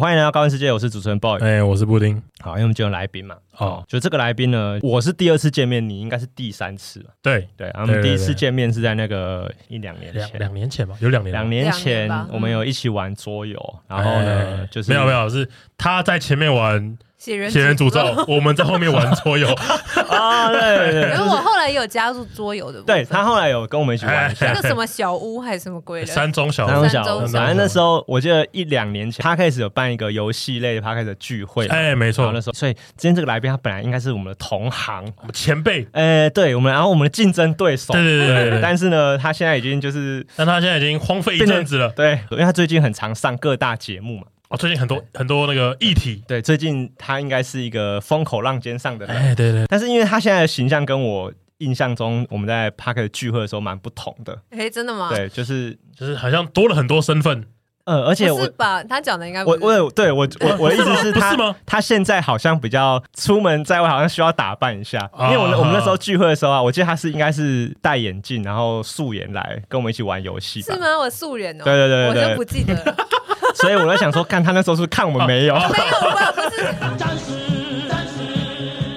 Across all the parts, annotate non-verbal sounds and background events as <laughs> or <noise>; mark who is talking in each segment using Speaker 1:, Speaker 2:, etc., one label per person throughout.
Speaker 1: 欢迎来到高玩世界，我是主持人 boy。
Speaker 2: 哎、我是布丁。
Speaker 1: 好，因为我们今天有来宾嘛，
Speaker 2: 哦，
Speaker 1: 就这个来宾呢，我是第二次见面，你应该是第三次了。
Speaker 2: 哦对，
Speaker 1: 对，啊我们
Speaker 2: 对对
Speaker 1: 第一
Speaker 2: 对
Speaker 1: 次见面是在那个一两年
Speaker 2: 两
Speaker 1: 前，
Speaker 2: 两年前吧，有两年了。
Speaker 1: 两年
Speaker 3: 两
Speaker 1: 前
Speaker 3: 年吧嗯
Speaker 1: 我们有一起玩桌游，然后呢，
Speaker 2: 哎
Speaker 1: 就是
Speaker 2: 没有没有，是他在前面玩
Speaker 3: 写
Speaker 2: 《
Speaker 3: 人
Speaker 2: 血人诅咒》， <laughs> 我们在后面玩桌游。
Speaker 1: <laughs> 啊，对对对
Speaker 3: 因 <laughs> 为
Speaker 1: 对，
Speaker 3: 我后来也有加入桌游的部
Speaker 1: 对
Speaker 2: <laughs>
Speaker 3: 分，
Speaker 1: 他后来有跟我们一起
Speaker 2: 哎
Speaker 1: 玩一下
Speaker 3: 那。个什么小屋还是什么鬼的，
Speaker 2: 山中小
Speaker 1: 然后
Speaker 2: 屋
Speaker 1: 小
Speaker 3: 三周，
Speaker 1: 反正那时候我记得一两年前，他开始有办一个游戏类的，他开始的聚会嘛。
Speaker 2: 哎、没
Speaker 1: 然后
Speaker 2: 错
Speaker 1: 那，时候，所以今天这个来宾他本来应该是我们的同行，
Speaker 2: 我们前辈。
Speaker 1: 呃，对我们，然后我们的竞争对手，
Speaker 2: 对对对
Speaker 1: <laughs>
Speaker 2: 对对
Speaker 1: 但是呢，他现在已经就是
Speaker 2: 但他现在已经荒废一阵子了。
Speaker 1: 对，因为他最近很常上各大节目嘛。
Speaker 2: 哦，最近很多很多那个议题。
Speaker 1: 对，最近他应该是一个风口浪尖上的人，
Speaker 2: 哎、对对
Speaker 1: 但是因为他现在的形象跟我印象中我们在 Park 聚会的时候蛮不同的。
Speaker 3: 哎，真的吗？
Speaker 1: 对，就是
Speaker 2: 就是好像多了很多
Speaker 1: <laughs>
Speaker 2: 身份。
Speaker 1: 呃，而且
Speaker 3: 不是
Speaker 1: 我。
Speaker 3: 吧？他讲的应该不
Speaker 1: 我
Speaker 3: 是
Speaker 1: 我有对我我我的意思是
Speaker 2: 不是
Speaker 1: 他
Speaker 2: 吗
Speaker 1: 他现在好像比较出门在外，好像需要打扮一下。因
Speaker 2: 啊
Speaker 1: 为我我们那时候聚会的时候啊，我记得他是应该是戴眼镜，然后素颜来跟我们一起玩游戏吧
Speaker 3: 是。吗？我素人哦，
Speaker 1: 对对对对对
Speaker 3: 我就不记得了，
Speaker 1: <laughs> 所以我在想说，看他那时候是不是看我们没有？
Speaker 3: 没有吧？不是，
Speaker 4: 战士，战士，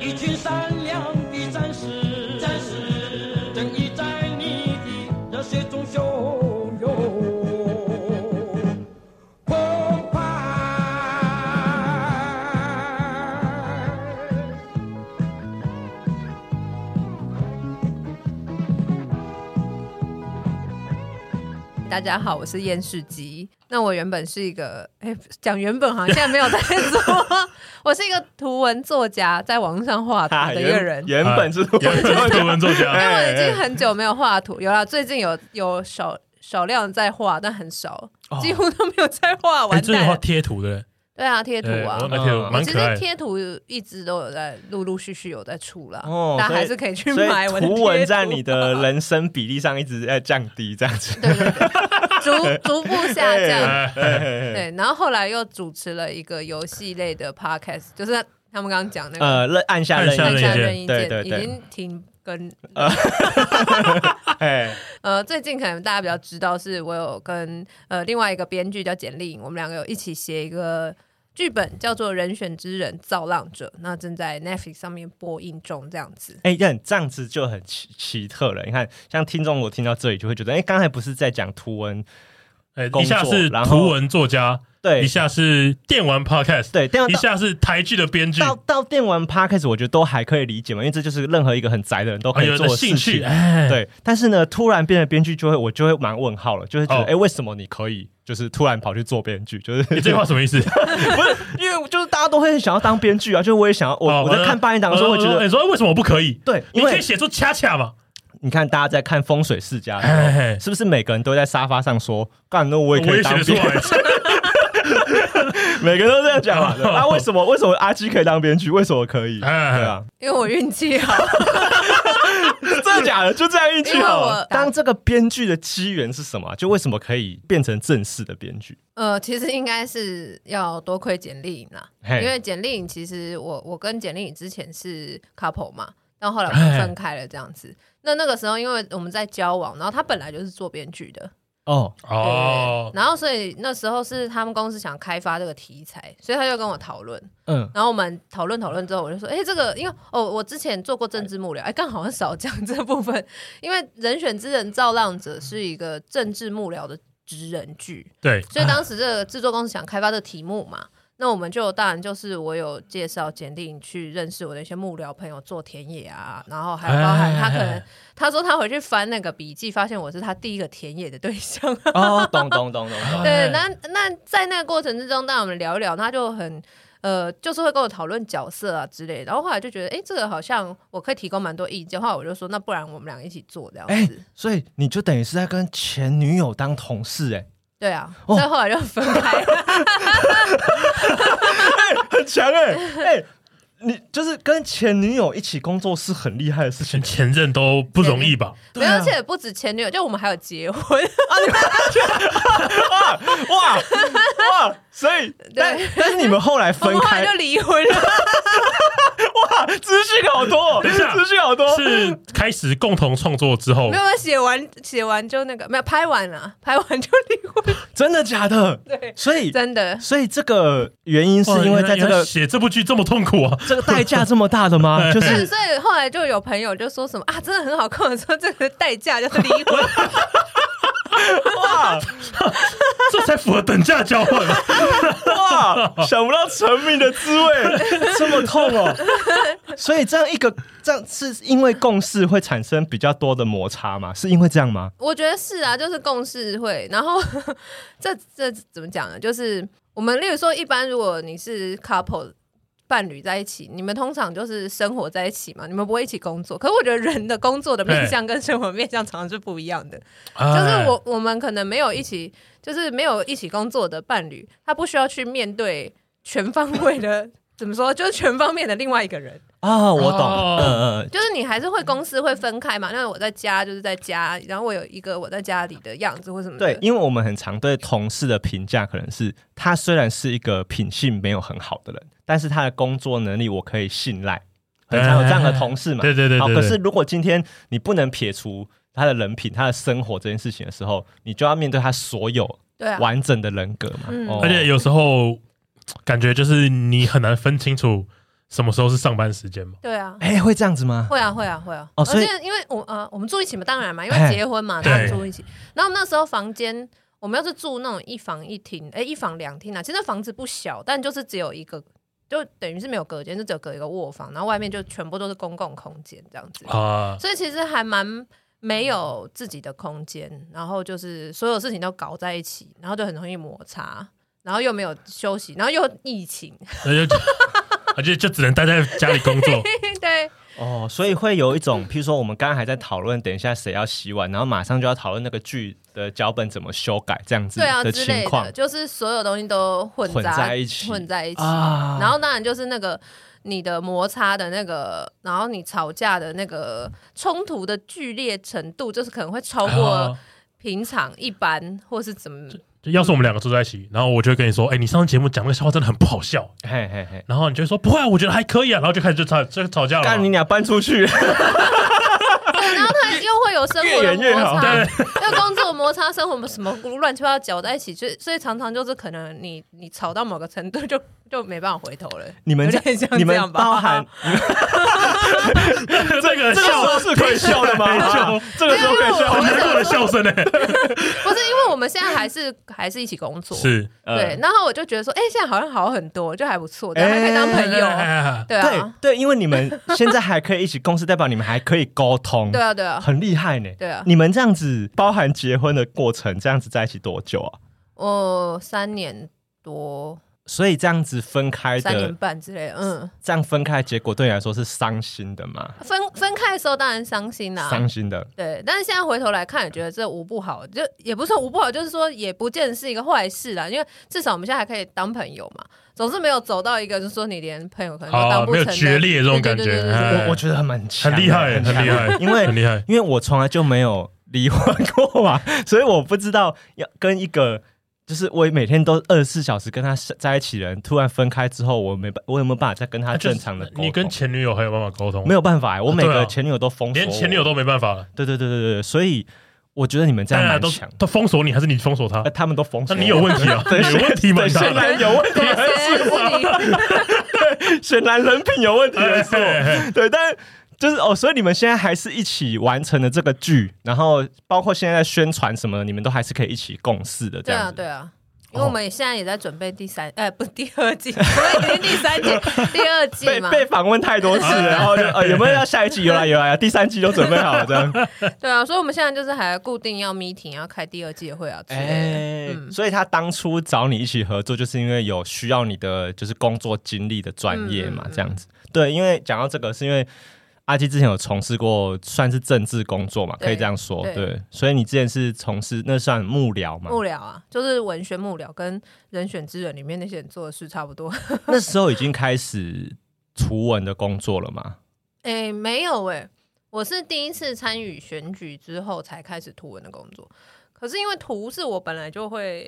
Speaker 4: 一群善良的战士，战士，正义在你的热血中汹涌澎湃。
Speaker 3: 大家好，我是燕世基。那我原本是一个，哎，讲原本好像现在没有在做， <laughs> 我是一个图文作家，在网上画图
Speaker 1: 啊
Speaker 3: 的一个人。
Speaker 1: 原原本是我
Speaker 2: 有很多图文作
Speaker 1: <laughs>
Speaker 3: 因
Speaker 1: 哎
Speaker 2: 家。
Speaker 3: 为我已经很久没有画图，有啦，最近有有少少量在画，但很少，
Speaker 1: 哦
Speaker 3: 几乎都没有在画。
Speaker 2: 哎、
Speaker 3: 完
Speaker 2: 最近有画
Speaker 3: 蛋，
Speaker 2: 贴图的，
Speaker 3: 对啊，贴图
Speaker 2: 对
Speaker 3: 啊
Speaker 2: 我，那贴图
Speaker 1: 嗯
Speaker 2: 蛮
Speaker 3: 其
Speaker 2: 可
Speaker 3: 实
Speaker 2: 爱的。
Speaker 3: 贴图一直都有在陆陆续续有在出啦，
Speaker 1: 哦
Speaker 3: 但
Speaker 1: 所以
Speaker 3: 还是可以去
Speaker 1: 所以
Speaker 3: 买我的贴
Speaker 1: 图
Speaker 3: 图
Speaker 1: 文在你的人生比例上一直在降低，这样子。
Speaker 3: <laughs> 对对对，
Speaker 1: <laughs>
Speaker 3: 逐逐步下降。
Speaker 2: 哎
Speaker 1: 对，
Speaker 3: 对，然后后来又主持了一个游戏类的 podcast，就是他们刚刚讲那个
Speaker 1: 呃，任按下
Speaker 2: 按
Speaker 1: 任
Speaker 2: 下
Speaker 3: 按
Speaker 1: 意
Speaker 3: 下
Speaker 2: 任
Speaker 1: 键
Speaker 2: 意
Speaker 3: 任意
Speaker 1: 对
Speaker 3: 键
Speaker 1: 对
Speaker 3: 已
Speaker 1: 对，
Speaker 3: 经停更。
Speaker 1: 哎，
Speaker 3: 呃，最近可能大家比较知道，是我有跟呃另外一个编剧叫简丽颖，我们两个有一起写一个剧本，叫做《人选之人造浪者》，那正在 Netflix 上面播映中，这样子。
Speaker 1: 哎，那这样子就很奇奇特了。你看，像听众我听到这里就会觉得，哎，刚才不是在讲图文？
Speaker 2: 哎
Speaker 1: 工作
Speaker 2: 一下是
Speaker 1: 然后
Speaker 2: 图文作家，
Speaker 1: 对
Speaker 2: 一下是电玩 podcast，
Speaker 1: 对，但
Speaker 3: <laughs>
Speaker 2: 一
Speaker 1: 到
Speaker 2: 下是台剧的编剧。哦
Speaker 1: 到到电玩 p a r k 我觉得都还可以理解嘛，因为这就是任何一个很宅的人都可
Speaker 2: 哦有
Speaker 1: 以
Speaker 2: 人
Speaker 1: 做
Speaker 2: 的
Speaker 1: 的
Speaker 2: 兴
Speaker 1: 事
Speaker 2: 趣，
Speaker 1: 情。
Speaker 2: 哎，
Speaker 1: 对，但是呢，突然变成编剧，就会我就会蛮问号了，就会觉得，
Speaker 2: 哦
Speaker 1: 哎，为什么你可以就是突然跑去做编剧？就是
Speaker 2: 你这句话什么意思？
Speaker 1: 不是，因为就是大家都会想要当编剧啊，就是我也想要，我、
Speaker 2: 哦
Speaker 1: 我在看八音档的时
Speaker 2: <laughs>
Speaker 1: 候，
Speaker 2: 我
Speaker 1: 会觉得，
Speaker 2: 你说为什么不可以？
Speaker 1: 对，
Speaker 2: 哦你
Speaker 1: 因
Speaker 2: 可以
Speaker 1: 为
Speaker 2: 写出恰恰嘛，
Speaker 1: 你看大家在看风水世家的时候
Speaker 2: 哎哎
Speaker 1: 是不是每个人都在沙发上说，干，那我也可
Speaker 2: 我
Speaker 1: 以
Speaker 2: 也写
Speaker 1: 当
Speaker 2: 得出
Speaker 1: 编
Speaker 2: 来
Speaker 1: 剧，。 <laughs> 每个人都这样讲嘛。
Speaker 2: 哦
Speaker 1: 对啊，为什么为什么阿基可以当编剧，为什么我可以？
Speaker 2: 哎哎
Speaker 1: 对啊，
Speaker 3: <laughs> 因为我运气好， <laughs>
Speaker 1: 真的假的？就这样运气好
Speaker 3: 因为
Speaker 1: 了
Speaker 3: 我。
Speaker 1: 当这个编剧的机缘是什么啊？就为什么可以变成正式的编剧？
Speaker 3: 呃，其实应该是要多亏简丽颖啦，
Speaker 1: 嘿
Speaker 3: 因为简丽颖其实我我跟简丽颖之前是 couple 嘛，但后来我们分开了这样子。那那个时候，因为我们在交往，然后他本来就是做编剧的，
Speaker 1: 哦，
Speaker 2: <laughs> 哦
Speaker 3: 对，然后所以那时候是他们公司想开发这个题材，所以他就跟我讨论， <laughs>
Speaker 1: 嗯，
Speaker 3: 然后我们讨论讨论之后，我就说，哎、这个因为哦，我之前做过政治幕僚，哎、刚好像少讲这部分，因为《人选之人造浪者》是一个政治幕僚的职人剧，
Speaker 2: 对，
Speaker 3: 所以当时这个制作公司想开发这个题目嘛，那我们就当然就是我有介绍简历去认识我的一些幕僚朋友做田野啊，然后还有包含他可能
Speaker 2: 哎
Speaker 3: 他说他回去翻那个笔记，发现我是他第一个田野的对
Speaker 2: <laughs>
Speaker 3: 象。
Speaker 1: 哦，懂懂懂懂懂。
Speaker 3: 对，那那在那个过程之中，当然我们聊一聊，他就很呃，就是会跟我讨论角色啊之类的。然后后来就觉得，哎、这个好像我可以提供蛮多意见。后来我就说，那不然我们两个一起做这样子。
Speaker 1: 哎、所以你就等于是在跟前女友当同事、欸，
Speaker 3: 对啊，
Speaker 1: 哦
Speaker 3: 所以后来就分开
Speaker 2: 哦
Speaker 3: 了。
Speaker 1: 很强 <laughs> 哎、哎、你就是跟前女友一起工作是很厉害的事
Speaker 2: 前前任都不容易吧？
Speaker 3: 没有，而且不止前女友，就我们还有结婚。
Speaker 1: <laughs> 哇
Speaker 3: <laughs>
Speaker 1: 哇！所以，但但是你们后来
Speaker 3: 我
Speaker 1: 分
Speaker 3: <laughs> 们后来
Speaker 1: 开
Speaker 3: 就离婚了。
Speaker 1: <laughs> 哇，资讯好多哦，
Speaker 2: <laughs> 等一下
Speaker 1: 资讯好多，
Speaker 2: 是开始共同创作之后
Speaker 3: 没，有写完写完就那个没有拍完了， <laughs> 拍完就离婚，
Speaker 1: 真的假的？
Speaker 3: 对，
Speaker 1: 所以，
Speaker 3: 真的
Speaker 1: 所以这个原因是
Speaker 2: 哇
Speaker 1: 因为
Speaker 2: 原来
Speaker 1: 在这
Speaker 2: 原来
Speaker 1: 个
Speaker 2: 写这部剧这么痛苦啊！
Speaker 1: <laughs>
Speaker 2: <laughs>
Speaker 1: 这个代价这么大的吗？就
Speaker 3: 对， <laughs>
Speaker 1: 是
Speaker 3: 所以后来就有朋友就说什么啊，真的很好看，我说这个代价就是离婚，
Speaker 1: 哇
Speaker 2: 这才符合等价交换啊。 <laughs>
Speaker 1: 哇，想不到成名的滋味这么痛哦。所以这样一个这样是因为共识会产生比较多的摩擦吗？是因为这样吗？
Speaker 3: 我觉得是啊，就是共识会，然后 <laughs> 这这怎么讲呢？就是我们例如说，一般如果你是 couple。伴侣在一起，你们通常就是生活在一起嘛，你们不会一起工作。可是我觉得人的工作的面向跟生活面向常常是不一样的。 <laughs>
Speaker 1: 哎
Speaker 3: 就是我我们可能没有一起，就是没有一起工作的伴侣，他不需要去面对全方位的， <laughs> 怎么说，就是全方面的另外一个人。
Speaker 1: 啊，我懂，
Speaker 2: 哦
Speaker 1: 嗯嗯，
Speaker 3: 就是你还是会公司会分开嘛？那我在家就是在家，然后我有一个我在家里的样子或什么的。
Speaker 1: 对，因为我们很常对同事的评价可能是，他虽然是一个品性没有很好的人，但是他的工作能力我可以信赖，很常有这样的同事嘛。
Speaker 2: 哎对对对
Speaker 1: 好，
Speaker 2: 对，
Speaker 1: 可
Speaker 2: 对
Speaker 1: 是如果今天你不能撇除他的人品、他的生活这件事情的时候，你就要面对他所有
Speaker 3: 对啊，
Speaker 1: 完整的人格嘛。
Speaker 3: 嗯
Speaker 1: 哦
Speaker 2: 而且有时候感觉就是你很难分清楚什么时候是上班时间嘛。
Speaker 3: 对啊，
Speaker 1: 哎、会这样子吗？
Speaker 3: 会啊，会啊，会啊。
Speaker 1: 哦所以
Speaker 3: 而且因为我呃，我们住一起嘛，当然嘛，因为
Speaker 1: 嘿
Speaker 3: 结婚嘛，
Speaker 2: 对
Speaker 3: 当然住一起。然后我们那时候房间，我们要是住那种一房一厅，哎，一房两厅啊，其实那房子不小，但就是只有一个。就等于是没有隔间，就只有隔一个卧房，然后外面就全部都是公共空间这样子。
Speaker 2: 啊，
Speaker 3: 所以其实还蛮没有自己的空间，然后就是所有事情都搞在一起，然后就很容易摩擦，然后又没有休息，然后又疫情， <laughs>
Speaker 2: <laughs> 那就而且就只能待在家里工作。
Speaker 3: <laughs> 对
Speaker 1: 哦，所以会有一种，譬如说我们刚刚还在讨论，等一下谁要洗碗，然后马上就要讨论那个剧的脚本怎么修改，这样子
Speaker 3: 对啊
Speaker 1: 的
Speaker 3: 之类
Speaker 1: 情况
Speaker 3: 的，。就是所有东西都混杂
Speaker 1: 混在一起
Speaker 3: 混在一起
Speaker 1: 啊
Speaker 3: 然后当然就是那个。你的摩擦的那个，然后你吵架的那个冲突的剧烈程度，就是可能会超过
Speaker 1: 哎
Speaker 2: 啊
Speaker 3: 平常一般，或是怎么
Speaker 2: 就要是我们两个住在一起，然后我就会跟你说，哎、你上次节目讲那个笑话真的很不好笑，
Speaker 1: 嘿嘿嘿，
Speaker 2: 然后你就会说不会啊，我觉得还可以啊，然后就开始就吵就吵架了
Speaker 1: 干你
Speaker 2: <laughs> 嘛。
Speaker 1: 俩搬出去，
Speaker 3: 对， <laughs> 然后他又会有生
Speaker 1: <laughs>
Speaker 3: 活
Speaker 1: 越
Speaker 3: 的
Speaker 1: 远越
Speaker 3: 摩
Speaker 1: 好
Speaker 3: 擦，又工作摩擦、生活什么乱七八糟搅在一起，所以所以常常就是可能你你吵到某个程度就就没办法回头了。
Speaker 1: 你们
Speaker 3: 有
Speaker 1: 这
Speaker 3: 点像
Speaker 1: 你
Speaker 3: 这
Speaker 1: 们
Speaker 3: 样吧
Speaker 1: 包
Speaker 3: <laughs>
Speaker 1: 含
Speaker 2: 这个
Speaker 1: 这个时
Speaker 2: 笑
Speaker 1: 候是 <laughs> 可以笑的吗？
Speaker 2: 可以笑
Speaker 3: <laughs>
Speaker 1: 啊这个时候可以笑
Speaker 2: 很
Speaker 1: 吗，
Speaker 2: 难过的笑声呢、
Speaker 3: 不是因为我们现在还是还是一起工作，
Speaker 2: <laughs> 是，
Speaker 3: <laughs> 对
Speaker 1: 呃。，
Speaker 3: 然后我就觉得说，哎，现在好像好很多，就还不错，对，
Speaker 1: 哎
Speaker 3: 还可以当朋友，
Speaker 2: 哎
Speaker 3: 对
Speaker 1: 对
Speaker 3: 啊，
Speaker 1: 对，因为你们现在还可以一起共事，代表你们还可以沟通，
Speaker 3: 对啊，对啊，
Speaker 1: 很厉害呢。
Speaker 3: 对啊，
Speaker 1: 你们这样子包含结婚的过程，这样子在一起多久啊？
Speaker 3: 我哦三年多、
Speaker 1: 所以这样子分开
Speaker 2: 哎
Speaker 3: 三年
Speaker 1: 的，
Speaker 3: 半之类的，嗯，
Speaker 1: 这样分开的结果对你来说是伤心的吗？
Speaker 3: 分分开的时候当然伤心啦、
Speaker 1: 伤心的，
Speaker 3: 对，但是现在回头来看，也觉得这无不好，就也不是说无不好，就是说也不见得是一个坏事啦，因为至少我们现在还可以当朋友嘛，总是没有走到一个就是说你连朋友可能都当
Speaker 2: 啊，
Speaker 3: 不
Speaker 2: 没有
Speaker 3: 成的、
Speaker 2: 决裂这种感觉，
Speaker 3: 对对对对对
Speaker 2: 哎
Speaker 1: 我我觉得他嗯们很强
Speaker 2: 很厉害，很
Speaker 1: 强
Speaker 2: 厉害，
Speaker 1: 因为
Speaker 2: 很厉害。
Speaker 1: 因为我从来就没有离婚过嘛， <laughs> 所以我不知道要跟一个就是我每天都二十四小时跟他在一起的人，突然分开之后，我没办，我有没有办法再跟他正常的沟通？
Speaker 2: 啊你跟前女友还有办法沟通？
Speaker 1: 没有办法、欸，我每
Speaker 2: 对
Speaker 1: 个
Speaker 2: 啊
Speaker 1: 前女友都封锁我，
Speaker 2: 连前女友都没办法了，
Speaker 1: 对对对对对，所以我觉得你们这
Speaker 2: 大
Speaker 1: 样
Speaker 2: 家
Speaker 1: 蛮
Speaker 2: 都
Speaker 1: 强，
Speaker 2: 都封锁你，还是你封锁他
Speaker 1: 呃，？他们都封
Speaker 2: 那
Speaker 1: 锁我
Speaker 2: 你有问题啊？
Speaker 1: 对
Speaker 2: 你有问题吗？
Speaker 1: 对显然有问
Speaker 2: <laughs>
Speaker 1: 题，
Speaker 3: 对是你
Speaker 1: 显然人品有问题没错，
Speaker 2: 哎哎哎
Speaker 1: 对，但。就是哦，所以你们现在还是一起完成了这个剧，然后包括现在在宣传什么的，你们都还是可以一起共事的这
Speaker 3: 对
Speaker 1: 样
Speaker 3: 啊
Speaker 1: 子。哦
Speaker 3: 对啊，因为我们现在也在准备第三，呃，不，第二
Speaker 1: <laughs>
Speaker 3: 季，我们已经第三季、第二季
Speaker 1: 被
Speaker 3: 嘛，
Speaker 1: 被访问太多次了，然后就呃有没有要下一季？有啦有啦，有啦第三季都准备好了这样。
Speaker 3: 对啊，所以我们现在就是还固定要 meeting，要开第二季的会啊之类的，
Speaker 1: 哎
Speaker 3: 嗯，
Speaker 1: 所以他当初找你一起合作，就是因为有需要你的就是工作经历的专业嘛
Speaker 3: 嗯嗯，嗯
Speaker 1: 这样子。对，因为讲到这个，是因为阿基之前有从事过算是政治工作嘛，
Speaker 3: 对
Speaker 1: 可以这样说。
Speaker 3: 对
Speaker 1: 对，所以你之前是从事那算幕僚嘛？
Speaker 3: 幕僚啊，就是文宣幕僚跟人选之人里面那些人做的事差不多。 <laughs>
Speaker 1: 那时候已经开始图文的工作了嘛？
Speaker 3: 诶、哎没有诶、我是第一次参与选举之后才开始图文的工作。可是因为图是我本来就会，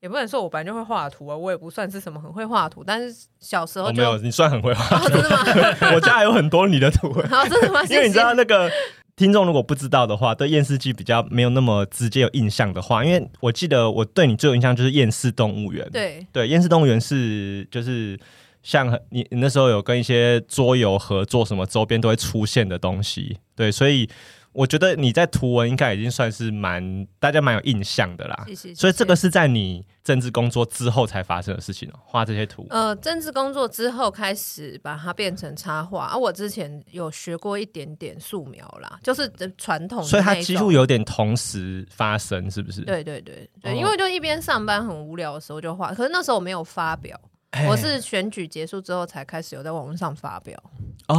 Speaker 3: 也也不能说我本来就会画图啊，我也不算是什么很会画图，但是小时候
Speaker 1: 我
Speaker 3: 就
Speaker 1: 哦没有，你算很会画，
Speaker 3: 哦真
Speaker 1: <laughs>
Speaker 3: 的 <laughs> 吗？
Speaker 1: 我家还有很多你的图，
Speaker 3: 然后真的 <laughs> 吗？
Speaker 1: 因为你知道
Speaker 3: 谢谢
Speaker 1: 那个听众如果不知道的话，对验尸机比较没有那么直接有印象的话，因为我记得我对你最有印象就是验尸动物园，
Speaker 3: 对
Speaker 1: 对，厌世动物园是就是像很你你那时候有跟一些桌游合作，什么周边都会出现的东西，对，所以我觉得你在图文应该已经算是蛮大家蛮有印象的啦。
Speaker 3: 谢谢，
Speaker 1: 所以这个
Speaker 3: 谢谢
Speaker 1: 是在你政治工作之后才发生的事情哦、画这些图，
Speaker 3: 呃，政治工作之后开始把它变成插画，啊，我之前有学过一点点素描啦，就是呃传统的
Speaker 1: 哦所以它
Speaker 3: 那一
Speaker 1: 几
Speaker 3: 种
Speaker 1: 乎有点同时发生，是不是？，
Speaker 3: 对对对对，
Speaker 1: 哦
Speaker 3: 因为就一边上班很无聊的时候就画，可是那时候我没有发表，
Speaker 1: 哎
Speaker 3: 我是选举结束之后才开始有在网络上发表。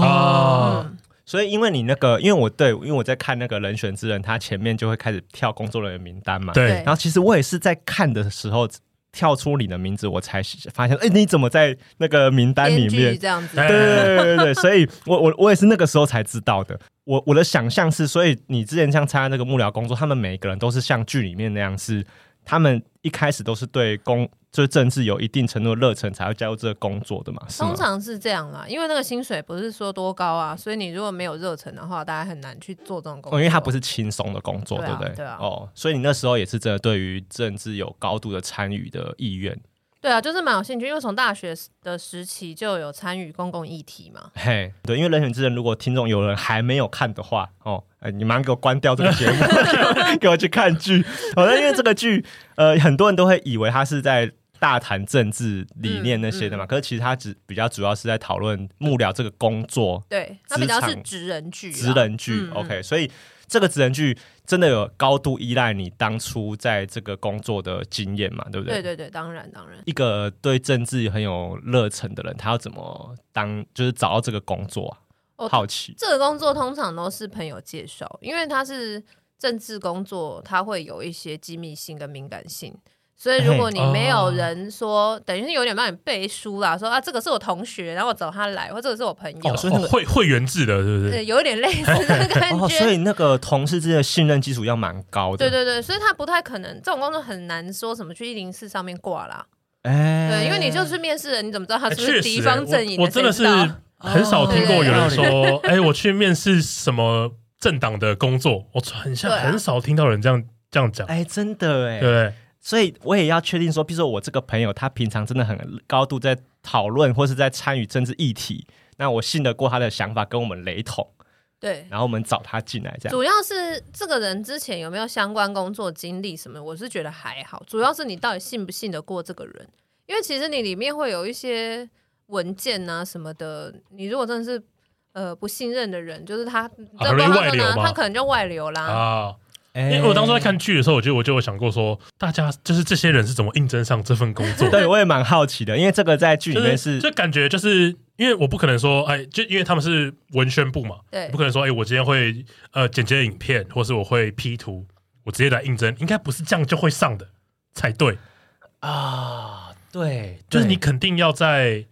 Speaker 2: 哦
Speaker 3: 嗯，
Speaker 1: 所以因为你那个，因为我对，因为我在看那个人选之人，他前面就会开始跳工作人员名单嘛，
Speaker 2: 对
Speaker 1: 然后其实我也是在看的时候跳出你的名字，我才发现，哎、你怎么在那个名单里
Speaker 3: 编剧
Speaker 1: 面？
Speaker 3: 这样子，
Speaker 1: 对对对对对，所以我我我也是那个时候才知道的。我我的想象是，所以你之前像参加那个幕僚工作，他们每一个人都是像剧里面那样是，他们一开始都是对工就是政治有一定程度的热忱，才会加入这个工作的嘛，是吗
Speaker 3: 通？常是这样啦，因为那个薪水不是说多高啊，所以你如果没有热忱的话，大家很难去做这种工作。
Speaker 1: 哦，因为它不是轻松的工作，
Speaker 3: 对
Speaker 1: 对,、
Speaker 3: 啊
Speaker 1: 不对？
Speaker 3: 对啊
Speaker 1: 哦，所以你那时候也是真的对于政治有高度的参与的意愿，
Speaker 3: 对啊，就是蛮有兴趣，因为从大学的时期就有参与公共议题嘛。
Speaker 1: 嘿，对，因为人选之人，如果听众有人还没有看的话，哦，呃、你马上给我关掉这个节目， <laughs> 给我去看剧。好、那因为这个剧，呃，很多人都会以为他是在大谈政治理念那些的嘛，
Speaker 3: 嗯
Speaker 1: 可是其实他只比较主要是在讨论幕僚这个工作
Speaker 3: 对，它比较
Speaker 1: 职
Speaker 3: 是
Speaker 1: 场
Speaker 3: 职人剧啦，
Speaker 1: 职人剧、
Speaker 3: 嗯
Speaker 1: o k 所以这个职人剧真的有高度依赖你当初在这个工作的经验嘛，对不
Speaker 3: 对对对，当然当然。
Speaker 1: 一个对政治很有热忱的人，他要怎么当，就是找到这个工作啊？
Speaker 3: 哦
Speaker 1: 好奇。
Speaker 3: 这个工作通常都是朋友介绍，因为它是政治工作，它会有一些机密性跟敏感性。所以，如果你没有
Speaker 1: 哦
Speaker 3: 人说，等于是有点帮你背书啦，说啊，这个是我同学，然后我找他来，或这个是我朋友，
Speaker 1: 哦所以那个
Speaker 2: 哦会会员制的，是不
Speaker 3: 对，
Speaker 2: 是？
Speaker 3: 有一点类似的感
Speaker 1: 哦，
Speaker 3: 觉。
Speaker 1: 所以那个同事之间的信任基础要蛮高的。
Speaker 3: 对，对对，所以他不太可能这种工作很难说什么去一零四上面挂啦，
Speaker 1: 哎
Speaker 3: 对，因为你就是面试人，你怎么知道他
Speaker 2: 哎
Speaker 3: 是不
Speaker 2: 确
Speaker 3: 是
Speaker 2: 实
Speaker 3: 敌
Speaker 2: 欸，
Speaker 3: 方阵营
Speaker 2: 我我真的
Speaker 3: 谁
Speaker 2: 是
Speaker 3: 知道
Speaker 2: 很少听过有人
Speaker 1: 哦
Speaker 2: 说，哎，我去面试什么政党的工作，我很像
Speaker 3: 对啊
Speaker 2: 很少听到人这样这样讲，
Speaker 1: 哎，真的
Speaker 2: 对
Speaker 1: 哎
Speaker 2: 不，对？
Speaker 1: 所以我也要确定说，比如说我这个朋友，他平常真的很高度在讨论或是在参与政治议题，那我信得过他的想法跟我们雷同，
Speaker 3: 对，
Speaker 1: 然后我们找他进来这样。
Speaker 3: 主要是这个人之前有没有相关工作经历什么，我是觉得还好。主要是你到底信不信得过这个人，因为其实你里面会有一些文件啊什么的，你如果真的是呃不信任的人，就是他，这
Speaker 2: 容易
Speaker 3: 包括
Speaker 2: 外流
Speaker 3: 他
Speaker 2: 嘛
Speaker 3: 他可能就外流啦。
Speaker 2: 啊，
Speaker 1: 因
Speaker 2: 因为我当初在，看剧的时候，我就我就有想过说，大家就是这些人是怎么应征上这份工作？
Speaker 1: 对我也蛮好奇的，因为这个在剧里
Speaker 2: 就
Speaker 1: 面
Speaker 2: 是
Speaker 1: 是
Speaker 2: 就感觉就是因为我不可能说，哎，就因为他们是文宣部嘛，
Speaker 3: 对
Speaker 2: 不可能说，哎，我今天会呃剪接影片，或是我会 P 图，我直接来应征，应该不是这样就会上的才对。
Speaker 1: 啊，对，
Speaker 2: 就是你
Speaker 1: 对
Speaker 2: 肯定要在，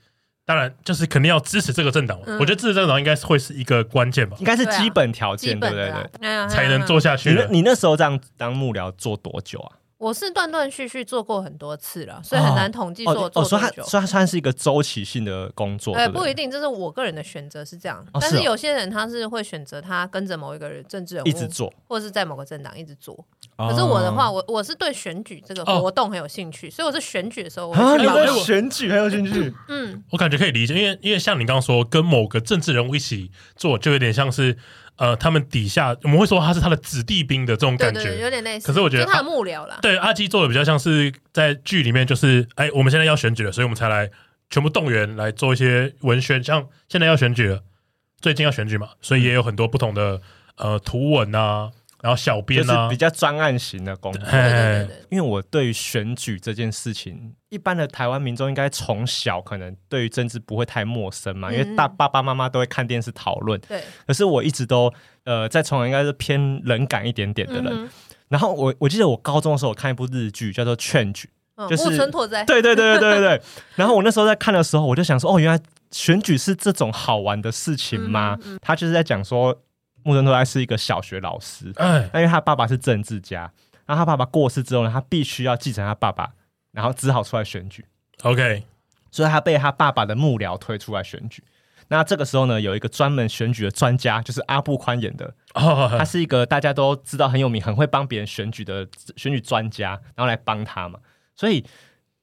Speaker 2: 当然就是肯定要支持这个政党嘛。
Speaker 3: 嗯
Speaker 2: 我觉得支持政党应该是会是一个关键吧
Speaker 1: 应，该是
Speaker 3: 对啊
Speaker 1: 基本条
Speaker 3: 基
Speaker 1: 件，对
Speaker 3: 本
Speaker 1: 不
Speaker 3: 的
Speaker 1: 对？
Speaker 3: 啦
Speaker 1: 对，
Speaker 3: 那
Speaker 2: 才能做。下去
Speaker 1: 你那
Speaker 2: 的。
Speaker 1: 你那时候这样当幕僚做多久啊？
Speaker 3: 我是断断续续做过很多次了，所以很难统计说我
Speaker 1: 哦哦，
Speaker 3: 做
Speaker 1: 所
Speaker 3: 多
Speaker 1: 以它
Speaker 3: 久。
Speaker 1: 所以它算是一个周期性的工作，
Speaker 3: 哎，
Speaker 1: 对
Speaker 3: 不
Speaker 1: 对
Speaker 3: 一定，这是我个人的选择是这样，
Speaker 1: 哦
Speaker 3: 但
Speaker 1: 是
Speaker 3: 是
Speaker 1: 哦
Speaker 3: 有些人他是会选择他跟着某一个人政治人物
Speaker 1: 一直做。哦
Speaker 3: 或者是在某个政党一直做。可是我的话，我我是对选举这个
Speaker 2: 哦
Speaker 3: 活动很有兴趣，所以我是选举的时候我
Speaker 1: 啊，
Speaker 3: 会
Speaker 1: 你
Speaker 3: 去报
Speaker 1: 对
Speaker 3: 名。
Speaker 1: 选举很有兴 <laughs> 趣，
Speaker 3: 嗯，
Speaker 2: 我感觉可以理解，因为因为像你刚刚说，跟某个政治人物一起做，就有点像是呃，他们底下我们会说他是他的子弟兵的这种
Speaker 3: 对
Speaker 2: 感
Speaker 3: 对对，
Speaker 2: 觉。
Speaker 3: 有点类似。
Speaker 2: 可是我觉得
Speaker 3: 就他的幕僚啦，
Speaker 2: 对，阿基做的比较像是在剧里面，就是哎，我们现在要选举了，所以我们才来全部动员来做一些文宣，像现在要选举了，最近要选举嘛，所以也有很多不同的呃图文啊，然后小
Speaker 1: 就
Speaker 2: 编
Speaker 1: 是
Speaker 2: 啊
Speaker 1: 比，较专案型的工作。 <laughs>
Speaker 2: 哎
Speaker 3: 对对对对
Speaker 1: 因为我对于选举这件事情，一般的台湾民众应该从小可能对于政治不会太陌生嘛，因为大
Speaker 3: 嗯
Speaker 1: 爸爸妈妈都会看电视讨论。
Speaker 3: 对
Speaker 1: 可是我一直都呃，在从小应该是偏冷感一点点的人。
Speaker 3: 嗯
Speaker 1: 然后我我记得我高中的时候，我看一部日剧叫做《劝举》，
Speaker 3: 哼，
Speaker 1: 就
Speaker 3: 嗯
Speaker 1: 是
Speaker 3: 木村拓 <laughs> 哉，
Speaker 1: 对对对对对对对。然后我那时候在看的时候，我就想说，哦，原来选举是这种好玩的事情吗？他就是在讲说，木村拓哉是一个小学老师，
Speaker 2: 哎，
Speaker 1: 那因为他爸爸是政治家，然后他爸爸过世之后呢，他必须要继承他爸爸然后只好出来选举，
Speaker 2: OK，
Speaker 1: 所以他被他爸爸的幕僚推出来选举。那这个时候呢，有一个专门选举的专家，就是阿布宽演的，他
Speaker 2: 哦，
Speaker 1: 是一个大家都知道很有名、很会帮别人选举的选举专家，然后来帮他嘛。所以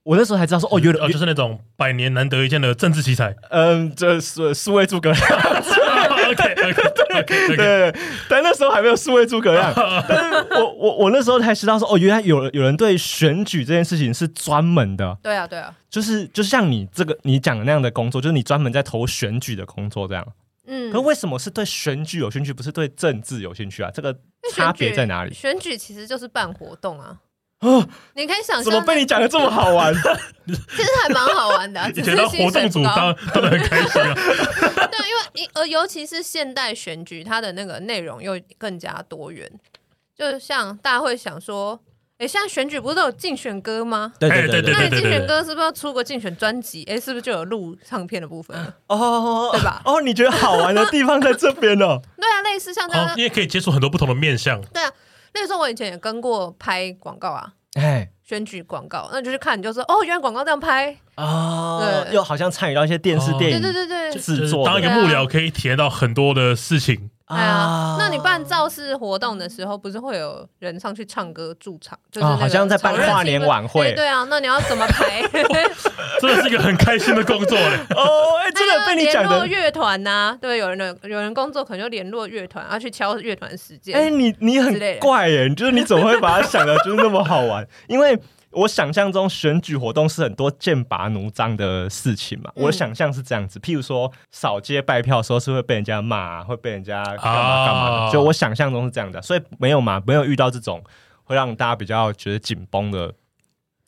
Speaker 1: 我那时候才知道说，哦，原来
Speaker 2: 哦，就是那种百年难得一见的政治
Speaker 1: <laughs>
Speaker 2: 奇才。哦
Speaker 1: 嗯，这是数位诸葛亮，
Speaker 2: OK OK OK，
Speaker 1: 对，但那时候还没有数位诸葛亮。但是我我我那时候才知道说，哦，原来有人有人对选举这件事情是专门的，
Speaker 3: 对啊，对啊，
Speaker 1: 就是就像你这个你讲的那样的工作，就是你专门在投选举的工作这样。
Speaker 3: 嗯
Speaker 1: 可，为什么是对选举有兴趣，不是对政治有兴趣啊？这个差别在哪里？
Speaker 3: 选举其实就是办活动啊。你可以想
Speaker 1: 怎么
Speaker 3: 象，
Speaker 1: 被你讲的这么好玩？
Speaker 3: 其实还蛮好玩的啊、
Speaker 2: 以
Speaker 3: 只
Speaker 2: 前
Speaker 3: 是
Speaker 2: 当活
Speaker 3: 薪水
Speaker 2: 动
Speaker 3: 不
Speaker 2: 组
Speaker 3: 高
Speaker 2: 当。当然很开
Speaker 1: <laughs>
Speaker 2: 心啊。
Speaker 3: 对，因为你呃，尤其是现代选举，它的那个内容又更加多元。就像大家会想说，诶，现在选举不是都有竞选歌吗？
Speaker 5: 对
Speaker 2: 哎
Speaker 5: 对
Speaker 3: <laughs>
Speaker 2: 对
Speaker 3: 那
Speaker 2: 对
Speaker 3: 你竞选歌是不是要出个竞选专辑？诶，是不是就有录唱片的部分了？
Speaker 1: 哦，
Speaker 3: 对吧
Speaker 1: 哦，你觉得好玩的地方在这边哦。
Speaker 3: 对啊，类似像这
Speaker 2: 好，
Speaker 3: 样
Speaker 2: 哦你。也可以接触很多不同的面向。
Speaker 3: 对啊，那个时候我以前也跟过拍广告啊，
Speaker 1: <laughs> 哎，
Speaker 3: 选举广告，那就是看你就说哦，原来广告这样拍，
Speaker 1: 哦，
Speaker 3: 对
Speaker 1: 又好像参与到一些电视
Speaker 2: 哦
Speaker 1: 电
Speaker 3: 对
Speaker 1: 影
Speaker 3: 对对对，
Speaker 2: 就
Speaker 1: 制
Speaker 2: 是
Speaker 1: 作
Speaker 2: 当一
Speaker 1: 的
Speaker 2: 个幕僚可以体验到很多的事情。
Speaker 1: 啊
Speaker 3: 哎呀，那你办造势活动的时候，不是会有人上去唱歌驻场？就是
Speaker 1: 哦
Speaker 3: 那个
Speaker 1: 好像在办
Speaker 3: 炒热气氛
Speaker 1: 跨年晚会
Speaker 3: 哎对啊，那你要怎么
Speaker 1: <laughs>
Speaker 3: 排？
Speaker 2: <laughs> 真的是一个很开心的工作欸
Speaker 3: <laughs>
Speaker 2: 嘞。
Speaker 1: 哦，哎，真的被你讲
Speaker 3: 联络
Speaker 1: 的。
Speaker 3: 乐团呐，对，有人有人工作可能就联络乐团，要去敲乐团时间。
Speaker 1: 哎，你你很
Speaker 3: 之类的
Speaker 1: 怪耶，你就是你怎么会把它想的就是那么好玩？因为我想象中选举活动是很多剑拔弩张的事情嘛，
Speaker 3: 嗯
Speaker 1: 我想象是这样子，譬如说扫街拜票的时候是会被人家骂啊，会被人家干嘛干嘛
Speaker 2: 啊
Speaker 1: 的，就我想象中是这样的，啊所以没有嘛，没有遇到这种会让大家比较觉得紧绷的、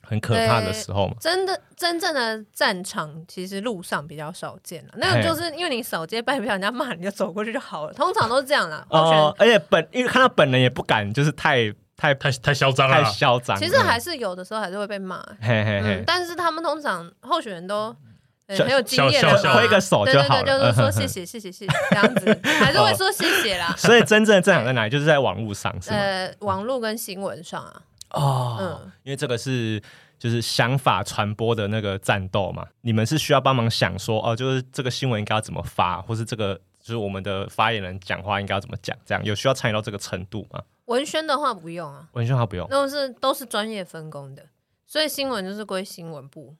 Speaker 1: 很可怕的时候嘛。
Speaker 3: 真的，真正的战场其实路上比较少见了、那个就是因为你扫街拜票，人家骂你就走过去就好了，通常都是这样啦。候选人
Speaker 1: 哦，而且本因为看到本人也不敢，就是太太
Speaker 2: 太太嚣张了
Speaker 1: 太
Speaker 2: 啦，
Speaker 1: 嚣张了。
Speaker 3: 其实还是有的时候还是会被骂，
Speaker 1: 嘿嘿
Speaker 3: 嗯
Speaker 1: 嘿，，
Speaker 3: 但是他们通常候选人都。呃
Speaker 1: 小
Speaker 3: 很有经验的
Speaker 2: 小
Speaker 3: 嘛，
Speaker 2: 小小
Speaker 1: 挥个手
Speaker 3: 对
Speaker 1: 就
Speaker 3: 对
Speaker 1: 好
Speaker 3: 对，
Speaker 1: 了。哦
Speaker 3: 就是说谢谢谢谢谢谢这样
Speaker 1: <laughs>
Speaker 3: 子，还是会说谢谢啦。
Speaker 1: 所以真正的战场在哪里？ <laughs> 就是在网络上， <laughs> 是吗？
Speaker 3: 呃，网络跟新闻上啊，
Speaker 1: 哦，
Speaker 3: 嗯
Speaker 1: 因为这个是就是想法传播的那个战斗嘛，你们是需要帮忙想说哦，就是这个新闻应该要怎么发，或是这个就是我们的发言人讲话应该要怎么讲，这样有需要参与到这个程度吗？
Speaker 3: 文宣的话不用啊，
Speaker 1: 文轩他不用
Speaker 3: 那种是都是专业分工的，所以新闻就是归新闻部，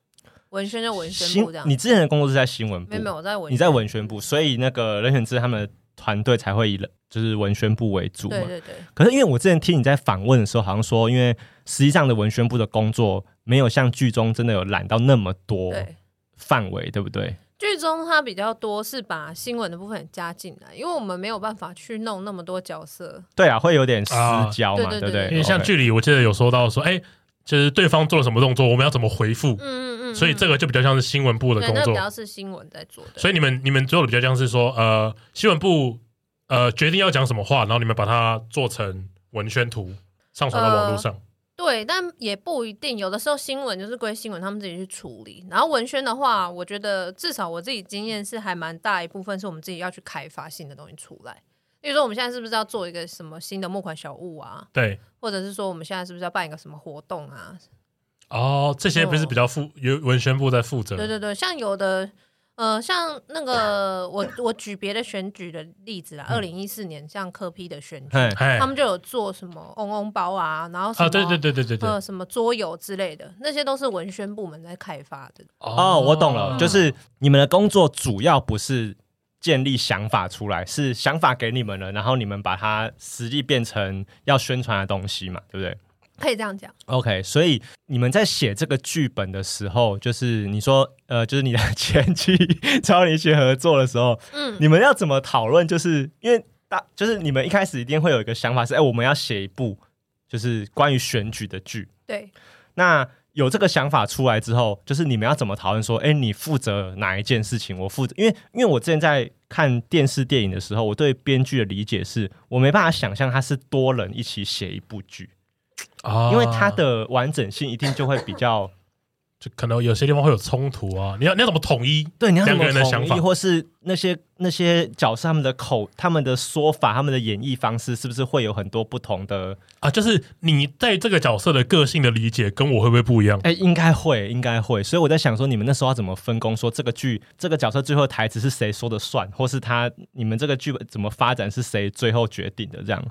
Speaker 3: 文宣就文宣
Speaker 1: 新
Speaker 3: 部这，样
Speaker 1: 你。之前的工作是在新闻部
Speaker 3: 没有，没有，我在文宣
Speaker 1: 你在文宣部，所以那个任选之他们的团队才会以就是文宣部为主嘛
Speaker 3: 对。对对，
Speaker 1: 可是因为我之前听你在访问的时候，好像说，因为实际上的文宣部的工作没有像剧中真的有揽到那么
Speaker 2: 哦
Speaker 1: 多
Speaker 3: 对，
Speaker 1: 范围，对不对？
Speaker 3: 剧中它比较多是把新闻的部分加进来，因为我们没有办法去弄那么多角色。
Speaker 1: 对啊，会有点私
Speaker 2: 啊
Speaker 1: 交嘛，
Speaker 3: 对对
Speaker 1: 不
Speaker 3: 对
Speaker 1: 对？
Speaker 2: 因为像
Speaker 1: OK
Speaker 2: 剧里我记得有说到说，哎，就是对方做了什么动作，我们要怎么回复
Speaker 3: 嗯，嗯嗯，
Speaker 2: 所以这
Speaker 3: 个
Speaker 2: 个就比较像是新闻部的
Speaker 3: 对，
Speaker 2: 工
Speaker 3: 那比
Speaker 2: 作。
Speaker 3: 较是新闻在做的。
Speaker 2: 所以你们你们做的比较像是说，呃，新闻部呃决定要讲什么话，然后你们把它做成文宣图上传到网络
Speaker 3: 呃
Speaker 2: 上。
Speaker 3: 对，但也不一定。有的时候新闻就是归新闻，他们自己去处理。然后文宣的话，我觉得至少我自己经验是还蛮大一部分是我们自己要去开发新的东西出来。比如说我们现在是不是要做一个什么新的募款小物啊，
Speaker 2: 对，
Speaker 3: 或者是说我们现在是不是要办一个什么活动啊？
Speaker 2: 哦，这些不是比较负由文宣部在负责。
Speaker 3: 对对对，像有的。呃，像那个我我举别的选举的例子啦，二零一四年像科批的选举，
Speaker 1: 嗯嘿
Speaker 2: 哎
Speaker 3: 他们就有做什么嗡嗡包啊，然后什么
Speaker 2: 啊，对对对对对对，
Speaker 3: 呃，什么桌游之类的，那些都是文宣部门在开发的。
Speaker 1: 哦，我懂了，就是你们的工作主要不是建立想法出来，是想法给你们了，然后你们把它实际变成要宣传的东西嘛，对不对
Speaker 3: 可以这样讲，
Speaker 1: ？OK，所以你们在写这个剧本的时候，就是你说呃，就是你的前 <laughs> 期找你一起合作的时候，
Speaker 3: 嗯，
Speaker 1: 你们要怎么讨论？就是因为大，就是你们一开始一定会有一个想法是，哎、我们要写一部就是关于选举的剧。
Speaker 3: 对，
Speaker 1: 那有这个想法出来之后，就是你们要怎么讨论说，哎、你负责哪一件事情？我负责，因为因为我之前在看电视电影的时候，我对编剧的理解是我没办法想象他是多人一起写一部剧，
Speaker 2: 哦
Speaker 1: 因为它的完整性一定就会比较
Speaker 2: 就可能有些地方会有冲突啊，你要你要怎么统一？
Speaker 1: <laughs> 对，你要怎
Speaker 2: 两个
Speaker 1: 么
Speaker 2: 人的想
Speaker 1: 统
Speaker 2: 法
Speaker 1: 一，或是那些那些角色他们的口、他们的说法、他们的演绎方式，是不是会有很多不同的？
Speaker 2: 啊，就是你对这个角色的个性的理解跟我会不会不一样？
Speaker 1: 哎、应该会，应该会。所以我在想说，你们那时候要怎么分工？说这个剧、这个角色最后台词是谁说的算，或是他你们这个剧本怎么发展是谁最后决定的？这样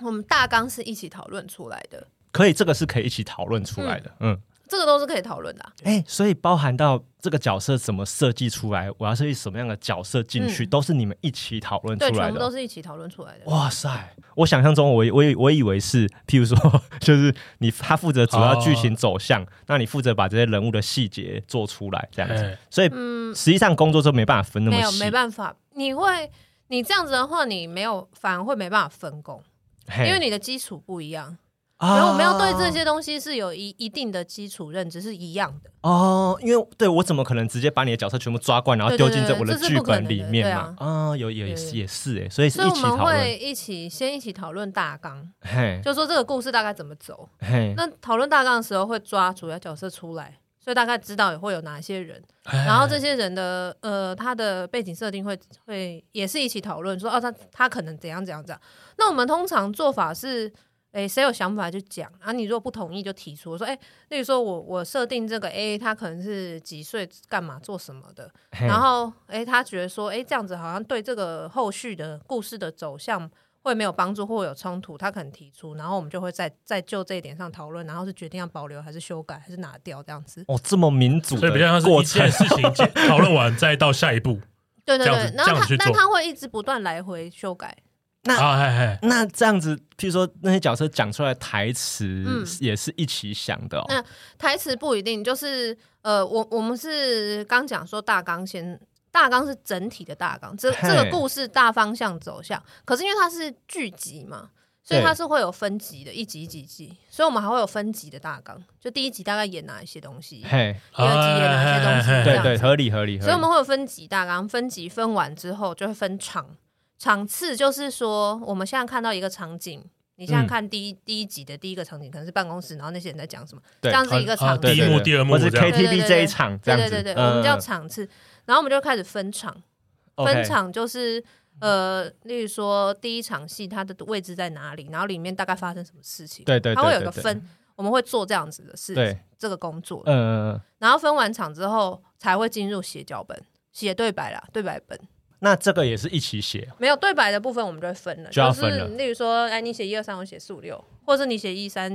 Speaker 3: 我们大纲是一起讨论出来的，
Speaker 1: 可以，这个是可以一起讨论出来的。嗯，
Speaker 3: 这个都是可以讨论的啊、
Speaker 1: 哎、所以包含到这个角色怎么设计出来，我要设计什么样的角色进去，
Speaker 3: 嗯
Speaker 1: 都是你们一起讨论出
Speaker 3: 对，
Speaker 1: 来
Speaker 3: 全
Speaker 1: 的
Speaker 3: 部
Speaker 1: 哦。
Speaker 3: 都是一起讨论出来的。
Speaker 1: 哇塞！我想象中我以，我以我以为是，譬如说， <laughs> 就是你他负责主要剧情走向，那你负责把这些人物的细节做出来，这样子。
Speaker 2: 哎，
Speaker 1: 所以实际上工作就没办法分那
Speaker 3: 嗯没
Speaker 1: 么
Speaker 3: 有，
Speaker 1: 细，
Speaker 3: 没办法，你会你这样子的话，你没有反而会没办法分工，
Speaker 1: 嘿
Speaker 3: 因为你的基础不一样。
Speaker 1: 啊
Speaker 3: 然后我们要对这些东西是有一一定的基础认知是一样的。
Speaker 1: 哦，因为对我怎么可能直接把你的角色全部抓过来，然后丢进这我
Speaker 3: 对对对这是
Speaker 1: 剧
Speaker 3: 不可能
Speaker 1: 本
Speaker 3: 的
Speaker 1: 里面嘛？
Speaker 3: 对
Speaker 1: 啊，有有也是
Speaker 3: 对
Speaker 1: 也是哎，所以是
Speaker 3: 所
Speaker 1: 一
Speaker 3: 以我
Speaker 1: 起
Speaker 3: 们
Speaker 1: 讨
Speaker 3: 会
Speaker 1: 论，
Speaker 3: 一起先一起讨论大纲，
Speaker 1: 嘿
Speaker 3: 就说这个故事大概怎么走。
Speaker 1: 嘿，
Speaker 3: 那讨论大纲的时候会抓主要角色出来，所以大概知道也会有哪些人，
Speaker 1: 哎
Speaker 3: 然后这些人的呃他的背景设定会会也是一起讨论说哦他他可能怎样怎样怎样。那我们通常做法是。诶，谁有想法就讲啊！你如果不同意就提出说，诶，例如说我我设定这个 A，他可能是几岁干嘛做什么的，
Speaker 1: 嘿
Speaker 3: 然后，诶，他觉得说，诶，这样子好像对这个后续的故事的走向会没有帮助，或有冲突，他可能提出，然后我们就会再再就这一点上讨论，然后是决定要保留还是修改还是拿掉这样子。
Speaker 1: 哦，这么民主
Speaker 2: 所以比较像
Speaker 1: 的
Speaker 2: 是
Speaker 1: 过
Speaker 2: 一件
Speaker 1: <laughs> 程，
Speaker 2: 事情解讨论完再到下一步
Speaker 3: 对对
Speaker 2: 这样
Speaker 3: 对
Speaker 2: 子，
Speaker 3: 然
Speaker 2: 这
Speaker 3: 后
Speaker 2: 样
Speaker 3: 他
Speaker 2: 子去
Speaker 3: 但
Speaker 2: 做
Speaker 3: 他会一直不断来回修改，
Speaker 1: 那
Speaker 2: 啊，哎哎，
Speaker 1: 那这样子，譬如说那些角色讲出来的台词
Speaker 3: 嗯，
Speaker 1: 也是一起想的哦。
Speaker 3: 嗯台词不一定就是呃，我我们是刚讲说大纲先。大纲是整体的大纲，这这个
Speaker 1: 嘿
Speaker 3: 故事大方向走向。可是因为它是剧集嘛，所以
Speaker 1: 对
Speaker 3: 它是会有分级的，一集一集一集，所以我们还会有分级的大纲。就第一集大概演哪一些东西，
Speaker 1: 嘿，
Speaker 3: 第二集演
Speaker 2: 啊
Speaker 3: 哪些东西，这
Speaker 1: 对
Speaker 3: 样
Speaker 1: 对，
Speaker 3: 子。
Speaker 1: 合理合理合理。
Speaker 3: 所以我们会有分级大纲，分级分完之后就会分场场次，就是说我们现在看到一个场景，你现在
Speaker 1: 嗯
Speaker 3: 看第一、第一集的第一个场景可能是办公室，然后那些人在讲什么，
Speaker 1: 对
Speaker 3: 这样子一个
Speaker 2: 啊啊
Speaker 3: 场
Speaker 2: 对
Speaker 3: 景。
Speaker 2: 第一幕第二幕
Speaker 1: 或是
Speaker 2: 这样
Speaker 1: KTV 这一场这
Speaker 3: 对
Speaker 1: 样
Speaker 3: 对
Speaker 1: 子，
Speaker 3: 对对，
Speaker 1: 嗯
Speaker 3: 我们叫场次，然后我们就开始分场，分，场就是。呃，例如说第一场戏它的位置在哪里，然后里面大概发生什么事情，
Speaker 1: 对对对
Speaker 3: 它会有一个
Speaker 1: 对对
Speaker 3: 分，我们会做这样子的事，
Speaker 1: 对，
Speaker 3: 这个工作，
Speaker 1: 嗯嗯。嗯
Speaker 3: 然后分完场之后才会进入写脚本、写对白啦，对白本
Speaker 1: 那这个也是一起写，
Speaker 3: 没有对白的部分我们就会分了，
Speaker 1: 就要分了
Speaker 3: 是例如说，哎，你写一二三，我写四五六，或者是你写一三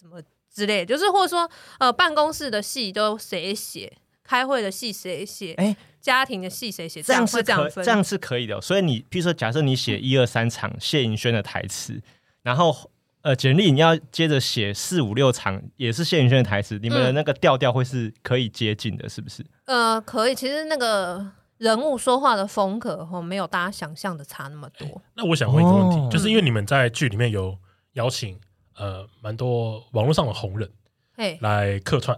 Speaker 3: 什么之类，就是或者说呃办公室的戏都谁写，开会的戏谁写，
Speaker 1: 哎
Speaker 3: 家庭的戏谁写，
Speaker 1: 这样
Speaker 3: 会
Speaker 1: 是
Speaker 3: 这
Speaker 1: 可
Speaker 3: 样分，嗯
Speaker 1: 这样是可以的哦。所以你，譬如说，假设你写一二三场谢盈萱的台词，然后呃，简历你要接着写四五六场也是谢盈萱的台词，你
Speaker 3: 嗯
Speaker 1: 们的那个调调会是可以接近的，是不是？
Speaker 3: 呃可以，其实那个。人物说话的风格哦，没有大家想象的差那么多。
Speaker 2: 那我想问一个问题，
Speaker 1: 哦
Speaker 2: 就是因为你们在剧里面有邀请呃蛮多网络上的红人
Speaker 3: 嘿，
Speaker 2: 来客串，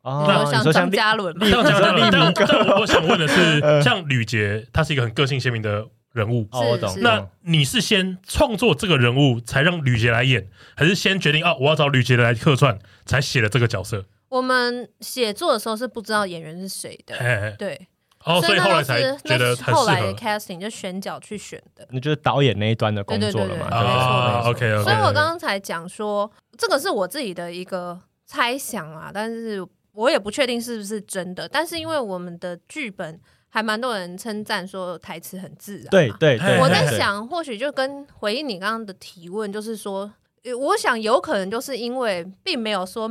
Speaker 1: 哦
Speaker 3: 比如
Speaker 1: 你
Speaker 3: 像
Speaker 1: 说
Speaker 3: 张
Speaker 1: 像
Speaker 3: 嘉伦嘛，
Speaker 1: <laughs>
Speaker 2: 但
Speaker 1: 你说呃
Speaker 2: 但
Speaker 1: 立
Speaker 2: 但但我我想问
Speaker 1: <laughs>
Speaker 2: 的是，像吕杰，他是一个很个性鲜明的人物。
Speaker 1: 哦，我懂
Speaker 3: 是。
Speaker 2: 那你是先创作这个人物，才让吕杰来演，还是先决定啊，我要找吕杰来客串，才写了这个角色？
Speaker 3: 我们写作的时候是不知道演员是谁的，
Speaker 2: 哎，
Speaker 3: 对，
Speaker 2: 哦，所以
Speaker 3: 呃那
Speaker 2: 后来
Speaker 3: 都
Speaker 2: 才
Speaker 3: 是
Speaker 2: 觉
Speaker 3: 那
Speaker 2: 得
Speaker 3: 是
Speaker 2: 很
Speaker 3: 后
Speaker 2: 适
Speaker 3: 来的
Speaker 2: 合
Speaker 3: casting 就选角去选的。
Speaker 1: 那就是导演那一端的工作了嘛，
Speaker 3: 对对对对
Speaker 1: 对
Speaker 2: 啊。
Speaker 1: 不对
Speaker 2: OK
Speaker 3: 所以
Speaker 2: OK，
Speaker 3: 我刚刚才讲说，这个是我自己的一个猜想啊，但是我也不确定是不是真的。但是因为我们的剧本还蛮多人称赞说台词很自然嘛，
Speaker 1: 对对对，
Speaker 2: 哎
Speaker 3: 我在
Speaker 1: 对，
Speaker 3: 想，或许就跟回应你刚刚的提问，就是说，呃我想有可能就是因为并没有说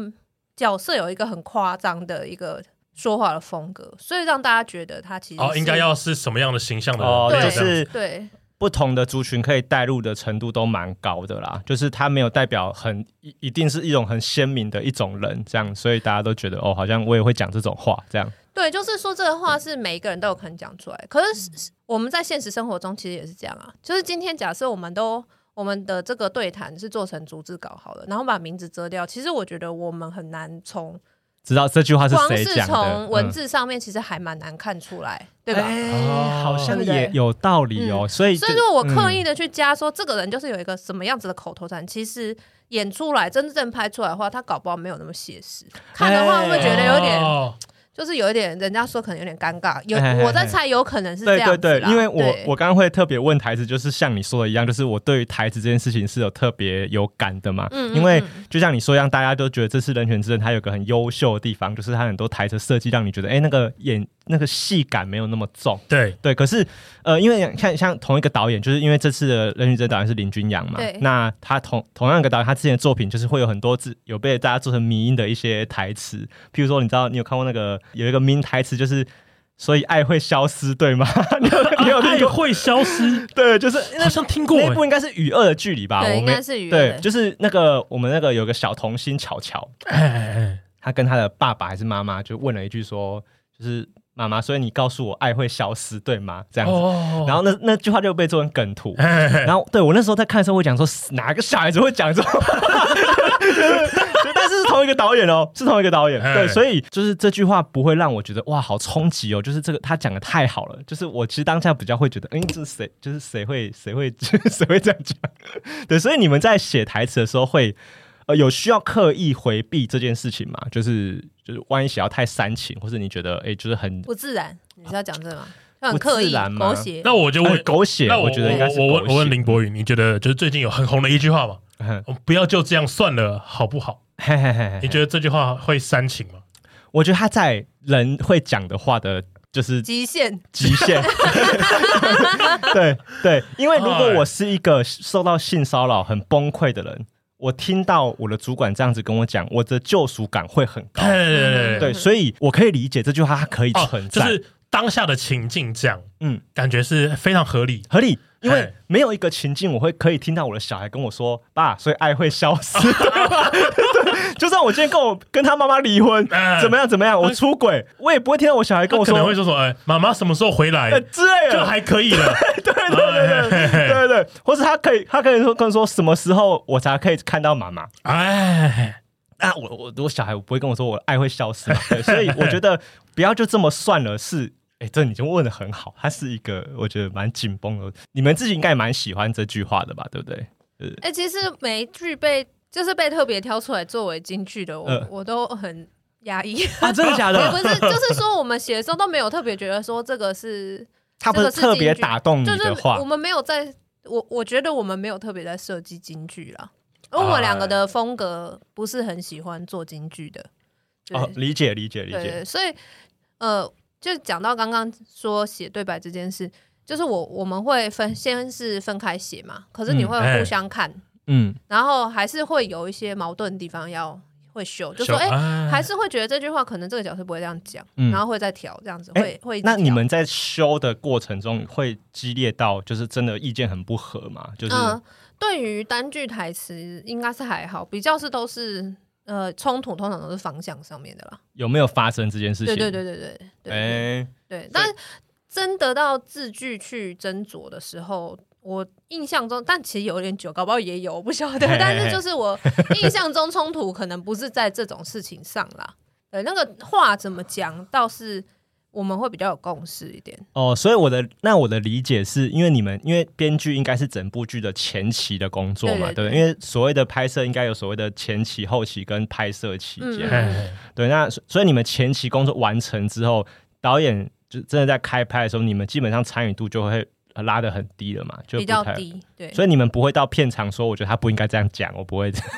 Speaker 3: 角色有一个很夸张的一个说话的风格，所以让大家觉得他其实
Speaker 2: 哦，
Speaker 3: 是
Speaker 2: 应该要是什么样的形象的人？
Speaker 1: 哦，
Speaker 3: 对
Speaker 1: 就
Speaker 2: 这样
Speaker 1: 是
Speaker 3: 对
Speaker 1: 不同的族群可以带入的程度都蛮高的啦，就是它没有代表很一一定是一种很鲜明的一种人这样，所以大家都觉得哦，好像我也会讲这种话这样。
Speaker 3: 对，就是说这个话是每一个人都有可能讲出来。可
Speaker 1: 嗯
Speaker 3: 是我们在现实生活中其实也是这样啊，就是今天假设我们都。我们的这个对谈是做成逐字稿好了，然后把名字遮掉。其实我觉得我们很难从
Speaker 1: 知道这句话是
Speaker 3: 光
Speaker 1: 谁
Speaker 3: 是
Speaker 1: 讲的。
Speaker 3: 从文
Speaker 1: 嗯
Speaker 3: 字上面其实还蛮难看出来，对吧？
Speaker 1: 哎，好像
Speaker 3: 对不对嗯
Speaker 1: 也有道理哦。所以就，
Speaker 3: 所以如果我刻
Speaker 1: 嗯
Speaker 3: 意的去加说、这个人就是有一个什么样子的口头禅，其实演出来真正拍出来的话，他搞不好没有那么写实。看的话
Speaker 1: 哎
Speaker 3: 会觉得有点，
Speaker 2: 哦
Speaker 3: 就是有一点，人家说可能有点尴尬。有、
Speaker 1: 哎哎哎
Speaker 3: 我在猜，有可能是这
Speaker 1: 对
Speaker 3: 样
Speaker 1: 对
Speaker 3: 子
Speaker 1: 对，
Speaker 3: 啦
Speaker 1: 因为我
Speaker 3: 对
Speaker 1: 我刚刚会特别问台词，就是像你说的一样，就是我对于台词这件事情是有特别有感的嘛。
Speaker 3: 嗯嗯
Speaker 1: 因为
Speaker 3: 嗯
Speaker 1: 就像你说一样，大家都觉得这次《人选之人》它有个很优秀的地方，就是它很多台词设计让你觉得，哎，那个演那个戏感没有那么重。
Speaker 2: 对，
Speaker 1: 对，可是呃，因为像像同一个导演，就是因为这次的《人选之人》导演是林君阳嘛
Speaker 3: 对，
Speaker 1: 那他同同样一个导演，他之前的作品就是会有很多字有被大家做成迷音的一些台词，譬如说，你知道你有看过那个有一个迷音台词就是。所以爱会消失，对吗？ <laughs> 你有你有听
Speaker 2: 爱
Speaker 1: 过？
Speaker 2: 会消失，
Speaker 1: 对，就是
Speaker 2: 好像听过
Speaker 1: 那
Speaker 2: 哎
Speaker 1: 一部应该是《与恶的距离》吧？
Speaker 3: 对
Speaker 1: 我
Speaker 3: 应
Speaker 1: 没
Speaker 3: 该是与恶
Speaker 1: 对
Speaker 3: 的，
Speaker 1: 就是那个我们那个有个小童星巧巧，
Speaker 2: 哎哎，哎
Speaker 1: 他跟他的爸爸还是妈妈就问了一句说，就是妈妈，所以你告诉我爱会消失，对吗？这样子。
Speaker 2: 哦
Speaker 1: 然后那那句话就被做成梗图。
Speaker 2: 哎
Speaker 1: <laughs>
Speaker 2: 哎
Speaker 1: 然后对我那时候在看的时候，我讲说哪个小孩子会讲这种 <laughs> 话，就但是是同一个导演哦，是同一个导演，
Speaker 2: 哎
Speaker 1: 对，所以就是这句话不会让我觉得哇好冲击哦，就是这个他讲的太好了，就是我其实当下比较会觉得，哎，这谁就是谁会谁会 <laughs> 谁会这样讲？对，所以你们在写台词的时候会。呃，有需要刻意回避这件事情吗？就是就是，万一写到太煽情，或者你觉得哎、就是很
Speaker 3: 不自然，嗯你是要讲这个吗？就
Speaker 1: 不
Speaker 3: 很
Speaker 1: 自
Speaker 3: 刻意
Speaker 1: 然吗
Speaker 3: 狗血。
Speaker 2: 那我就
Speaker 1: 很
Speaker 2: 问
Speaker 1: 狗血，
Speaker 2: 那
Speaker 1: 我觉得应该是
Speaker 2: 我问
Speaker 1: 狗
Speaker 2: 我问
Speaker 1: 血
Speaker 2: 林博宇，你觉得就是最近有很红的一句话嘛？
Speaker 1: 嗯
Speaker 2: 我们不要就这样算了，好不好？
Speaker 1: <laughs> 嘿嘿嘿嘿
Speaker 2: 你觉得这句话会煽情吗？
Speaker 1: 我觉得他在人会讲的话的，就是
Speaker 3: 极限，
Speaker 1: 极
Speaker 2: <laughs>
Speaker 1: 限。对对，因为如果我是一个受到性骚扰很崩溃的人，我听到我的主管这样子跟我讲，我的救赎感会很高
Speaker 2: 对。对对
Speaker 1: 对，所以我可以理解这句话，它可以存
Speaker 2: 哦，就
Speaker 1: 在，
Speaker 2: 是当下的情境这样，
Speaker 1: 嗯，
Speaker 2: 感觉是非常合理。
Speaker 1: 合理。因为
Speaker 2: 嘿
Speaker 1: 没有一个情境，我会可以听到我的小孩跟我说：“爸，所以爱会消
Speaker 2: <laughs>
Speaker 1: 失。” <laughs> 对吧对就算我今天跟我跟他妈妈离婚
Speaker 2: 哎，
Speaker 1: 怎么样怎么样，我出轨，我也不会听到我小孩跟
Speaker 2: 他
Speaker 1: 我
Speaker 2: 可能
Speaker 1: 说
Speaker 2: 会说什么？哎，妈妈什么时候回来
Speaker 1: 呃？之类的，
Speaker 2: 就还可以
Speaker 1: <laughs>
Speaker 2: 了。
Speaker 1: 对对对对对对对，或是他可以，他可以说跟我说什么时候我才可以看到妈妈。
Speaker 2: 哎，
Speaker 1: 啊，我我我小孩我不会跟我说我的爱会消失 <laughs> 嘛，对，所以我觉得不要就这么算了。是，哎，这你就问的很好，它是一个我觉得蛮紧绷的。你们自己应该也蛮喜欢这句话的吧，对不对？
Speaker 3: 哎、其实每一句被就是被特别挑出来作为金句的，我、
Speaker 1: 呃
Speaker 3: 我都很压抑。
Speaker 1: <laughs> <laughs> 啊，真的假
Speaker 3: 也 <laughs> 不？是，就是说我们写的时候都没有特别觉得说这个是，
Speaker 1: 他不是特别打动你
Speaker 3: 就是
Speaker 1: 嗯的话
Speaker 3: 我，们没有在，我我觉得我们没有特别在设计京剧啦，因为
Speaker 1: 哎
Speaker 3: 我们两个的风格不是很喜欢做京剧的，对、
Speaker 1: 哦，理解理解理
Speaker 3: 对
Speaker 1: 解
Speaker 3: 对，，所以呃，就讲到刚刚说写对白这件事。就是我我们会分先是分开写嘛，可是你
Speaker 1: 嗯
Speaker 3: 会
Speaker 2: 哎
Speaker 3: 互相看，
Speaker 1: 嗯，
Speaker 3: 然后还是会有一些矛盾的地方要会修，就说哎、
Speaker 2: 哎
Speaker 3: 还是会觉得这句话可能这个角色不会这样讲，
Speaker 1: 啊嗯
Speaker 3: 然后会再调这样子，
Speaker 1: 哎
Speaker 3: 会会一直
Speaker 1: 那你
Speaker 3: 调
Speaker 1: 们在修的过程中会激烈到就是真的意见很不合吗？就是
Speaker 3: 嗯，对于单句台词应该是还好，比较是都是呃冲突，通常都是方向上面的啦。
Speaker 1: 有没有发生这件事情？
Speaker 3: 对对对对对对、
Speaker 1: 哎、
Speaker 3: 对，但真得到字句去斟酌的时候。我印象中，但其实有点久，搞不好也有，我不晓得。
Speaker 1: <laughs> 嘿嘿嘿
Speaker 3: 但是就是我印象中冲突可能不是在这种事情上啦。对，那个话怎么讲，倒是我们会比较有共识一点。
Speaker 1: 哦，所以我的那我的理解是因为你们因为编剧应该是整部剧的前期的工作嘛，
Speaker 3: 对对
Speaker 1: 不
Speaker 3: 对
Speaker 1: 对？因为所谓的拍摄应该有所谓的前期、后期跟拍摄期间，
Speaker 3: 嗯
Speaker 2: 哎
Speaker 1: 对。那所所以你们前期工作完成之后，导演就真的在开拍的时候，你们基本上参与度就会呃拉得很低了嘛，就
Speaker 3: 比
Speaker 1: 不
Speaker 3: 较
Speaker 1: 太。
Speaker 3: 低，对，
Speaker 1: 所以你们不会到片场说，我觉得他不应该这样讲，我不会这样。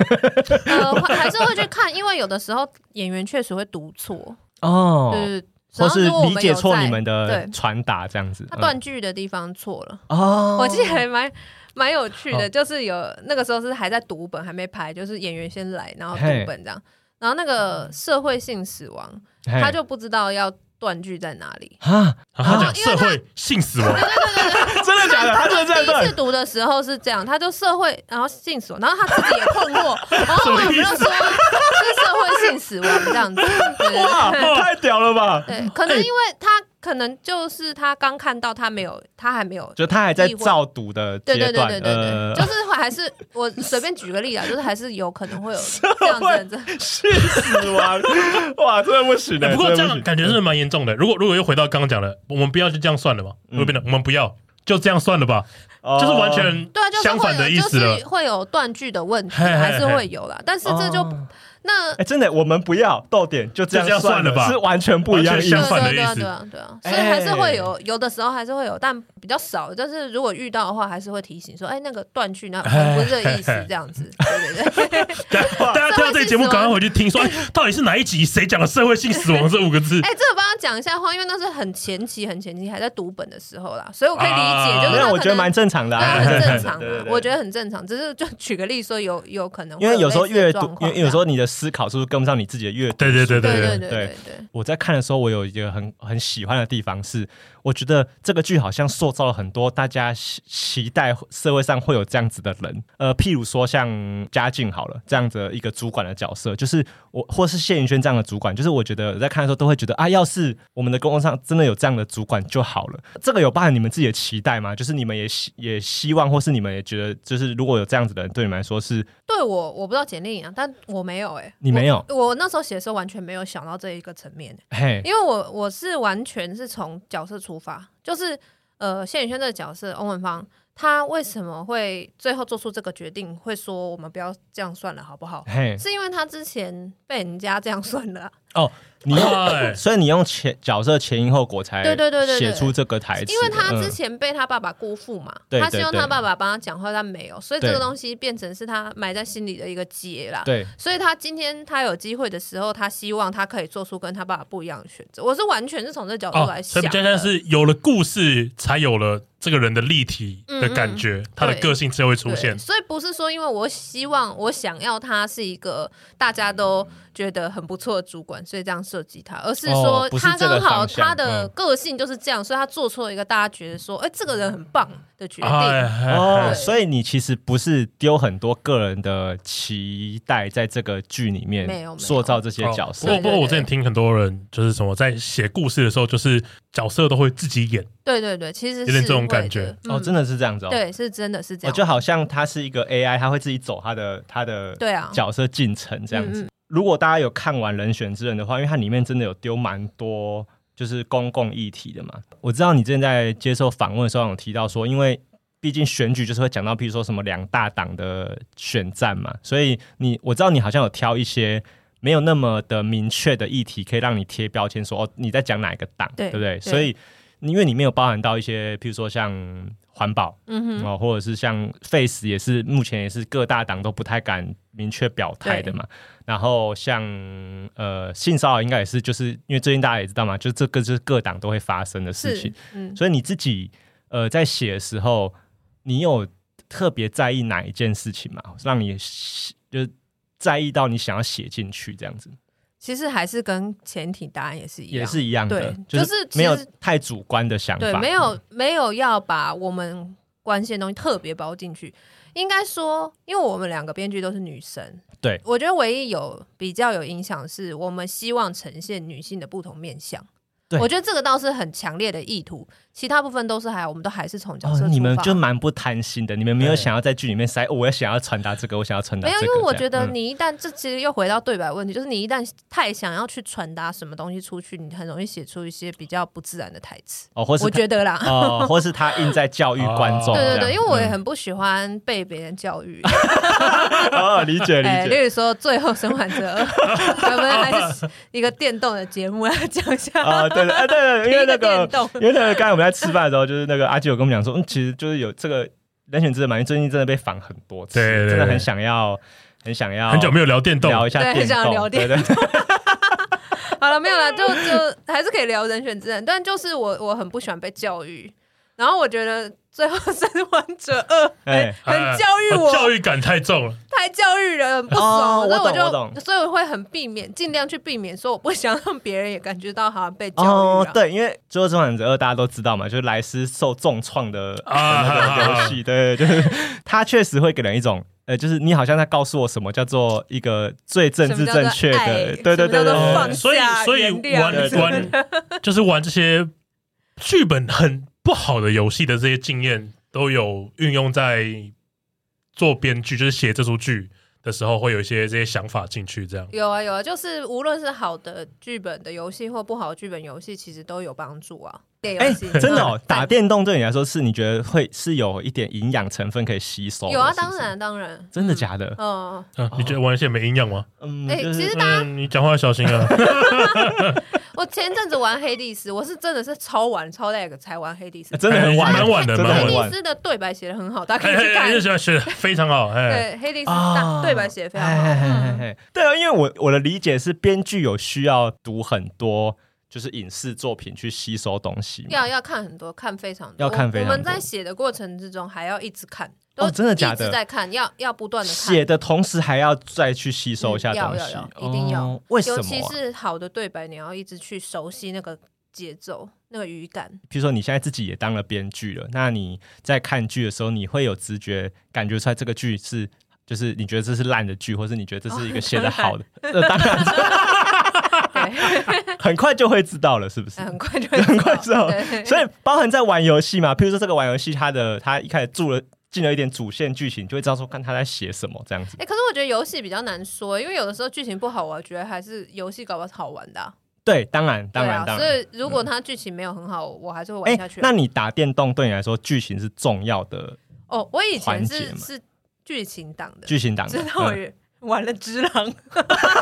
Speaker 3: 呃， <laughs> 会还是会去看，因为有的时候演员确实会读错，
Speaker 1: 哦
Speaker 3: 对，
Speaker 1: 或是
Speaker 3: 然后如果我
Speaker 1: 理
Speaker 3: 们
Speaker 1: 解
Speaker 3: 有
Speaker 1: 错
Speaker 3: 在
Speaker 1: 你们的
Speaker 3: 对
Speaker 1: 传达这样子。
Speaker 3: 他
Speaker 1: 嗯
Speaker 3: 断句的地方错了，
Speaker 1: 哦
Speaker 3: 我记得还蛮蛮有趣的，
Speaker 1: 哦
Speaker 3: 就是有那个时候是还在读本，还没拍，就是演员先来，然后读
Speaker 1: 嘿哦
Speaker 3: 本这样，然后那个社会性死亡，
Speaker 1: 嘿
Speaker 3: 他就不知道要断句在哪里。
Speaker 1: 啊，
Speaker 2: 然后他讲社会性死亡，
Speaker 1: 真 <laughs> 的假的？他真的这样
Speaker 3: 第一
Speaker 1: 断
Speaker 3: 次。读的时候是这样，他就社会，然后性死亡，然后他自己也困惑，
Speaker 1: <laughs>
Speaker 3: 然后我们就说是社会性死亡这样子，对对对
Speaker 1: 哇，太屌了吧！
Speaker 3: 对，可能因为他可能就是他刚看到他没有，他还没有
Speaker 1: 就他还在
Speaker 3: 意会
Speaker 1: 造赌的
Speaker 3: 对对
Speaker 1: 阶
Speaker 3: 对
Speaker 1: 段，
Speaker 3: 对对对，
Speaker 1: 呃，
Speaker 3: 就是还是我随便举个
Speaker 2: <laughs>
Speaker 3: 例啊，就是还是有可能会有这样子的人，
Speaker 1: 是死亡，哇，真的不行的。
Speaker 2: 哎不过
Speaker 1: 真
Speaker 2: 这
Speaker 1: 的
Speaker 2: 样
Speaker 1: 行
Speaker 2: 感觉是蛮严重的。如果如果又回到刚刚讲的，我们不要就这样算了吧，会变得我们不要就这样算了吧，就是完
Speaker 1: 嗯哦
Speaker 2: 全
Speaker 3: 对啊，就是
Speaker 2: 相
Speaker 3: 会
Speaker 2: 反的意
Speaker 3: 有，就
Speaker 2: 思了
Speaker 3: 是。会有断句的问题，
Speaker 2: 嘿嘿嘿
Speaker 3: 还是会有啦。但是这就
Speaker 1: 哦
Speaker 3: 那
Speaker 1: 哎，真的，我们不要逗点，就这
Speaker 2: 就这样
Speaker 1: 算
Speaker 2: 算了吧
Speaker 1: 是完全不一样的意
Speaker 2: 完全相
Speaker 1: 思。
Speaker 2: 反的
Speaker 3: 对啊
Speaker 2: 意思哎
Speaker 3: 对啊对啊对啊，所以还是会有，有的时候还是会有，但比较少。但是如果遇到的话，还是会提醒说，哎，那个断句那不是这个意思
Speaker 2: 哎，
Speaker 3: 这样
Speaker 2: <laughs>
Speaker 3: 子，对对对。
Speaker 2: 大家大家听到这个节目，赶快回去听，说哎，到底是哪一集谁讲了“社会性死亡”这五个字
Speaker 3: 哎，？这个帮他讲一下话，因为那是很前期、很前期还在读本的时候啦，所以我可以理解，
Speaker 2: 啊
Speaker 3: 就是
Speaker 1: 没
Speaker 3: 他可
Speaker 1: 有，
Speaker 3: 能
Speaker 1: 我觉得蛮正 <laughs> 常的
Speaker 3: 对啊，
Speaker 1: 啊，
Speaker 3: 很正常
Speaker 1: 对对
Speaker 3: 啊，
Speaker 1: 对
Speaker 3: 我觉得很正常。只是就 <laughs> 举个例说有，有可能会
Speaker 1: 因为有时候
Speaker 3: 类似的
Speaker 1: 阅读
Speaker 3: 状，
Speaker 1: 因
Speaker 3: 况
Speaker 1: 为有时候你的思考是不是跟不上你自己的阅读？
Speaker 2: 对对对
Speaker 3: 这样对
Speaker 2: 对
Speaker 3: 对对对，
Speaker 1: 我在看的时候，我有一个很很喜欢的地方是，我觉得这个剧好像塑造了很多大家期期待社会上会有这样子的人，呃，譬如说像嘉靖好了这样子的一个主管的角色，就是我或是谢云轩这样的主管，就是我觉得我在看的时候都会觉得啊，要是我们的工作上真的有这样的主管就好了。这个有包含你们自己的期待吗？就是你们也希也希望，或是你们也觉得，就是如果有这样子的人，对你们来说是
Speaker 3: 对我我不知道简历一样，但我没有哎、
Speaker 1: 你没有
Speaker 3: 我，我那时候写的时候完全没有想到这一个层面、
Speaker 1: 嘿，
Speaker 3: 因为我我是完全是从角色出发，就是呃谢宇轩这个角色欧文芳，他为什么会最后做出这个决定，会说我们不要这样算了好不好？
Speaker 1: 嘿，
Speaker 3: 是因为他之前被人家这样算了啊，
Speaker 1: 哦，你用
Speaker 2: <laughs> 哎
Speaker 1: 所以你用前角色前因后果才
Speaker 3: 对对对对对
Speaker 1: 写出这个台词，
Speaker 3: 因为他之
Speaker 1: 嗯
Speaker 3: 前被他爸爸辜负嘛，
Speaker 1: 对
Speaker 3: 他希望
Speaker 1: 对对
Speaker 3: 他爸爸帮他讲话，但没有，所以这个
Speaker 1: 对
Speaker 3: 东西变成是他埋在心里的一个结啦。
Speaker 2: <laughs>
Speaker 1: 对
Speaker 3: 所以他今天他有机会的时候，他希望他可以做出跟他爸爸不一样的选择。我是完全是从这角度来
Speaker 2: 哦，所
Speaker 3: 想
Speaker 2: 以
Speaker 3: 的，
Speaker 2: 比较像是有了故事，才有了这个人的立体的感觉，他的个性才会出
Speaker 3: 嗯对
Speaker 2: 现。
Speaker 3: 所以不是说因为我希望我想要他是一个大家都觉得很不错的主管，所以这样设计他，而是说
Speaker 1: 哦不是
Speaker 3: 他
Speaker 1: 这个
Speaker 3: 刚好
Speaker 1: 方向
Speaker 3: 他的
Speaker 1: 嗯
Speaker 3: 个性就是这样，所以他做出了一个大家觉得说，哎、这个人很棒的决定。
Speaker 2: 哎
Speaker 1: 哦，
Speaker 3: 对
Speaker 1: <laughs> 所以你其实不是丢很多个人的期待在这个剧里
Speaker 3: 没
Speaker 1: 面
Speaker 3: 有没有
Speaker 1: 塑造这些角
Speaker 2: 哦不过
Speaker 1: 色
Speaker 3: 对对
Speaker 2: 不过我之前听很多人就是什么在写故事的时候，就是角色都会自己演，
Speaker 3: 对对对，其实是
Speaker 2: 有点这种
Speaker 3: 会
Speaker 2: 感
Speaker 3: 的嗯
Speaker 2: 觉
Speaker 1: 哦，真
Speaker 3: 的、
Speaker 1: 的是这样子哦。
Speaker 3: 对，是真的是这
Speaker 1: 哦，
Speaker 3: 样，
Speaker 1: 就好像他是一个 AI，他会自己走他的他的
Speaker 3: 对啊，
Speaker 1: 角色进程这样子
Speaker 3: 嗯。
Speaker 1: 如果大家有看完《人选之人》的话，因为它里面真的有丢蛮多就是公共议题的嘛。我知道你之前在接受访问的时候有提到说，因为毕竟选举就是会讲到，譬如说什么两大党的选战嘛，所以你我知道你好像有挑一些。没有那么的明确的议题，可以让你贴标签说哦你在讲哪一个党，
Speaker 3: 对
Speaker 1: 不对？
Speaker 3: 对
Speaker 1: 所以因为里面有包含到一些，譬如说像环保，
Speaker 3: 嗯哼，
Speaker 1: 哦，或者是像 Face 也是目前也是各大党都不太敢明确表态的嘛。然后像呃性骚扰应该也是，就是因为最近大家也知道嘛，就这个就是各党都会发生的事
Speaker 3: 是
Speaker 1: 情。，
Speaker 3: 嗯，
Speaker 1: 所以你自己呃在写的时候，你有特别在意哪一件事情吗？让你写就是在意到你想要写进去这样子，
Speaker 3: 其实还是跟前提答案也是一样，
Speaker 1: 也是一样的，
Speaker 3: 对
Speaker 1: 就
Speaker 3: 就是其实
Speaker 1: 没有太主观的想法，
Speaker 3: 对，没
Speaker 1: 嗯
Speaker 3: 有没有要把我们关心的东西特别包进去。应该说，因为我们两个编剧都是女生，
Speaker 1: 对
Speaker 3: 我觉得唯一有比较有影响是我们希望呈现女性的不同面相。
Speaker 1: 对
Speaker 3: 我觉得这个倒是很强烈的意图，其他部分都是还好我们都还是从角色出
Speaker 1: 哦
Speaker 3: 发。，
Speaker 1: 你们就蛮不贪心的，你们没有
Speaker 2: 对
Speaker 1: 想要在剧里面塞，哦我也想要传达这个，我想要传达
Speaker 3: 没
Speaker 1: 这
Speaker 3: 有，
Speaker 1: 个。
Speaker 3: 因为我
Speaker 1: 这样
Speaker 3: 觉得
Speaker 1: 嗯
Speaker 3: 你一旦这其实又回到对白问题，就是你一旦太想要去传达什么东西出去，你很容易写出一些比较不自然的台词。
Speaker 1: 哦，或是
Speaker 3: 我觉得啦，
Speaker 1: 他哦，或是他硬在教育观众，
Speaker 3: <laughs> 对对
Speaker 1: 这样嗯
Speaker 3: 对，因为我也很不喜欢被别人教育。
Speaker 1: <laughs> 哦，理解理
Speaker 3: <laughs> 哎，例
Speaker 1: 解。
Speaker 3: 如说《最后生还者二》，
Speaker 1: <laughs>
Speaker 3: 我们还是一个电动的节目要讲一下。
Speaker 1: 啊，对对，啊对
Speaker 3: <laughs>
Speaker 1: 对，因为那个
Speaker 3: 一个电动，
Speaker 1: 因为那个，刚才我们在吃饭的时候，就是那个阿基有跟我们讲说，嗯，其实就是有这个人选之人嘛，因为最嗯近真的被访很多次，
Speaker 2: 对对对
Speaker 1: 真的很想要，很想要，
Speaker 2: 很久没有聊电动，
Speaker 1: 哦聊一下
Speaker 3: 对
Speaker 1: 电动，
Speaker 3: 很想聊
Speaker 1: 对
Speaker 3: 电
Speaker 1: 对对
Speaker 3: 好了，没有了，就就还是可以聊《人选之人》，但就是我我很不喜欢被教育，然后我觉得《最后生还者二》
Speaker 1: 哎
Speaker 3: 很
Speaker 2: 哎
Speaker 3: 教育我，
Speaker 2: 教育感太重了。
Speaker 3: 太教育人，很不爽，
Speaker 1: 哦
Speaker 3: 所以
Speaker 1: 我懂我
Speaker 3: 就
Speaker 1: 懂
Speaker 3: 所以我会很避免，尽量去避免，说我不想让别人也感觉到好像被教育、啊
Speaker 1: 哦，，对，因为《最后生还者二》大家都知道嘛，就是莱斯受重创的
Speaker 2: 啊
Speaker 1: 那个游戏，对，就是它确实会给人一种。呃，就是你好像在告诉我什么叫做一个最政治正确
Speaker 3: 什么叫做爱
Speaker 1: 的，对对对对
Speaker 3: 什么叫
Speaker 1: 对
Speaker 3: 做放
Speaker 2: 呃所以
Speaker 3: 下
Speaker 2: 所以
Speaker 3: 原谅
Speaker 2: 玩
Speaker 1: 对对
Speaker 2: 玩就是玩这些剧本很不好的游戏的这些经验，都有运用在做编剧，就是写这出剧的时候，会有一些这些想法进去。这样，
Speaker 3: 有啊有啊，就是无论是好的剧本的游戏或不好的剧本游戏，其实都有帮助啊。电
Speaker 1: 哎、
Speaker 3: 游戏
Speaker 1: 真
Speaker 3: <laughs>
Speaker 1: 的、哦
Speaker 3: 嗯，
Speaker 1: 打电动对你来说是你觉得会是有一点营养成分可以吸收的？
Speaker 3: 有啊，
Speaker 1: 哦是不是
Speaker 3: 当，然当然，
Speaker 1: 真的
Speaker 3: 嗯
Speaker 1: 假的？
Speaker 3: 嗯，
Speaker 2: 嗯，你
Speaker 1: 哦
Speaker 2: 觉得玩游戏没营养吗？
Speaker 1: 嗯，
Speaker 3: 哎、
Speaker 1: 就是
Speaker 3: 其实大家，
Speaker 2: 嗯，你讲话要小心啊。
Speaker 3: 我前阵子玩黑帝斯，我是真的是超晚超 lag 才玩黑帝斯，
Speaker 1: 哎真的很晚，
Speaker 2: 蛮晚的
Speaker 1: 真的
Speaker 2: 蛮
Speaker 3: 黑
Speaker 1: 很
Speaker 3: 帝
Speaker 1: 晚。
Speaker 3: 斯的对白写的很好，大 <laughs> 家可
Speaker 2: 哎
Speaker 3: 以
Speaker 2: 哎
Speaker 3: 去看。
Speaker 2: 哎，这学学非常好，哎，
Speaker 3: 对，黑历史大对白写得非常
Speaker 1: 哎
Speaker 3: 好。嗯
Speaker 1: 哎哎哎哎对啊，因为我我的理解是，编剧有需要读很多就是影视作品去吸收东西嘛。
Speaker 3: 要要看很多，看非常多。
Speaker 1: 要看非常多
Speaker 3: 我们在写的过程之中，还要一直看，
Speaker 1: 哦
Speaker 3: 都
Speaker 1: 真的假的
Speaker 3: 一直在看，要要不断的看。
Speaker 1: 写的同时还要再去吸收一下
Speaker 3: 嗯要
Speaker 1: 东西，
Speaker 3: 要要一定要
Speaker 1: 哦为什
Speaker 3: 尤
Speaker 1: 么、
Speaker 3: 其
Speaker 1: 啊？
Speaker 3: 是好的对白，你要一直去熟悉那个节奏、那个语
Speaker 1: <laughs>
Speaker 3: 感。
Speaker 1: 比如说你现在自己也当了编剧了，那你在看剧的时候，你会有直觉感觉出来这个剧是，就是你觉得这是烂的剧，或是你觉得这是一
Speaker 3: 哦
Speaker 1: 个写的好的？呃，当然，
Speaker 3: 对，
Speaker 1: 很快就会知道了，是不是？
Speaker 3: 很快就 <laughs>
Speaker 1: 很快
Speaker 3: 知
Speaker 1: 知
Speaker 3: 道
Speaker 1: 道
Speaker 3: 哦对
Speaker 1: 所以包含在玩游戏嘛，譬如说这个玩游戏，它的它一开始注了进了一点主线剧情，就会知道说看他在写什么这样子。
Speaker 3: 哎、可是我觉得游戏比较难说，因为有的时候剧情不好，我觉得还是游戏搞不好是好玩的啊、
Speaker 1: 对，当然，
Speaker 3: 对
Speaker 1: 当然，
Speaker 3: 啊。
Speaker 1: 当
Speaker 3: 所
Speaker 1: 然。
Speaker 3: 以如果它剧情没有很好，我还是会
Speaker 1: 哎、
Speaker 3: 玩下去啊、
Speaker 1: 那你打电动对你来说剧情是重要的
Speaker 3: 哦，我以前
Speaker 1: 环节
Speaker 3: 是
Speaker 1: 嘛
Speaker 3: 是剧情党的，
Speaker 1: 剧情档的，
Speaker 3: 直到我
Speaker 1: 嗯
Speaker 3: 玩了《只狼》
Speaker 1: <laughs>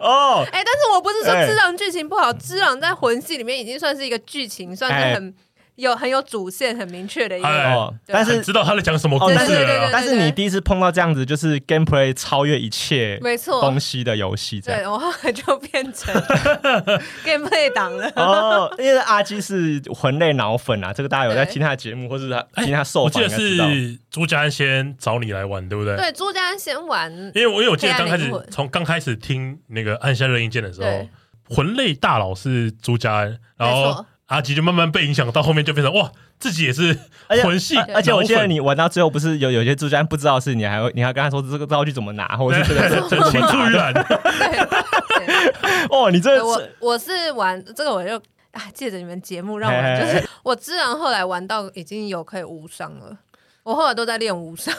Speaker 1: 哦，
Speaker 3: <laughs> 哎，但是我不是说《
Speaker 1: 哎
Speaker 3: 只狼》剧情不好，《只狼》在魂系里面已经算是一个剧情，算是
Speaker 1: 哎
Speaker 3: 很有很有主线、很明确的一个。
Speaker 2: 哎
Speaker 1: 哦，但
Speaker 2: 很
Speaker 1: 是
Speaker 2: 知道他在讲什么故
Speaker 1: 哦，但
Speaker 2: 事
Speaker 1: 是
Speaker 2: 了啊。
Speaker 1: 但是你第一次碰到这样子，就是 gameplay 超越一切
Speaker 3: 没错
Speaker 1: 东，西的游戏，这样
Speaker 3: 对我后来就变成
Speaker 1: <laughs>
Speaker 3: gameplay 党了。
Speaker 1: 哦，因为阿基是魂类脑粉啊，这个大家有在
Speaker 3: 对
Speaker 1: 听他的节目，或是他
Speaker 2: 哎
Speaker 1: 听他受
Speaker 2: 我记
Speaker 1: 访应
Speaker 2: 得
Speaker 1: 该知道。
Speaker 2: 是朱家安先找你来玩，对不对？
Speaker 3: 对，朱家安先玩，
Speaker 2: 因为我因为我记得刚开
Speaker 3: 黑暗灵
Speaker 2: 始
Speaker 3: 魂
Speaker 2: 从刚开始听那个按下热音键的时候
Speaker 3: 对，
Speaker 2: 魂类大佬是朱家安，然
Speaker 3: 没
Speaker 2: 后
Speaker 3: 错
Speaker 2: 阿吉就慢慢被影响，到后面就变成哇，自己也是
Speaker 1: 而且
Speaker 2: 魂系
Speaker 1: 而而且我记
Speaker 2: 脑
Speaker 1: 得
Speaker 2: 粉
Speaker 1: 你玩到最后，不是有有些助教不知道的事，你还会你还跟他说这个道具怎么拿，或者是这个
Speaker 2: 对
Speaker 1: 怎
Speaker 2: 青
Speaker 1: 么
Speaker 2: 出于
Speaker 1: 拿 <laughs> 的。
Speaker 2: 蓝，哎
Speaker 1: 哎
Speaker 3: 对，对
Speaker 1: 哦，你这 <laughs>
Speaker 3: 对我我是玩这个，我就啊借着你们节目让
Speaker 1: 嘿
Speaker 3: 我
Speaker 1: 嘿
Speaker 3: 就
Speaker 1: 嘿
Speaker 3: 是我自然后来玩到已经有可以无伤了。我后来都在练无伤，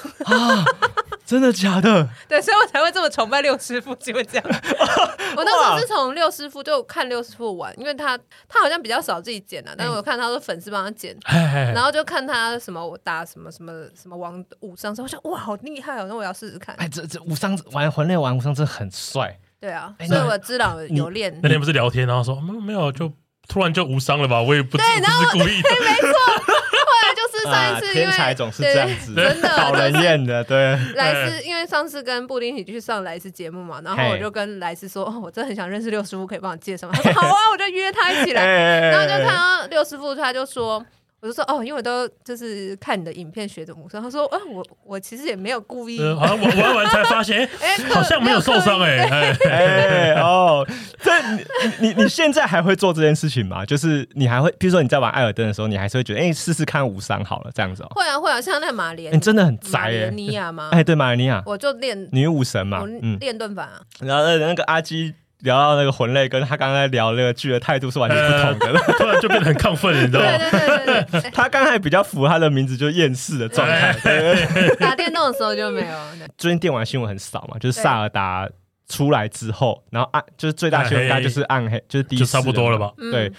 Speaker 1: 真的假的？
Speaker 3: 对，所以我才会这么崇拜六师傅，就会这样。 <laughs> 我那时候是从六师傅就看六师傅玩，因为他他好像比较少自己剪啊，但是我看他说粉丝帮他剪，
Speaker 2: 哎
Speaker 3: 然后就看他什么我打什么什么什么王武伤之后，我想哇好厉害哦，那我要试试看。
Speaker 1: 哎，这这无伤玩魂类玩无伤真的很帅。
Speaker 3: 对啊，
Speaker 1: 哎
Speaker 3: 所以
Speaker 1: 那
Speaker 3: 我知道有练。
Speaker 2: 那天不是聊天，然后说嗯没有，就突然就无伤了吧？我也不知
Speaker 3: 对然后
Speaker 2: 不是故意
Speaker 3: <laughs>
Speaker 2: 的，
Speaker 3: 后来就是上一
Speaker 1: 啊，
Speaker 3: 次因
Speaker 1: 天
Speaker 3: 为
Speaker 1: 才总是
Speaker 3: 对
Speaker 1: 这样子，
Speaker 3: 真的
Speaker 1: 讨人厌的，
Speaker 3: <laughs>
Speaker 1: 对。
Speaker 3: 莱斯，因为上次跟布丁一起去上莱斯节目嘛，然后我就跟莱斯说，哦，我真的很想认识六师傅，可以帮我介绍吗？他说好啊，我就约他一起来。
Speaker 1: 哎
Speaker 3: 然后就看到六师傅，他就说，我就说哦，因为我都就是看你的影片学的武术，他说，啊，我我其实也没有故意，
Speaker 1: 嗯
Speaker 2: 呃好像玩玩完才发
Speaker 3: <laughs>
Speaker 2: 现，哎
Speaker 3: 哎，
Speaker 2: 好像没有受伤
Speaker 1: 欸
Speaker 3: 哎，
Speaker 2: 哎哎，
Speaker 1: 哎、哦，这你你你现在还会做这件事情吗？就是你还会，比如说你在玩艾尔登的时候，你还是会觉得，哎、试试看无伤好了，这样子哦。
Speaker 3: 会啊会啊，像那马莲，
Speaker 1: 你、欸真的很宅
Speaker 3: 马
Speaker 1: 耶、
Speaker 3: 莲尼亚嘛
Speaker 1: 哎、，对，马来尼亚
Speaker 3: 我就练
Speaker 1: 女武神嘛
Speaker 3: 我，
Speaker 1: 嗯，
Speaker 3: 练盾法啊，
Speaker 1: 然后那个阿基聊到那个魂类，跟他刚才聊那个剧的态度是完全不同的。
Speaker 2: 突然就变得很亢奋，你知道
Speaker 3: 对
Speaker 2: 吗？
Speaker 3: 对对对哎对
Speaker 1: <laughs> 他刚才比较符合他的名字，就是厌世的状
Speaker 3: 哎
Speaker 1: 态。对
Speaker 3: 对，打电动的时候就没有。对
Speaker 1: 最近电玩新闻很少嘛，就是萨尔达出来之后，然后暗就是最大新闻，大概就是暗黑，就是第一
Speaker 2: 就差不多了吧？
Speaker 3: 嗯
Speaker 1: 对，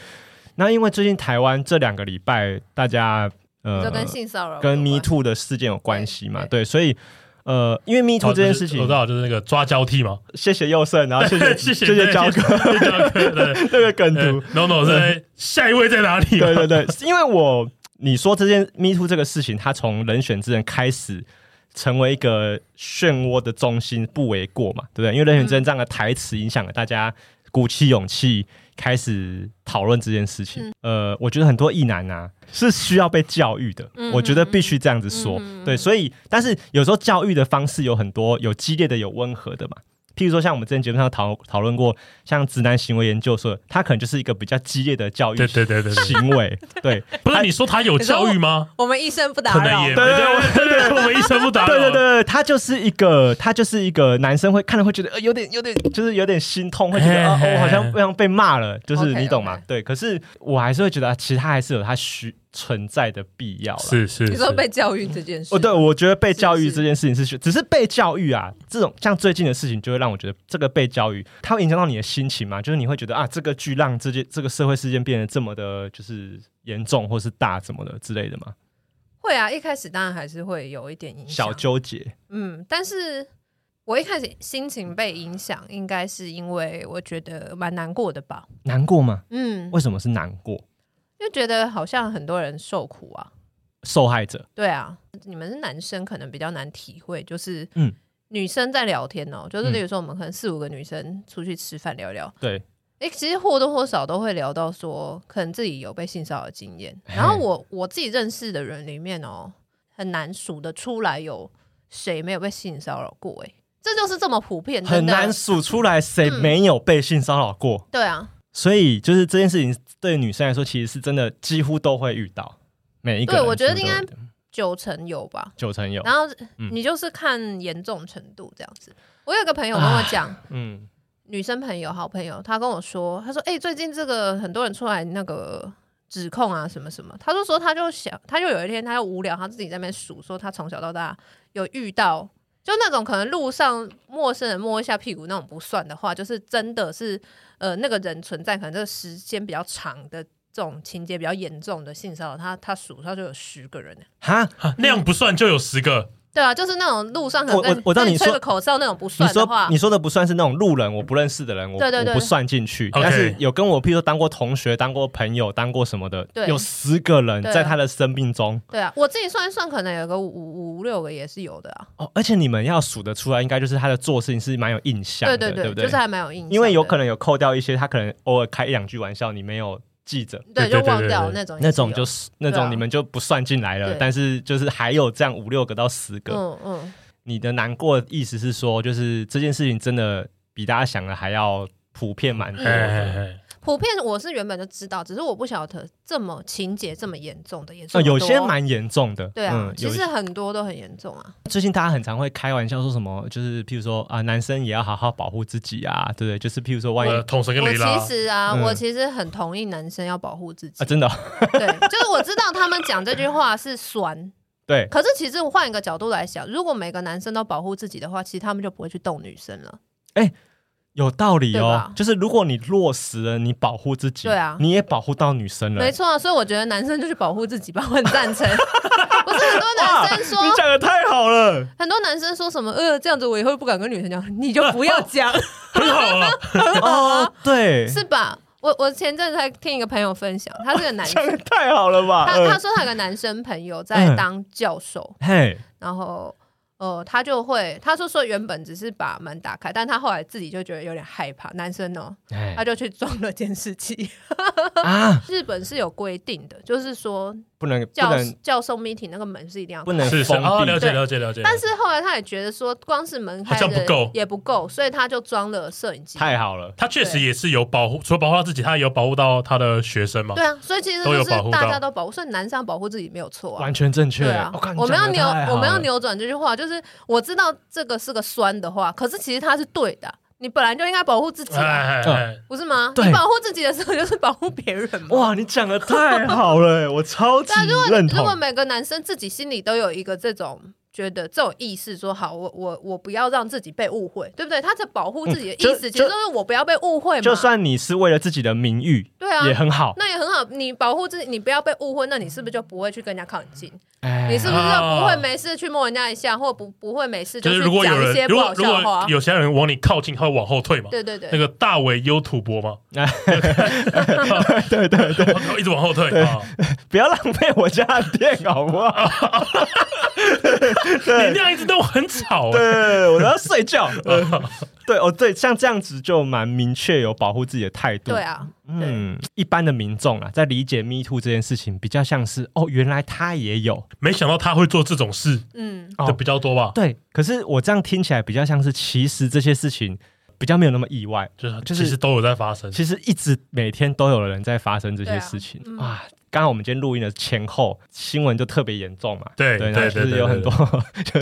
Speaker 1: 那因为最近台湾这两个礼拜，大家呃
Speaker 3: 就跟性骚扰有
Speaker 1: 跟
Speaker 3: 关
Speaker 1: Me Too 的事件有关系嘛，
Speaker 3: 对
Speaker 1: 对，所以呃，因为 Me Too 这件事
Speaker 2: 哦就是我
Speaker 1: 情
Speaker 2: 知，道，就是那个抓交替嘛，
Speaker 1: 谢谢佑胜，然后谢谢
Speaker 2: <laughs> 谢谢
Speaker 1: 谢谢焦哥 <laughs>
Speaker 2: 谢谢焦哥，对。
Speaker 1: 那个梗
Speaker 2: 呃
Speaker 1: 图，
Speaker 2: No No，在
Speaker 1: <laughs>
Speaker 2: 下一位在哪里？
Speaker 1: 对对对，因为我你说这件 Me Too 这个事情，它从人选之人开始。成为一个漩涡的中心不为过嘛，对不对？因为人选之人这样的台词影响了大家鼓起勇气开始讨论这件事情。呃，我觉得很多异男啊是需要被教育的，
Speaker 3: 嗯
Speaker 1: 我觉得必须这样子说。
Speaker 3: 嗯嗯嗯
Speaker 1: 对，所以但是有时候教育的方式有很多，有激烈的，有温和的嘛。譬如说像我们之前节目上讨讨论过，像直男行为研究所，它可能就是一个比较激烈的教育
Speaker 2: 对对对对 <laughs> 对，
Speaker 1: 行为，对
Speaker 2: 不是你说他有教育吗？
Speaker 3: 我们一生不哎打
Speaker 2: 可能
Speaker 3: 扰
Speaker 2: 也，没
Speaker 1: 对对
Speaker 2: 对对对，我们一声不打扰。
Speaker 1: 对对对，它就是一个，它就是一个男生会看了会觉得呃有点有点就是有点心痛，会觉得
Speaker 2: 嘿
Speaker 1: 啊、
Speaker 2: 嘿
Speaker 1: 我好像好像被骂了，就是
Speaker 3: OK，
Speaker 1: 你懂吗
Speaker 3: OK
Speaker 1: 对，可是我还是会觉得啊其实它还是有它需存在的必要啦。
Speaker 2: 是是，
Speaker 3: 你说
Speaker 2: 是
Speaker 3: 被教育这件事，
Speaker 1: 哦，对，我觉得被教育
Speaker 3: 是
Speaker 1: 这件事情是需，只是被教育啊，这种像最近的事情，就会让我觉得这个被教育，它会影响到你的心情嘛？就是你会觉得啊，这个剧让这件这个社会事件变得这么的，就是严重或是大怎么的之类的嘛，
Speaker 3: 会啊，一开始当然还是会有一点影响，
Speaker 1: 小纠结。
Speaker 3: 嗯，但是我一开始心情被影响，应该是因为我觉得蛮难过的吧，
Speaker 1: 难过吗？
Speaker 3: 嗯，
Speaker 1: 为什么是难过？
Speaker 3: 就觉得好像很多人受苦啊，
Speaker 1: 受害者
Speaker 3: 对啊，你们是男生，可能比较难体会，就是
Speaker 1: 嗯
Speaker 3: 女生在聊天哦、就是
Speaker 1: 嗯
Speaker 3: 例如说我们可能四五个女生出去吃饭聊聊，
Speaker 1: 对，
Speaker 3: 诶，其实或多或少都会聊到说，可能自己有被性骚扰的经验。然后
Speaker 1: 嘿
Speaker 3: 我我自己认识的人里面哦、很难数得出来有谁没有被性骚扰过、诶，这就是这么普遍，真
Speaker 1: 很
Speaker 3: 的啊
Speaker 1: 难数出来谁没有被性骚扰过，
Speaker 3: 对啊，
Speaker 1: 所以就是这件事情对女生来说，其实是真的几乎都会遇到，每一个
Speaker 3: 对
Speaker 1: 人
Speaker 3: 我觉得
Speaker 1: 几乎都
Speaker 3: 应该
Speaker 1: 会遇到
Speaker 3: 九成有吧。
Speaker 1: 九成有，
Speaker 3: 然后
Speaker 1: 嗯
Speaker 3: 你就是看严重程度这样子。我有一个朋友跟我讲，
Speaker 1: 嗯，
Speaker 3: 女生朋友、好朋友，她跟我说，她说：“哎、最近这个很多人出来那个指控啊，什么什么。”她就说，她就想，她就有一天，她就无聊，她自己在那边数，说她从小到大有遇到，就那种可能路上陌生人摸一下屁股那种不算的话，就是真的是呃那个人存在，可能这个时间比较长的这种情节比较严重的性骚扰，她她数她就有十个人。欸
Speaker 1: 哈，
Speaker 2: 啊那样不算就有十个，
Speaker 3: 对啊，就是那种路上可
Speaker 1: 我
Speaker 3: 能
Speaker 1: 我
Speaker 3: 跟
Speaker 1: 我知道
Speaker 3: 跟
Speaker 1: 你
Speaker 3: 你吹
Speaker 1: 说
Speaker 3: 个口哨那种不
Speaker 1: 你
Speaker 3: 算的
Speaker 1: 说
Speaker 3: 话
Speaker 1: 你，说的不算是那种路人，我不认识的人，我
Speaker 3: 对对对
Speaker 1: 我不算进去。
Speaker 2: OK
Speaker 1: 但是有跟我，譬如说当过同学、当过朋友、当过什么的
Speaker 3: 对，
Speaker 1: 有十个人
Speaker 3: 对啊
Speaker 1: 在他的生命中
Speaker 3: 对啊，我自己算一算，可能有个五五五六个也是有的啊。
Speaker 1: 哦，而且你们要数得出来，应该就是他的做事情是蛮有印象的，
Speaker 3: 对
Speaker 1: 对
Speaker 3: 对，
Speaker 1: 不
Speaker 3: 就是还蛮有印象的，
Speaker 1: 因为有可能有扣掉一些，他可能偶尔开一两句玩笑，你没有记着。
Speaker 2: 对
Speaker 3: 对就
Speaker 2: 对对
Speaker 3: 忘
Speaker 2: 对
Speaker 3: 掉
Speaker 2: 对
Speaker 3: 那种也
Speaker 1: 那种
Speaker 3: 有
Speaker 1: 就是那
Speaker 3: 对啊
Speaker 1: 种你们就不算进来了，
Speaker 3: 对
Speaker 1: 但是就是还有这样五六个到十个，
Speaker 3: 嗯嗯，
Speaker 1: 你的难过的意思是说，就是这件事情真的比大家想的还要普遍蛮多
Speaker 2: 哎
Speaker 3: 嗯
Speaker 1: 的。
Speaker 2: 哎哎，
Speaker 3: 普遍我是原本就知道，只是我不晓得这么情节这么严重的也是
Speaker 1: 呃，有
Speaker 3: 很
Speaker 1: 些
Speaker 3: 多
Speaker 1: 蛮严重的，
Speaker 3: 对啊，
Speaker 1: 嗯有
Speaker 3: 其实很多都很严重啊，
Speaker 1: 最近大家很常会开玩笑说什么，就是譬如说啊，男生也要好好保护自己啊，对不对？就是譬如说万一
Speaker 2: 呃，统神跟
Speaker 3: 我
Speaker 2: 雷拉
Speaker 3: 其，实啊，
Speaker 1: 嗯
Speaker 3: 我其实很同意男生要保护自己
Speaker 1: 啊，，真的哦、
Speaker 3: 对，就是我知道他们讲这句话是酸，
Speaker 1: 对，
Speaker 3: 可是其实我换一个角度来想，如果每个男生都保护自己的话，其实他们就不会去动女生了，
Speaker 1: 有道理
Speaker 3: 对
Speaker 1: 哦
Speaker 3: 吧。
Speaker 1: 就是如果你落实了，你保护自己，
Speaker 3: 对啊
Speaker 1: 你也保护到女生了。
Speaker 3: 没错啊，所以我觉得男生就去保护自己吧，我很赞
Speaker 1: <laughs>
Speaker 3: 成，不是很多
Speaker 1: 哇，
Speaker 3: 男生 <laughs> 说
Speaker 1: 你讲的太好了，
Speaker 3: 很多男生说什么呃，这样子我以后不敢跟女生讲，你就不要讲，
Speaker 2: 很好
Speaker 3: <laughs>
Speaker 2: 啊，
Speaker 1: <laughs> 哦， <laughs> 对，
Speaker 3: 是吧？我我前阵子还听一个朋友分享，他是个
Speaker 1: <laughs>
Speaker 3: 男生
Speaker 1: 讲，的太好了吧？
Speaker 3: 他
Speaker 1: 嗯
Speaker 3: 他说他有个男生朋友在当教授，
Speaker 1: 嘿，
Speaker 3: 然后呃，他就会他说说原本只是把门打开，但他后来自己就觉得有点害怕，男生哦，
Speaker 1: 哎
Speaker 3: 他就去装了监视器。
Speaker 1: 啊，
Speaker 3: 日本是有规定的，就是说
Speaker 1: 不能不
Speaker 3: 教
Speaker 1: 能
Speaker 3: 教授 meeting 那个门是一定要
Speaker 1: 不能
Speaker 2: 是是
Speaker 1: 封
Speaker 2: 哦，
Speaker 1: 闭
Speaker 2: 了解
Speaker 3: 对
Speaker 2: 了解了解，
Speaker 3: 但是后来他也觉得说，光是门开
Speaker 2: 好像不
Speaker 3: 着
Speaker 2: 够
Speaker 3: 也不够，所以他就装了摄影机。
Speaker 1: 太好了，
Speaker 2: 他确实也是有保护，除了保护他自己，他也有保护到他的学生嘛。
Speaker 3: 对啊，所以其实
Speaker 2: 都
Speaker 3: 就
Speaker 2: 有
Speaker 3: 是
Speaker 2: 保护
Speaker 3: 大
Speaker 2: 到
Speaker 3: 家都保护，所以男生要保护自己没有错啊
Speaker 1: 完。全正确。
Speaker 3: 对啊
Speaker 1: 我看，你
Speaker 3: 我们要
Speaker 1: 讲得
Speaker 3: 扭
Speaker 1: 太好，了
Speaker 3: 我们要扭转这句话，就是我知道这个是个酸的话，可是其实它是对的，你本来就应该保护自己
Speaker 2: 哎，
Speaker 3: 啊，
Speaker 1: 嗯
Speaker 2: 哎哎哎，
Speaker 3: 不是吗？
Speaker 1: 对
Speaker 3: 你保护自己的时候就是保护别人嘛。
Speaker 1: 哇，你讲的太好
Speaker 3: <laughs>
Speaker 1: 了，我超级
Speaker 3: 啊但如果
Speaker 1: 认
Speaker 3: 如
Speaker 1: 同
Speaker 3: 果。每个男生自己心里都有一个这种觉得这种意识，说好，我我我不要让自己被误会，对不对？他在保护自己的
Speaker 1: 嗯就
Speaker 3: 意思，其
Speaker 1: 就
Speaker 3: 实就是我不要被误会嘛。
Speaker 1: 就算你是为了自己的名誉，
Speaker 3: 对啊
Speaker 1: 也很好。
Speaker 3: 那也很好，你保护自己，你不要被误会，那你是不是就不会去跟人家靠很近？
Speaker 1: 哎
Speaker 3: 你是不是就不会没事去摸人家一下，或不不会没事
Speaker 2: 就是
Speaker 3: 去
Speaker 2: 如果有
Speaker 3: 讲一些
Speaker 2: 人，如
Speaker 3: 不
Speaker 2: 果
Speaker 3: 好
Speaker 2: 如
Speaker 3: 笑的
Speaker 2: 果
Speaker 3: 话？
Speaker 2: 有些人往你靠近，他会往后退嘛。
Speaker 3: 对对对，
Speaker 2: 那个大尾优土
Speaker 1: <laughs>
Speaker 2: 伯嘛，哦
Speaker 1: 对对
Speaker 2: <laughs>
Speaker 1: 对，
Speaker 2: 一直往后退啊。
Speaker 3: <laughs>
Speaker 1: 不要浪费我家的电好不好？
Speaker 2: 你那样一直都很吵、欸。
Speaker 1: 对，我都要睡
Speaker 3: <laughs>
Speaker 1: 觉。对哦，对，像这样子就蛮明确有保护自己的态度。
Speaker 3: 对，啊，对，
Speaker 1: 嗯，一般的民众啊，在理解 Me Too 这件事情，比较像是哦，原来他也有
Speaker 2: 没想到他会做这种事
Speaker 3: 嗯，
Speaker 1: 哦
Speaker 2: 的比较多吧？
Speaker 1: 对。可是我这样听起来比较像是，其实这些事情比较没有那么意外，
Speaker 2: 就是
Speaker 1: 就是
Speaker 2: 其实都有在发生。
Speaker 1: 其实一直每天都有人在发生这些事情
Speaker 3: 对啊嗯
Speaker 1: 啊。刚刚我们今天录音的前后，新闻就特别严重嘛，
Speaker 2: 对
Speaker 1: 对，
Speaker 2: 对
Speaker 1: 那就
Speaker 2: 对
Speaker 1: 是
Speaker 2: 对
Speaker 1: 有
Speaker 2: 对
Speaker 1: 很多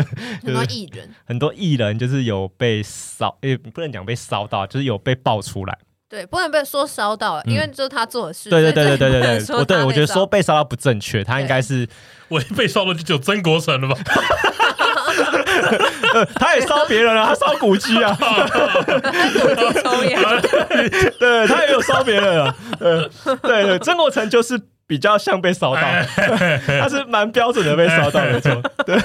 Speaker 1: <laughs>
Speaker 3: 很多艺人，
Speaker 1: 很多艺人就是有被骚，也不能讲被骚到，就是有被爆出来。
Speaker 3: 对，不能被说烧到，因为就是他做的事。
Speaker 1: 嗯对对对对
Speaker 3: 所以
Speaker 1: 对
Speaker 3: 不
Speaker 1: 对
Speaker 3: 能
Speaker 1: 对，
Speaker 3: <laughs> 说
Speaker 1: 我对
Speaker 3: 他
Speaker 1: 我
Speaker 3: 被
Speaker 1: 觉得
Speaker 3: 烧
Speaker 1: 说被骚到不正确，他应该是 <laughs>
Speaker 2: 我被烧的就只有曾国成了吧？
Speaker 1: 呃他也烧别人啊，他烧古迹啊，
Speaker 3: 到自己
Speaker 1: <laughs>
Speaker 3: 抽烟，
Speaker 1: 对他也有烧别人啊，呃，对对，曾国成就是比较像被骚到，他是蛮标准的被骚到没错。对，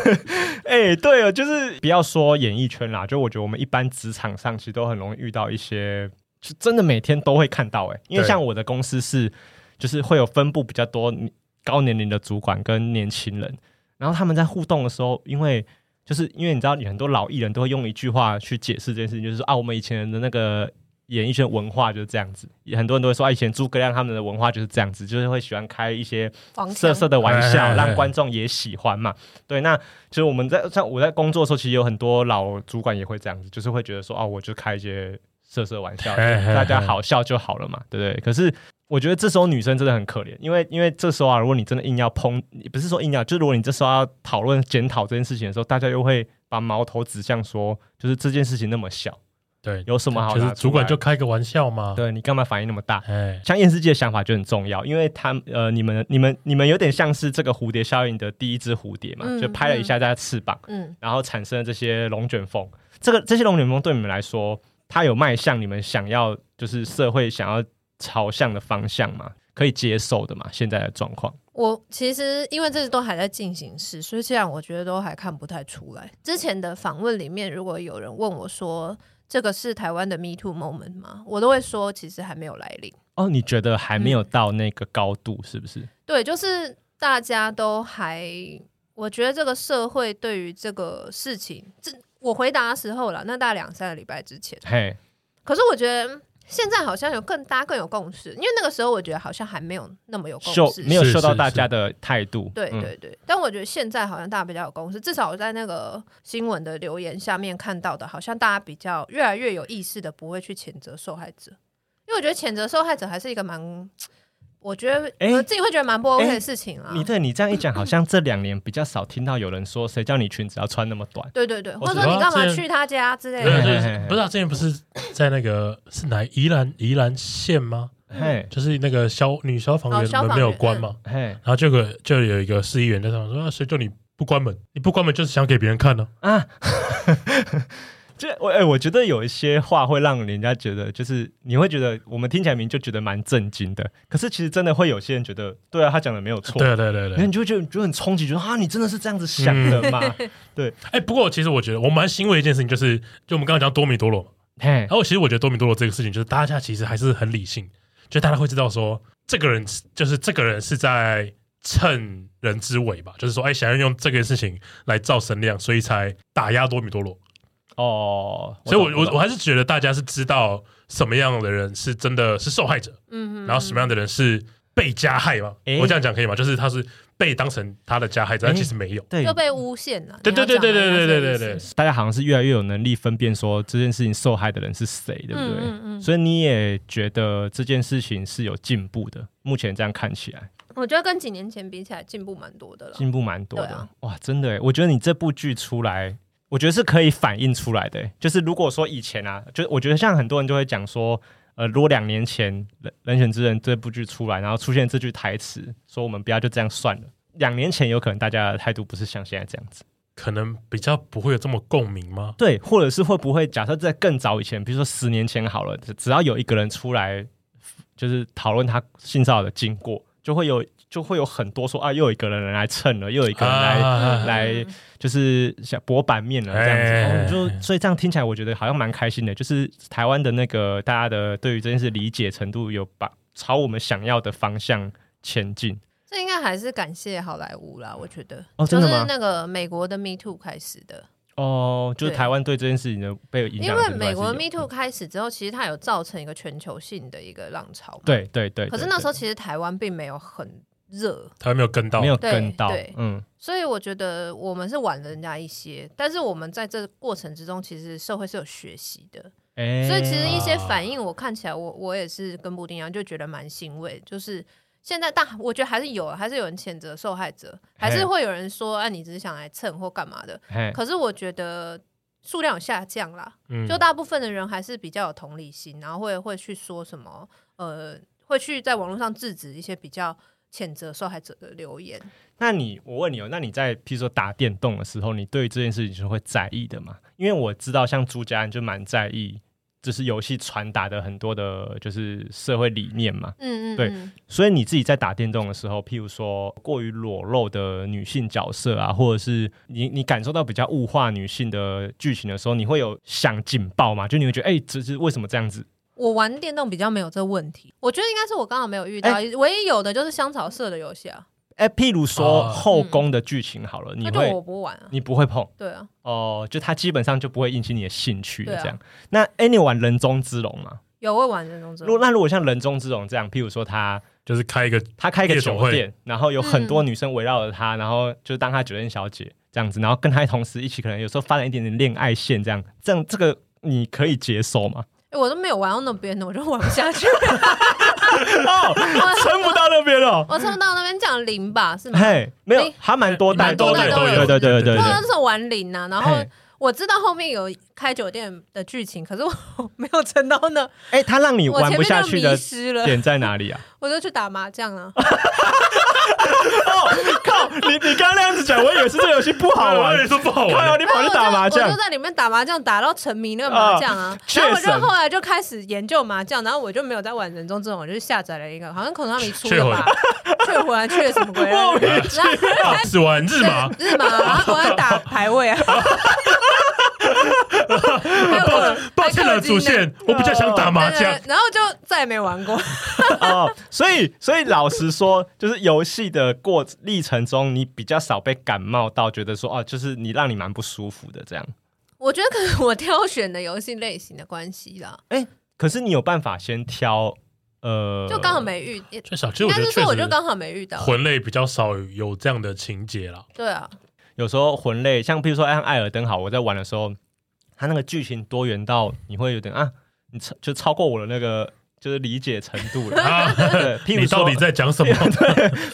Speaker 1: 哎，对哦，就是不要说演艺圈啦，就我觉得我们一般职场上其实都很容易遇到一些，是真的每天都会看到哎、因为
Speaker 2: 对
Speaker 1: 像我的公司是，就是会有分布比较多高年龄的主管跟年轻人，然后他们在互动的时候，因为就是因为你知道，你很多老艺人都会用一句话去解释这件事情，就是说啊，我们以前的那个演艺圈文化就是这样子，也很多人都会说啊，以前诸葛亮他们的文化就是这样子，就是会喜欢开一些
Speaker 3: 黄
Speaker 1: 色
Speaker 3: 腔
Speaker 1: 色的玩
Speaker 2: 哎哎
Speaker 1: 笑，
Speaker 2: 哎
Speaker 1: 让观众也喜欢嘛。对，那就是我们在像我在工作的时候，其实有很多老主管也会这样子，就是会觉得说，哦，我就开一些色色玩笑，
Speaker 2: 哎哎
Speaker 1: <laughs>
Speaker 2: 哎
Speaker 1: 大家好笑就好了嘛，对不对？可是我觉得这时候女生真的很可怜，因为因为这时候啊，如果你真的硬要抨，不是说硬要，就是如果你这时候要讨论检讨这件事情的时候，大家又会把矛头指向说，就是这件事情那么小，
Speaker 2: <laughs> 对，
Speaker 1: 有什么好拿
Speaker 2: 就
Speaker 1: 出来？
Speaker 2: 是主管就开个玩笑嘛。
Speaker 1: 对你干嘛反应那么大？
Speaker 2: 哎，
Speaker 1: 像验世界的想法就很重要，因为他们呃，你们、你们、你们有点像是这个蝴蝶效应的第一只蝴蝶嘛，
Speaker 3: 嗯
Speaker 1: 就拍了一下它的翅膀，
Speaker 3: 嗯，
Speaker 1: 然后产生了这些龙卷风。这个这些龙卷风对你们来说，它有迈向你们想要就是社会想要朝向的方向嘛？可以接受的嘛？现在的状况，
Speaker 3: 我其实因为这都还在进行时，所以这样我觉得都还看不太出来。之前的访问里面，如果有人问我说这个是台湾的 Me Too moment 吗？我都会说其实还没有来临。
Speaker 1: 哦，你觉得还没有到那个高度，是不是？
Speaker 3: 对，就是大家都还，我觉得这个社会对于这个事情，这我回答的时候了，那大概两三个礼拜之前。
Speaker 1: 嘿，
Speaker 3: 可是我觉得现在好像有更大家更有共识，因为那个时候我觉得好像还没有那么有共
Speaker 1: 秀
Speaker 3: 识。
Speaker 1: 没有
Speaker 2: 哦是
Speaker 1: 秀到
Speaker 2: 是
Speaker 1: 大
Speaker 2: 是
Speaker 1: 家的态度，
Speaker 3: 对
Speaker 1: 嗯
Speaker 3: 对对，但我觉得现在好像大家比较有共识，至少我在那个新闻的留言下面看到的，好像大家比较越来越有意识的不会去谴责受害者，因为我觉得谴责受害者还是一个蛮，我觉得、
Speaker 1: 诶
Speaker 3: 我自己会觉得蛮不 OK
Speaker 1: 诶
Speaker 3: 的事情啊。
Speaker 1: 你对你这样一
Speaker 2: <laughs>
Speaker 1: 讲，好像这两年比较少听到有人说，谁叫你裙子要穿那么短？
Speaker 3: 对对对，
Speaker 1: 我
Speaker 3: 或
Speaker 1: 知
Speaker 3: 者
Speaker 1: 道
Speaker 3: 说你干嘛
Speaker 2: 这
Speaker 3: 去他家之类
Speaker 2: 没有
Speaker 1: 对
Speaker 2: 就
Speaker 3: 的，
Speaker 2: 是不是啊？之前不是在那个是哪宜兰宜兰县吗？
Speaker 1: 嘿，
Speaker 2: 就是那个消女消防
Speaker 3: 哦
Speaker 2: 员
Speaker 3: 消
Speaker 2: 门
Speaker 3: 防
Speaker 2: 没有
Speaker 3: 员
Speaker 2: 关
Speaker 3: 嗯
Speaker 2: 嘛，
Speaker 1: 嘿
Speaker 2: 然后就有个就有一个市议员在上面说，啊谁叫你不关门？你不关门就是想给别人看呢、
Speaker 1: 啊， <laughs> 这我哎、我觉得有一些话会让人家觉得，就是你会觉得我们听起来名就觉得蛮震惊的，可是其实真的会有些人觉得，对啊，他讲的没有错，
Speaker 2: 对对对
Speaker 1: 然后
Speaker 2: 对，
Speaker 1: 你就会觉得你就很冲击，觉得啊，你真的是这样子想
Speaker 2: 嗯
Speaker 1: 的
Speaker 2: <laughs>
Speaker 1: 吗？
Speaker 2: 哎、不过其实我觉得我蛮欣慰一件事情，就是就我们刚刚讲多米多罗嘛，
Speaker 1: 嘿
Speaker 2: 然，后其实我觉得多米多罗这个事情，就是大家其实还是很理性，就大家会知道说，这个人就是这个人是在趁人之危吧，就是说，哎，想要用这个事情来造声量，所以才打压多米多罗。
Speaker 1: 哦，
Speaker 2: 所以我
Speaker 1: 懂
Speaker 2: 我
Speaker 1: 懂
Speaker 2: 我还是觉得大家是知道什么样的人是真的是受害者，
Speaker 3: 嗯，嗯
Speaker 2: 然后什么样的人是被加害嘛？
Speaker 1: 诶
Speaker 2: 我这样讲可以吗？就是他是被当成他的加害者，但
Speaker 1: 诶
Speaker 2: 其实没有。
Speaker 1: 对
Speaker 3: 就被诬陷了。
Speaker 2: 对
Speaker 3: 你要
Speaker 2: 对对
Speaker 3: 讲的
Speaker 2: 对对对
Speaker 3: 那些
Speaker 2: 对对
Speaker 3: 意思
Speaker 1: 大家好像是越来越有能力分辨说这件事情受害的人是谁，对不对？
Speaker 3: 嗯嗯嗯
Speaker 1: 所以你也觉得这件事情是有进步的，目前这样看起来
Speaker 3: 我觉得跟几年前比起来进步蛮多的了。
Speaker 1: 进步蛮多的。
Speaker 3: 对啊
Speaker 1: 哇，真的耶，我觉得你这部剧出来，我觉得是可以反映出来的耶。就是如果说以前啊，就是我觉得像很多人就会讲说，呃，如果两年前《人人选之人》这部剧出来，然后出现这句台词，说我们不要就这样算了。两年前有可能大家的态度不是像现在这样子，
Speaker 2: 可能比较不会有这么共鸣吗？
Speaker 1: 对，或者是会不会假设在更早以前，比如说十年前好了，只只要有一个人出来，就是讨论他性骚扰的经过，就会有就会有很多说啊，又有一个人来蹭了，又有一个人来、
Speaker 2: 啊
Speaker 1: <laughs>
Speaker 3: 嗯
Speaker 1: 来就是想博版面了这样子，
Speaker 2: 哎
Speaker 1: 然后就所以这样听起来，我觉得好像蛮开心的，就是台湾的那个大家的对于这件事理解程度有把朝我们想要的方向前进，
Speaker 3: 这应该还是感谢好莱坞啦，我觉得，
Speaker 1: 哦
Speaker 3: 就
Speaker 1: 真的
Speaker 3: 是
Speaker 1: 吗
Speaker 3: 那个美国的 Me Too 开始的，
Speaker 1: 哦，就是
Speaker 3: 对
Speaker 1: 台湾对这件事情的被影
Speaker 3: 因
Speaker 1: 响，
Speaker 3: 为美国 Me Too 开始之后，其实它有造成一个全球性的一个浪潮嘛。
Speaker 1: 对对对，
Speaker 3: 可是
Speaker 1: 对
Speaker 3: 那时候
Speaker 1: 对
Speaker 3: 其实台湾并没有很热，
Speaker 2: 台湾没有跟到，
Speaker 1: 没有
Speaker 3: 对
Speaker 1: 跟到
Speaker 3: 对，
Speaker 1: 嗯，
Speaker 3: 所以我觉得我们是晚了人家一些。但是我们在这过程之中，其实社会是有学习的。
Speaker 1: 哎，
Speaker 3: 所以其实一些反应，我看起来我我也是跟布丁一样，就觉得蛮欣慰。就是现在大，我觉得还是有啊，还是有人谴责受害者，还是会有人说，啊，你只是想来蹭或干嘛的。
Speaker 1: 嘿
Speaker 3: 可是我觉得数量有下降啦，
Speaker 2: 嗯
Speaker 3: 就大部分的人还是比较有同理心，然后会会去说什么，呃，会去在网络上制止一些比较谴责受害者的留言。
Speaker 1: 那你，我问你哦，那你在譬如说打电动的时候，你对这件事情是会在意的吗？因为我知道像朱家人就蛮在意，就是游戏传达的很多的，就是社会理念嘛。
Speaker 3: 嗯嗯，
Speaker 1: 对
Speaker 3: 嗯
Speaker 1: 所以你自己在打电动的时候，譬如说过于裸露的女性角色啊，或者是你你感受到比较物化女性的剧情的时候，你会有想警报吗？就你会觉得，哎、这是为什么这样子？
Speaker 3: 我玩电动比较没有这问题，我觉得应该是我刚好没有遇到，唯一有的就是香草社的游戏啊，
Speaker 1: 哎、譬如说
Speaker 2: 哦
Speaker 1: 后宫的剧情好了，你
Speaker 3: 嗯那就
Speaker 1: 会
Speaker 3: 我不玩啊。
Speaker 1: 你不会碰？
Speaker 3: 对啊，
Speaker 1: 哦，就它基本上就不会引起你的兴趣
Speaker 3: 对啊
Speaker 1: 这样。那哎，你有玩人中之龙吗？
Speaker 3: 有会玩人中之
Speaker 1: 如
Speaker 3: 龙，
Speaker 1: 那如果像人中之龙这样，譬如说他
Speaker 2: 就是开一个
Speaker 1: 他开一个
Speaker 2: 夜总
Speaker 1: 酒
Speaker 2: 会
Speaker 1: 店，然后有很多女生围绕着他，然后就当他酒店小姐这样子，然后跟他同时一起可能有时候发展一点点恋爱线这样，这样这个你可以接受
Speaker 3: <laughs>
Speaker 1: 吗？
Speaker 3: 诶哎我都没有玩到那边的，我就玩不下去。
Speaker 1: 哦，撑不到那边了。
Speaker 3: <laughs> 我蹭到那边讲零吧，是吗？
Speaker 1: 嘿，没有
Speaker 3: 诶，
Speaker 1: 还蛮多代
Speaker 3: 蛮多代都有
Speaker 1: 对对对对对
Speaker 3: 我
Speaker 1: 对
Speaker 3: 那时候玩零啊，然后
Speaker 1: 嘿
Speaker 3: 我知道后面有开酒店的剧情，可是我 <laughs> 没有撑到那，
Speaker 1: 哎，他让你
Speaker 3: 我
Speaker 1: 玩
Speaker 3: 前
Speaker 1: 不
Speaker 3: 面
Speaker 1: 下
Speaker 3: 就
Speaker 1: 去
Speaker 3: 迷
Speaker 1: 的
Speaker 3: 失了，
Speaker 1: 点在哪里啊？ <laughs>
Speaker 3: 我就去打麻将啊。
Speaker 1: 靠，你你刚刚那样子讲，我以为是这个游戏不好
Speaker 2: <laughs> 我
Speaker 1: 玩
Speaker 2: 哎跟。你说不好
Speaker 1: 靠，
Speaker 2: 玩，
Speaker 1: 哦你跑去打麻
Speaker 3: 啊我
Speaker 1: 将
Speaker 3: 就，在里面打麻将，打到沉迷那个麻将啊。
Speaker 1: 确
Speaker 3: 然后我
Speaker 1: 实
Speaker 3: 就后来就开始研究麻将，然后我就没有在玩人中这种，我就下载了一个，好像口头上没出的吧， <laughs> 雀魂还雀什么鬼啊？
Speaker 1: 莫名
Speaker 3: 然后
Speaker 2: 只玩日麻，
Speaker 3: 日麻，然后我要打排位啊。还有氪
Speaker 2: 抱歉了，主线，我比较想打麻
Speaker 3: 对对
Speaker 2: 将
Speaker 3: 对，然后就再也没玩过。
Speaker 1: 哦，所以所以老实说，就是游戏的过历程中，你比较少被感冒到，觉得说哦，就是你让你蛮不舒服的这样。
Speaker 3: 我觉得可能我挑选的游戏类型的关系啦，
Speaker 1: 可是你有办法先挑，呃，
Speaker 3: 就刚好没遇，应
Speaker 2: 确实啊，其实我
Speaker 3: 该
Speaker 2: 觉得
Speaker 3: 是
Speaker 2: 确
Speaker 3: 说我就
Speaker 2: 实
Speaker 3: 刚好没遇到。
Speaker 2: 魂类比较少有这样的情节
Speaker 3: <laughs>
Speaker 2: 啦。
Speaker 3: 对啊，
Speaker 1: 有时候魂类，像比如说像艾尔登好，我在玩的时候，它那个剧情多元到你会有点啊，你超就超过我的那个就是理解程度
Speaker 3: <laughs>
Speaker 1: 了。
Speaker 2: 啊，
Speaker 1: 对，譬
Speaker 2: 你
Speaker 1: 如
Speaker 2: 到
Speaker 1: 说
Speaker 2: 底，在讲什么？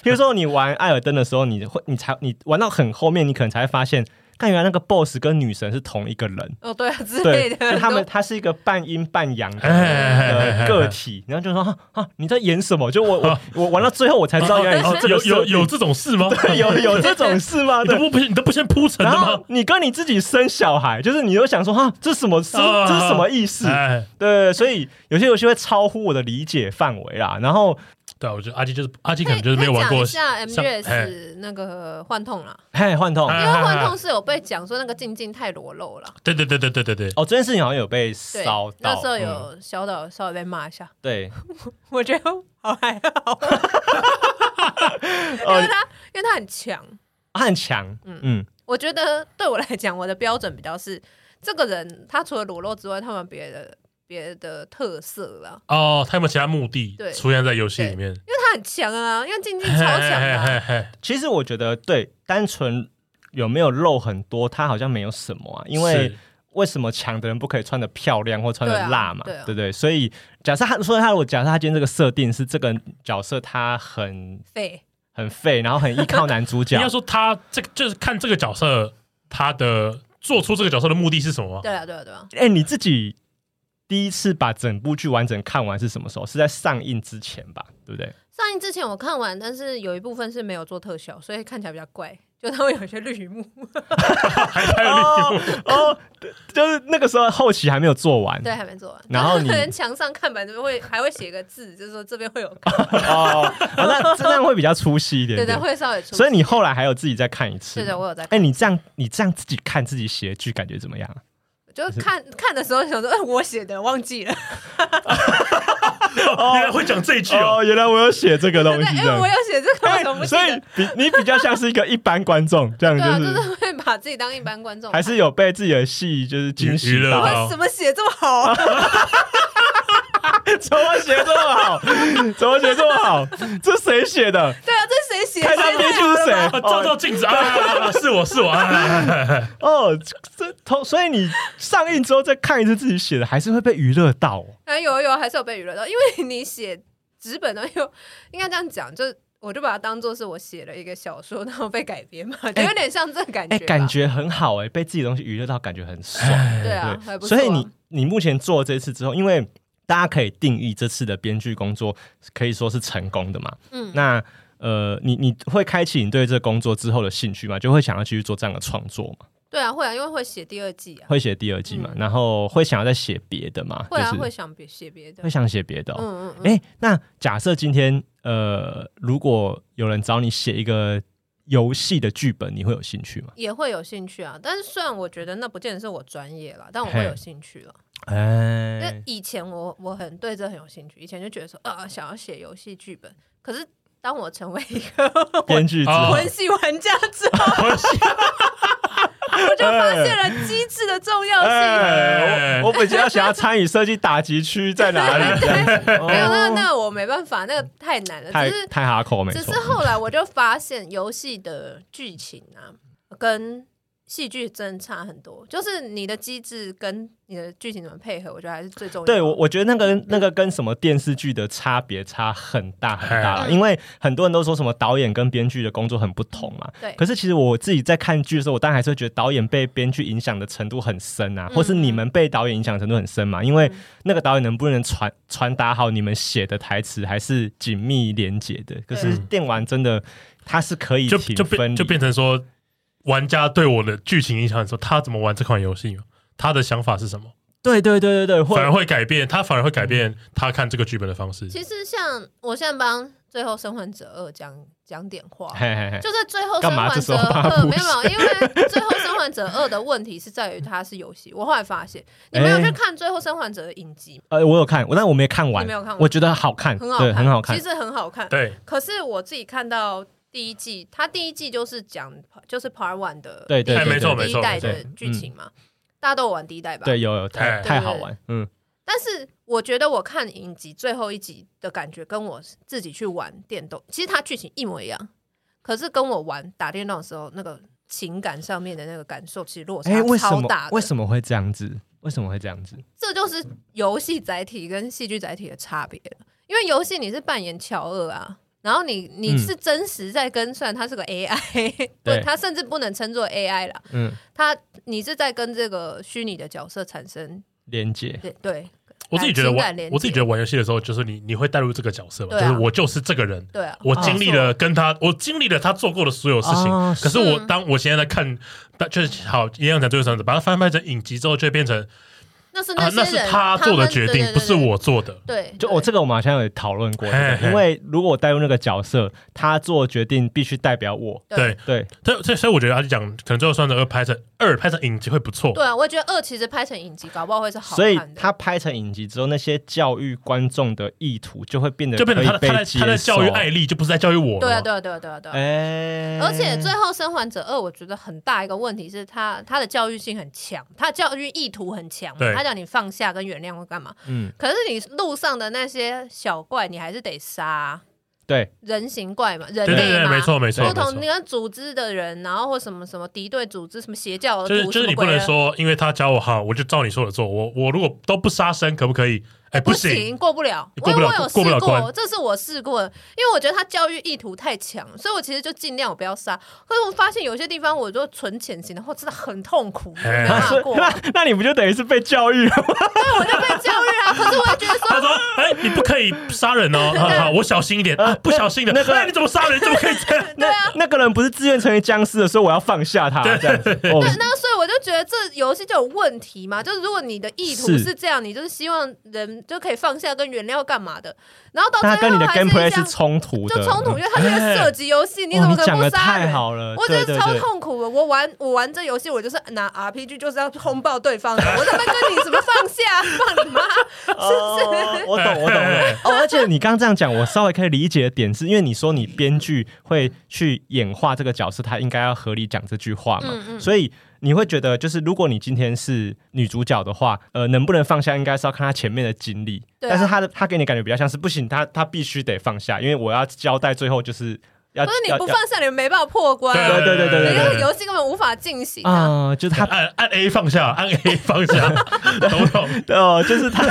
Speaker 1: 譬如说你玩艾尔登的时候，你会你才你玩到很后面，你可能才会发现，看原来那个 BOSS 跟女神是同一个人。
Speaker 2: <laughs>
Speaker 3: 哦对啊之类
Speaker 1: 对，
Speaker 3: 的，
Speaker 1: 就他们他是一个半阴半阳
Speaker 2: 哎
Speaker 1: 的
Speaker 2: 哎哎哎
Speaker 1: 呃
Speaker 2: 哎
Speaker 1: 个体，然后就说啊啊你在演什么？就我我我玩到最后我 <laughs> 才知道原来
Speaker 2: <laughs> 哦
Speaker 1: 是这个
Speaker 2: 有有
Speaker 1: 设定
Speaker 2: 有这种事吗？
Speaker 1: 对 <laughs> 有有这种事吗？
Speaker 2: 你都
Speaker 1: 对。
Speaker 2: <laughs> 不你都不先铺陈
Speaker 1: 然
Speaker 2: 的吗
Speaker 1: 后？你跟你自己生小孩，就是你又想说啊，这什么这
Speaker 2: <laughs> 啊
Speaker 1: 这是什么意思？
Speaker 2: 哎，
Speaker 1: 对，所以有些游戏会超乎我的理解范围啦。然后
Speaker 2: 对啊，我觉得阿基就是阿基，可
Speaker 3: 可以
Speaker 2: 能就是没有玩过
Speaker 3: 可以讲一下
Speaker 2: 像哎
Speaker 3: MGS 那个幻痛啦，
Speaker 1: 嘿，幻痛
Speaker 3: 因
Speaker 2: 哎
Speaker 3: 为幻痛是有被讲说那个静静太裸露了，
Speaker 2: 对对对对对对对，
Speaker 1: 哦，这件事情好像有被
Speaker 3: 对
Speaker 1: 烧，到，
Speaker 3: 那时候
Speaker 1: 嗯
Speaker 3: 有小岛稍微被骂一下， <laughs>
Speaker 1: 对
Speaker 3: 我觉得好还
Speaker 2: <laughs>
Speaker 3: 好，因为他因为他很强，
Speaker 1: 他很呃强，嗯
Speaker 3: 我觉得对我来讲，我的标准比较是这个人他除了裸露之外，他们别的别的特色啦，
Speaker 2: 哦，他有没有其他目的
Speaker 3: 对
Speaker 2: 出现在游戏里面？
Speaker 3: 因为他很强啊，因为静静超强的啊、
Speaker 2: 嘿嘿嘿
Speaker 1: 其实我觉得对，单纯有没有肉很多，它好像没有什么啊，因为
Speaker 2: 是
Speaker 1: 为什么强的人不可以穿的漂亮或穿的辣嘛，
Speaker 3: 对啊对啊
Speaker 1: 不对？所以假设他说他如果假设他今天这个设定是这个角色他很
Speaker 3: 废，
Speaker 1: 很废，然后很依靠男主角
Speaker 2: <laughs> 应该，说他这个就是看这个角色他的做出这个角色的目的是什么吗？
Speaker 3: 对啊对啊对啊，
Speaker 1: 哎、你自己第一次把整部剧完整看完是什么时候？是在上映之前吧，对不
Speaker 3: <laughs>
Speaker 1: 对？
Speaker 3: 上映之前我看完，但是有一部分是没有做特效，所以看起来比较怪，就它会有一些绿幕。 <laughs>
Speaker 2: 还还有另一部
Speaker 1: 哦，就是那个时候后期还没有做完，
Speaker 3: 对，还没做完。
Speaker 1: 然后
Speaker 3: 就是
Speaker 1: 你
Speaker 3: 可能墙上看板这边会还会写个字，就是说这边会有，
Speaker 1: 哦，啊那这样会比较出戏一点
Speaker 3: 对
Speaker 1: 点，
Speaker 3: 对，会稍微出。
Speaker 1: 所以你后来还有自己再看一次
Speaker 3: 对
Speaker 1: 吗，
Speaker 3: 对，我有在看，
Speaker 1: 哎、你这样你这样自己看自己写的剧，感觉怎么样啊？
Speaker 3: 就是看看的时候想说，哎，我写的忘记了，
Speaker 2: <laughs> 原来会讲这一句哦
Speaker 1: 哦，。原来我有写这个东
Speaker 3: 对，
Speaker 1: 西，这
Speaker 3: 因为
Speaker 1: 样哎
Speaker 3: 我有写这个，我怎么不记
Speaker 1: 所 <laughs> 以
Speaker 3: 得？
Speaker 1: 比你比较像是一个一般观众，这样
Speaker 3: 对啊，
Speaker 1: 就
Speaker 3: 就是是会把自己当一般观众看，
Speaker 1: 还是有被自己的戏就是惊喜
Speaker 2: 娱乐
Speaker 1: 到 <laughs>
Speaker 2: 到，
Speaker 3: 哇，怎么写这么好 <laughs> 啊？
Speaker 1: 怎么写这么好？怎么写这么好？这谁写的？
Speaker 3: 对啊，这谁写的？
Speaker 1: 看他编剧是谁？
Speaker 3: 哦
Speaker 2: 啊照照镜子
Speaker 3: <laughs>
Speaker 2: 啊，是我是我啊，
Speaker 1: 哦，这同所以你上映之后再看一次自己写的，还是会被娱乐到哦。
Speaker 3: 啊，有有还是有被娱乐到，因为你写纸本的又应该这样讲，就我就把它当做是我写了一个小说，然后被改编嘛，就有点像这个感觉
Speaker 1: 哎、
Speaker 3: 吧、
Speaker 1: 感觉很好哎、被自己的东西娱乐到，感觉很爽。
Speaker 3: 对啊，还不错
Speaker 1: 所
Speaker 3: 啊、
Speaker 1: 以你你目前做这次之后，因为大家可以定义这次的编剧工作可以说是成功的嘛。
Speaker 3: 嗯
Speaker 1: 那呃，你你会开启你对这工作之后的兴趣吗？就会想要继续做这样的创作吗？
Speaker 3: 对啊会啊，因为会写第二季啊，
Speaker 1: 会写第二季嘛？然后会想要再写别的吗？
Speaker 3: 会啊、
Speaker 1: 就是
Speaker 3: 会想别写别的，
Speaker 1: 会想写别的、哦。
Speaker 3: 嗯嗯嗯，
Speaker 1: 哎、那假设今天呃，如果有人找你写一个游戏的剧本，你会有兴趣吗？
Speaker 3: 也会有兴趣啊。但是虽然我觉得那不见得是我专业啦，但我
Speaker 1: 嘿
Speaker 3: 会有兴趣了。
Speaker 1: 哎、
Speaker 3: 那以前我我很对这很有兴趣，以前就觉得说啊，想要写游戏剧本，可是当我成为一个
Speaker 1: 编剧之
Speaker 2: 啊
Speaker 1: 后，
Speaker 3: 魂系玩家之后， <laughs> 我就发现了机制的重要性。
Speaker 1: 哎，我我比较想要参与设计打击区在哪
Speaker 3: <laughs>
Speaker 1: 里？这样子
Speaker 3: 没有，那
Speaker 1: 哦
Speaker 3: 那我没办法，那个太难了。
Speaker 1: 太
Speaker 3: 只是
Speaker 1: 太哈口没
Speaker 3: 只
Speaker 1: 错
Speaker 3: 是。后来我就发现游戏的剧情啊，跟戏剧真的差很多。就是你的机制跟你的剧情怎么配合，我觉得还是最重要的。
Speaker 1: 对我，我觉得那个那个跟什么电视剧的差别差很大很大啦，
Speaker 3: 哎
Speaker 1: 因为很多人都说什么导演跟编剧的工作很不同嘛。
Speaker 3: 对
Speaker 1: 可是其实我自己在看剧的时候，我当然还是会觉得导演被编剧影响的程度很深啊，
Speaker 3: 嗯
Speaker 1: 或是你们被导演影响的程度很深嘛，因为那个导演能不能传传达好你们写的台词，还是紧密连结的。可是
Speaker 2: 嗯
Speaker 1: 电玩真的，它是可以
Speaker 2: 就
Speaker 1: 挺
Speaker 2: 就
Speaker 1: 分
Speaker 2: 变
Speaker 1: 离
Speaker 2: 就变成说，玩家对我的剧情影响很说他怎么玩这款游戏嘛？他的想法是什么？
Speaker 1: 对对对对对，或
Speaker 2: 反而会改变，他反而会改变他看这个剧本的方式。
Speaker 3: 嗯其实像我现在帮《最后生还者二》讲讲点话，
Speaker 1: 嘿嘿嘿，
Speaker 3: 就在《最后
Speaker 1: 哎干
Speaker 3: 生
Speaker 1: 嘛
Speaker 3: 还
Speaker 1: 这时
Speaker 3: 者
Speaker 1: 候
Speaker 3: 二
Speaker 1: 帮他》补
Speaker 3: 没有没有，因为《最后生还者二》的问题是在于它是游戏。我后来发现，你
Speaker 1: 哎
Speaker 3: 没有去看《最后生还者》的影集吗，
Speaker 1: 呃，我有看，我但我没看完，
Speaker 3: 你没有看完
Speaker 1: 我觉得好看，
Speaker 3: 很好
Speaker 1: 对，
Speaker 3: 看，
Speaker 1: 很好看
Speaker 3: 其。实很好看。
Speaker 2: 对，
Speaker 3: 可是我自己看到第一季，它第一季就是讲就是 Part One 的
Speaker 1: 对对
Speaker 2: 哎
Speaker 1: 对，
Speaker 2: 没
Speaker 1: 对
Speaker 2: 错
Speaker 1: 嗯
Speaker 2: 没
Speaker 3: 第
Speaker 2: 错
Speaker 3: 一代
Speaker 1: 没错
Speaker 3: 的剧情嘛，大家都有玩第一代吧？
Speaker 1: 对，。有有太
Speaker 2: 哎
Speaker 1: 太
Speaker 3: 对
Speaker 1: 好
Speaker 3: 对
Speaker 1: 玩，嗯，
Speaker 3: 但是我觉得我看影集最后一集的感觉，跟我自己去玩电动，其实它剧情一模一样，可是跟我玩打电动的时候那个情感上面的那个感受，其实落差
Speaker 1: 哎，为什
Speaker 3: 超
Speaker 1: 么
Speaker 3: 大的。
Speaker 1: 为什么会这样子？为什么会这样子？
Speaker 3: 这就是游戏载体跟戏剧载体的差别了。因为游戏你是扮演乔二啊，然后你你
Speaker 1: 嗯
Speaker 3: 是真实在跟，虽然它是个 <laughs> AI，不
Speaker 1: 对，
Speaker 3: 它甚至不能称作 AI 啦，
Speaker 1: 嗯，
Speaker 3: 它你是在跟这个虚拟的角色产生
Speaker 1: 连接
Speaker 3: 对对
Speaker 2: 我自己觉得
Speaker 3: 情
Speaker 2: 玩
Speaker 3: 感连，接
Speaker 2: 我自己觉得玩游戏的时候，就是你你会带入这个角色嘛，
Speaker 3: 对
Speaker 2: 就
Speaker 3: 啊
Speaker 2: 是我就是这个人。
Speaker 3: 对啊，
Speaker 2: 我经历了跟他，我经历了他做过的所有事情。
Speaker 1: 哦
Speaker 2: 可是我
Speaker 3: 是
Speaker 2: 当我现在在看，但就是好一样讲最后生子，把它翻拍成影集之后，就会变成
Speaker 3: 那是
Speaker 2: 啊，
Speaker 3: 些
Speaker 2: 那
Speaker 3: 人、
Speaker 2: 是他做的
Speaker 3: 们
Speaker 2: 决定，
Speaker 3: 对对对
Speaker 2: 不是我做的。
Speaker 3: 对，
Speaker 1: 就我哦这
Speaker 3: 个
Speaker 1: 个，我们好像有讨论过这个
Speaker 2: 嘿嘿
Speaker 1: 因为如果我带入那个角色，他做决定必须代表我，
Speaker 3: 对
Speaker 2: 对，
Speaker 1: 对，
Speaker 2: 所以所以所以我觉得他就讲，可能最后算者二拍成二拍成影集会不错。
Speaker 3: 对啊，我觉得二其实拍成影集，搞不好会是好
Speaker 1: 所以
Speaker 3: 看的。
Speaker 1: 他拍成影集之后，那些教育观众的意图就会变得
Speaker 2: 就变成
Speaker 1: 可
Speaker 2: 他
Speaker 1: 以
Speaker 2: 的他
Speaker 1: 被
Speaker 2: 在
Speaker 1: 接
Speaker 2: 他在教育
Speaker 1: 受
Speaker 2: 艾，丽，就不是在教育我了。
Speaker 3: 对啊，对啊，对啊，对啊，对啊。
Speaker 1: 哎，
Speaker 3: 而且最后《生还者二》，我觉得很大一个问题是他他的教育性很强，他的教育意图很强嘛
Speaker 2: 对，
Speaker 3: 他叫你放下跟原谅或干嘛。
Speaker 1: 嗯，
Speaker 3: 可是你路上的那些小怪，你还是得杀啊、
Speaker 1: <laughs> 对，
Speaker 3: 人形怪嘛，人
Speaker 2: 对对
Speaker 3: 类
Speaker 2: 对，
Speaker 3: 嘛，
Speaker 2: 没错没错
Speaker 3: 不
Speaker 2: 没
Speaker 3: 同你
Speaker 2: 错。
Speaker 3: 跟组织的人，然后或什么什么敌对组织，什么邪教的
Speaker 2: 就是
Speaker 3: 图，
Speaker 2: 就
Speaker 3: 什
Speaker 2: 是
Speaker 3: 么
Speaker 2: 你不
Speaker 3: 鬼啊
Speaker 2: 能
Speaker 3: 人
Speaker 2: 说，因为他教我好，我就照你说的做。我我如果都不杀生，可不可以？哎，
Speaker 3: 不啊
Speaker 2: 行，
Speaker 3: 过不了。
Speaker 2: 你
Speaker 3: 我
Speaker 2: 过不了
Speaker 3: 我有试
Speaker 2: 过不了
Speaker 3: 过，
Speaker 2: 关
Speaker 3: 这是我试过的，因为我觉得他教育意图太强，所以我其实就尽量我不要杀。可是我发现有些地方，我就存潜行的话，真的很痛苦，我没
Speaker 2: 哎
Speaker 3: 办法
Speaker 1: <laughs> 所以
Speaker 3: 过。
Speaker 1: 那那你不就等于是被教育
Speaker 3: <laughs>
Speaker 1: 了吗？
Speaker 3: 我就被教育啊。可是我也觉得
Speaker 2: 他
Speaker 3: 说，
Speaker 2: 说：“哎，你不可以杀人
Speaker 3: <laughs>
Speaker 2: 哦，好好，我小心一点啊，不小心的。
Speaker 1: 那那个
Speaker 2: 哎，你怎么杀人？怎么可以这样？
Speaker 3: 啊
Speaker 1: 那那个人不是自愿成为僵尸的，所以我要放下他，这样子。哦
Speaker 3: 对，那所以我就觉得这游戏就有问题吗？就是如果你的意图
Speaker 1: 是
Speaker 3: 是这样，你就是希望人就可以放下跟原谅干嘛的，然后到
Speaker 1: 但它
Speaker 3: 最
Speaker 1: 跟你
Speaker 3: 后
Speaker 1: 的
Speaker 3: 还是
Speaker 1: gameplay
Speaker 3: 这
Speaker 1: 是
Speaker 3: 样，
Speaker 1: 冲突的，
Speaker 3: 就冲突，因为它是一
Speaker 2: 哎
Speaker 3: 个射击游戏，你
Speaker 1: 嗯。
Speaker 3: 怎
Speaker 1: 哇，
Speaker 3: 么
Speaker 1: 你
Speaker 3: 可能
Speaker 1: 讲
Speaker 3: 不
Speaker 1: 的
Speaker 3: 杀
Speaker 1: 太
Speaker 3: 人？
Speaker 1: 好了，
Speaker 3: 我觉
Speaker 1: 对呃
Speaker 3: 得
Speaker 1: 对
Speaker 3: 超
Speaker 1: 对
Speaker 3: 痛苦的。我玩我玩这游戏，我就是拿 RPG 就是要轰爆对方的。我他妈跟你什么放下 <laughs> 放你妈？
Speaker 1: 哦，我懂，我懂了。 <laughs> 哦，而且你刚刚这样讲，我稍微可以理解的点是，因为你说你编剧会去演化这个角色，他应该要合理讲这句话嘛，
Speaker 3: 嗯嗯
Speaker 1: 所以你会觉得，就是如果你今天是女主角的话，呃，能不能放下，应该是要看她前面的经历。
Speaker 3: 对啊
Speaker 1: 但是她的她给你感觉比较像是不行，她她必须得放下，因为我要交代最后就是要
Speaker 3: 不是你
Speaker 1: 要
Speaker 3: 不
Speaker 1: 要
Speaker 3: 放下，你没办法破关啊，
Speaker 1: <laughs> 对对对
Speaker 3: 你
Speaker 1: 对
Speaker 3: 这
Speaker 1: 对
Speaker 3: 个游戏根本无法进行啊。
Speaker 1: 啊、就是她
Speaker 2: 按按 A 放下，按 A 放
Speaker 3: <laughs>
Speaker 2: 下，懂不懂？
Speaker 1: 哦，就是他，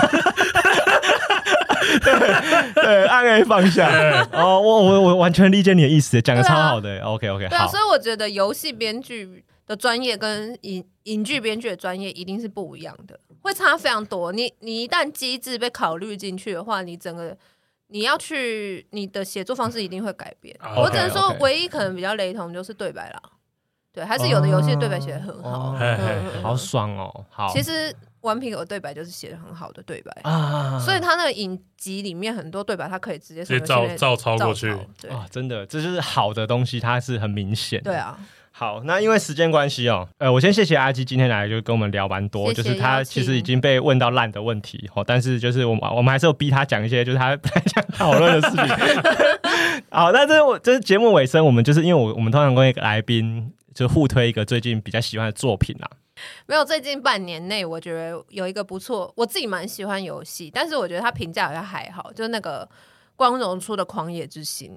Speaker 1: 对对，暗黑放下。哦，我我我完全理解你的意思，讲的
Speaker 3: 对
Speaker 1: 超
Speaker 3: 啊
Speaker 1: 好的。OK OK，
Speaker 3: 对啊，
Speaker 1: 好
Speaker 3: 所，以我觉得游戏编剧的专业跟影影剧编剧的专业一定是不一样的，会差非常多。你你一旦机制被考虑进去的话，你整个你要去你的写作方式一定会改变。
Speaker 2: 啊
Speaker 3: 我只能说，
Speaker 1: OK，OK
Speaker 3: 唯一可能比较雷同就是对白啦，对，还是有的游戏的对白写的很好，
Speaker 1: 哦
Speaker 2: 嘿嘿
Speaker 3: 嗯嗯嗯
Speaker 1: 好爽哦，好。
Speaker 3: 其实《顽皮狗》的对白就是写的很好的对白。
Speaker 1: 啊，
Speaker 3: 所以他那个影集里面很多对白，他可以直接
Speaker 2: 直接
Speaker 3: 从游
Speaker 2: 照
Speaker 3: 戏内
Speaker 2: 照抄
Speaker 3: 照
Speaker 2: 过去哦
Speaker 3: 抄，对
Speaker 1: 啊，真的，这就是好的东西，它是很明显。
Speaker 3: 对。啊，
Speaker 1: 好，那因为时间关系哦，呃，我先谢谢阿基今天来就跟我们聊蛮多，
Speaker 3: 谢谢
Speaker 1: 就是他
Speaker 3: 邀请
Speaker 1: 其实已经被问到烂的问题哦，但是就是我们我们还是有逼他讲一些就是他他想讨论的事情。好，那这是我这是节目尾声，我们就是因为我我们通常跟一个来宾就互推一个最近比较喜欢的作品啦。
Speaker 3: 没有，最近半年内，我觉得有一个不错，我自己蛮喜欢游戏，但是我觉得它评价好像还好，就是那个光荣出的《狂野之心》，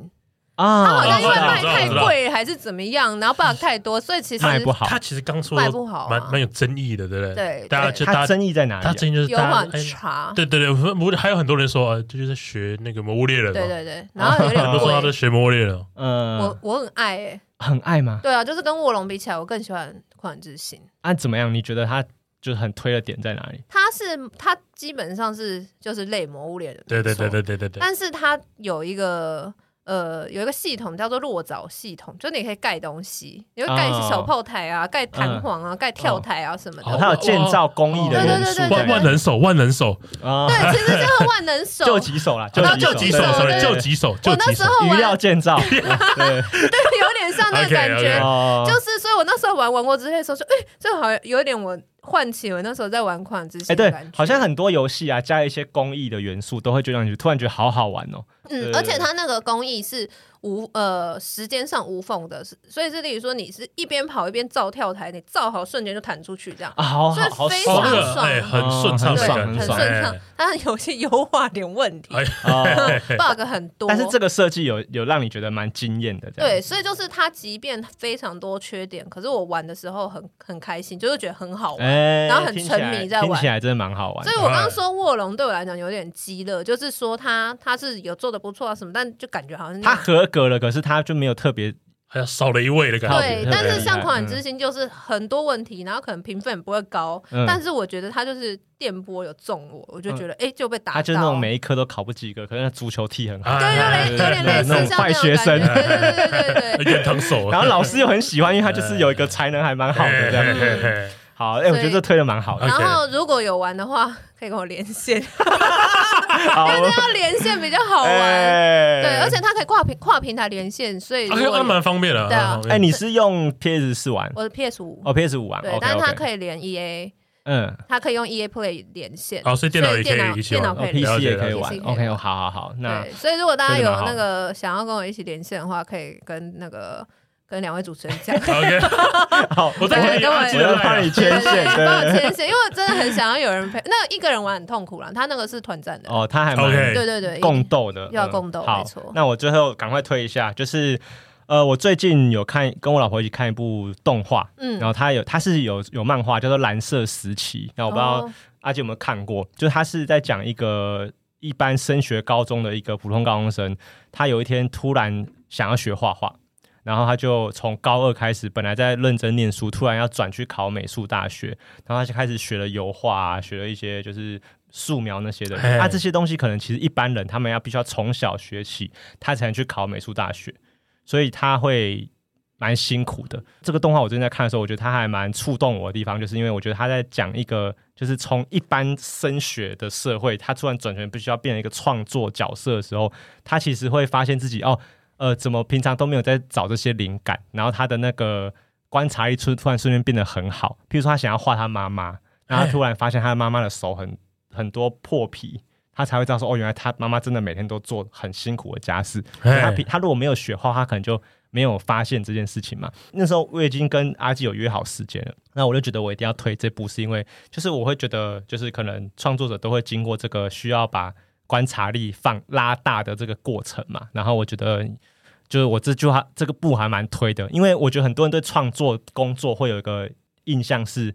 Speaker 1: 啊，
Speaker 3: 它好像因为
Speaker 2: 我知道
Speaker 3: 卖
Speaker 2: 我知道
Speaker 3: 太
Speaker 2: 我知道
Speaker 3: 贵还是怎么样，然后 bug 太多，所以其实
Speaker 1: 卖不好
Speaker 2: 他，其实刚出
Speaker 3: 卖不好啊
Speaker 2: 蛮蛮有争议的，对不对？
Speaker 3: 对
Speaker 2: 大家
Speaker 3: 对
Speaker 2: 就
Speaker 1: 它
Speaker 2: 大家
Speaker 1: 争议在哪里、
Speaker 2: 他
Speaker 1: 啊？
Speaker 2: 争议就是
Speaker 3: 有
Speaker 2: 大
Speaker 3: 很
Speaker 2: 家哎
Speaker 3: 差。
Speaker 2: 对对对，我们还有很多人说，呃这就是在学那个《魔物猎人》嘛，
Speaker 3: 对对对，然后
Speaker 2: <laughs>
Speaker 3: 有点
Speaker 2: 很多说他在
Speaker 3: 贵。
Speaker 2: 学《魔物猎人》哦，
Speaker 1: 嗯、
Speaker 3: 我我很爱欸
Speaker 1: 很爱吗？
Speaker 3: 对啊，就是跟卧龙比起来，我更喜欢《狂野之心》。
Speaker 1: 啊，怎么样？你觉得他就是很推的点在哪里？
Speaker 3: 它是它基本上是就是类魔物猎人，
Speaker 2: 对对
Speaker 3: 没错
Speaker 2: 对对对对对，
Speaker 3: 但是它有一个呃有一个系统叫做落藻系统，就你可以盖东西，你会盖一些
Speaker 1: 哦
Speaker 3: 小炮台啊、盖弹簧啊、盖跳台啊什么的。
Speaker 2: 嗯哦
Speaker 1: 他有建造工艺的
Speaker 3: 哦
Speaker 1: 元素
Speaker 3: 对对对
Speaker 1: 在
Speaker 2: 万
Speaker 1: 里面
Speaker 2: 万能手，万能手，
Speaker 1: 啊，
Speaker 3: <laughs> 对，其实就是万能手。
Speaker 1: 就几手啦，
Speaker 3: 那
Speaker 2: 就
Speaker 3: 就
Speaker 2: 几
Speaker 3: 几
Speaker 2: 手
Speaker 3: 啊手
Speaker 2: ，sorry，
Speaker 3: 对
Speaker 2: 就几手，就
Speaker 3: 我那
Speaker 2: 几
Speaker 3: 时
Speaker 2: 手。
Speaker 3: 候
Speaker 1: 鱼
Speaker 3: 玩，
Speaker 1: 料建造，对，
Speaker 3: 对， <laughs> 有点像那个感
Speaker 2: <laughs> OK，OK
Speaker 3: 觉。
Speaker 1: 哦，
Speaker 3: 就是，所以我那时候玩《王国之泪》的时候，就哎、这好像有点我唤起我那时候在玩《狂野之
Speaker 1: 哎，
Speaker 3: 心》的
Speaker 1: 对
Speaker 3: 感觉。，
Speaker 1: 好像很多游戏啊，加一些工艺的元素，都会就让你突然觉得好好玩哦。对对
Speaker 3: 嗯，而且它那个工艺是无呃时间上无缝的，是所以是例如说你是一边跑一边造跳台，你造好瞬间就弹出去这样。
Speaker 1: 啊，好
Speaker 3: 所以
Speaker 1: 好好
Speaker 3: 非
Speaker 2: 哦，
Speaker 1: 爽
Speaker 2: 那
Speaker 3: 常
Speaker 2: 个
Speaker 3: 爽
Speaker 2: 哎，很顺畅
Speaker 1: 很
Speaker 2: 的
Speaker 3: 对，
Speaker 1: 爽
Speaker 2: 感
Speaker 3: 很
Speaker 2: 觉，
Speaker 1: 爽
Speaker 3: 顺畅
Speaker 2: 哎。
Speaker 3: 但是有些优化点问题嗯
Speaker 2: 哎
Speaker 1: 哦！
Speaker 3: <laughs>，bug 很多。
Speaker 1: 但是这个设计有有让你觉得蛮惊艳的，这样
Speaker 3: 对，所以就是它即便非常多缺点，可是我玩的时候很很开心，就是觉得很好玩。
Speaker 1: 哎，
Speaker 3: 然后很
Speaker 1: 听起来
Speaker 3: 沉迷在玩
Speaker 1: 听起来真的蛮好玩
Speaker 3: 所以。我刚刚说卧龙对我来讲有点鸡肋，就是说它它是有做的不错啊什么，但就感觉好像
Speaker 1: 它合格了，可是它就没有特别
Speaker 2: 好像少了一位的感
Speaker 1: 好
Speaker 2: 觉。
Speaker 3: 对
Speaker 1: 特别，
Speaker 3: 但
Speaker 1: 厉
Speaker 3: 是
Speaker 1: 害
Speaker 3: 像《狂
Speaker 1: 嗯
Speaker 3: 野之心》就是很多问题，然后可能评分也不会高，
Speaker 1: 嗯
Speaker 3: 但是我觉得它就是电波有中我，我就觉得哎、诶就被打到，
Speaker 1: 他就是那种每一科都考不及格，可是他足球踢很好，
Speaker 2: 啊
Speaker 3: 对，有点有点类似
Speaker 1: 那种
Speaker 3: 像
Speaker 1: 坏
Speaker 3: 那
Speaker 1: 学
Speaker 3: 种
Speaker 1: 生
Speaker 3: 感觉，对对对对
Speaker 1: <laughs>
Speaker 3: 对对。
Speaker 2: 远藤哎手，啊哎
Speaker 1: 然后老师又很喜欢，因为他就是有一个才能还蛮好的这
Speaker 2: 嘿
Speaker 1: 样。
Speaker 2: 嘿嘿
Speaker 1: 好，哎，我觉得这推的蛮好的。
Speaker 3: <laughs>
Speaker 2: OK
Speaker 3: 然后如果有玩的话，可以跟我连
Speaker 1: <laughs>
Speaker 3: 线，因
Speaker 1: 好，
Speaker 3: 为这要连线比较哎好玩。
Speaker 1: 哎
Speaker 3: 对，而且它可以跨平跨平台连线，所以
Speaker 2: 啊
Speaker 3: 如
Speaker 2: 可以
Speaker 3: 果
Speaker 2: 那蛮方便的。
Speaker 3: 对啊
Speaker 2: 蛮方便
Speaker 1: 哎，你是用 PS 四玩
Speaker 3: 我的 PS 五，
Speaker 1: 哦，PS 五玩
Speaker 3: 对
Speaker 1: ，OK，，
Speaker 3: 但是它
Speaker 1: OK
Speaker 3: 可以连 EA，
Speaker 1: 嗯，
Speaker 3: 它可以用 EA Play 连线，
Speaker 2: 哦，所以电脑也可
Speaker 3: 所以电脑
Speaker 2: 以一起玩
Speaker 3: 电脑
Speaker 1: 哦
Speaker 3: 可以
Speaker 2: 了
Speaker 1: ，PC
Speaker 2: 解
Speaker 1: 也可以
Speaker 2: 了解
Speaker 1: 玩。
Speaker 3: PC 可以
Speaker 1: OK，
Speaker 3: 玩
Speaker 1: 好好好，那
Speaker 3: 对，所以如果大家
Speaker 1: 这个
Speaker 3: 有
Speaker 1: 蛮好
Speaker 3: 那个想要跟我一起连线的话，可以跟那个跟两位主持人讲。
Speaker 2: OK，
Speaker 1: 好，
Speaker 2: 啊我再回你阿基
Speaker 1: 我
Speaker 2: 的
Speaker 1: 要
Speaker 2: 赖
Speaker 1: 帮你
Speaker 2: 啊。
Speaker 3: <laughs>
Speaker 1: 牵线，
Speaker 3: 对，帮我
Speaker 1: 对。
Speaker 3: 牵线，因为我真的很想要有人陪。那一个人玩很痛苦啦，他那个是团战的，
Speaker 1: 哦，他还蛮
Speaker 2: OK
Speaker 3: 对对对，
Speaker 1: 共斗的，
Speaker 3: 要
Speaker 1: 嗯
Speaker 3: 共斗
Speaker 1: 好
Speaker 3: 没错
Speaker 1: 那我最后赶快推一下，就是呃，我最近有看跟我老婆一起看一部动画，
Speaker 3: 嗯
Speaker 1: 然，后它有它是有有漫画叫做《蓝色时期》，那我不知道
Speaker 3: 哦
Speaker 1: 阿杰有没有看过，就是他是在讲一个一般升学高中的一个普通高中生，他有一天突然想要学画画，然后他就从高二开始，本来在认真念书，突然要转去考美术大学，然后他就开始学了油画啊，学了一些就是素描那些的。啊
Speaker 2: 嘿
Speaker 1: 他这些东西可能其实一般人他们要必须要从小学起，他才能去考美术大学，所以他会蛮辛苦的。这个动画我最近在看的时候，我觉得它还蛮触动我的地方，就是因为我觉得他在讲一个，就是从一般升学的社会，他突然转成必须要变成一个创作角色的时候，他其实会发现自己哦，呃，怎么平常都没有在找这些灵感，然后他的那个观察力突突然瞬间变得很好。譬如说，他想要画他妈妈，然后他突然发现他的妈妈的手很很多破皮，他才会知道说，哦，原来他妈妈真的每天都做很辛苦的家事。可是他
Speaker 2: 哎
Speaker 1: 平他如果没有学画，他可能就没有发现这件事情嘛。那时候我已经跟阿基有约好时间了，那我就觉得我一定要推这部，是因为就是我会觉得，就是可能创作者都会经过这个需要把观察力放拉大的这个过程嘛。然后我觉得，就是我这句话这个步还蛮推的，因为我觉得很多人对创作工作会有一个印象是，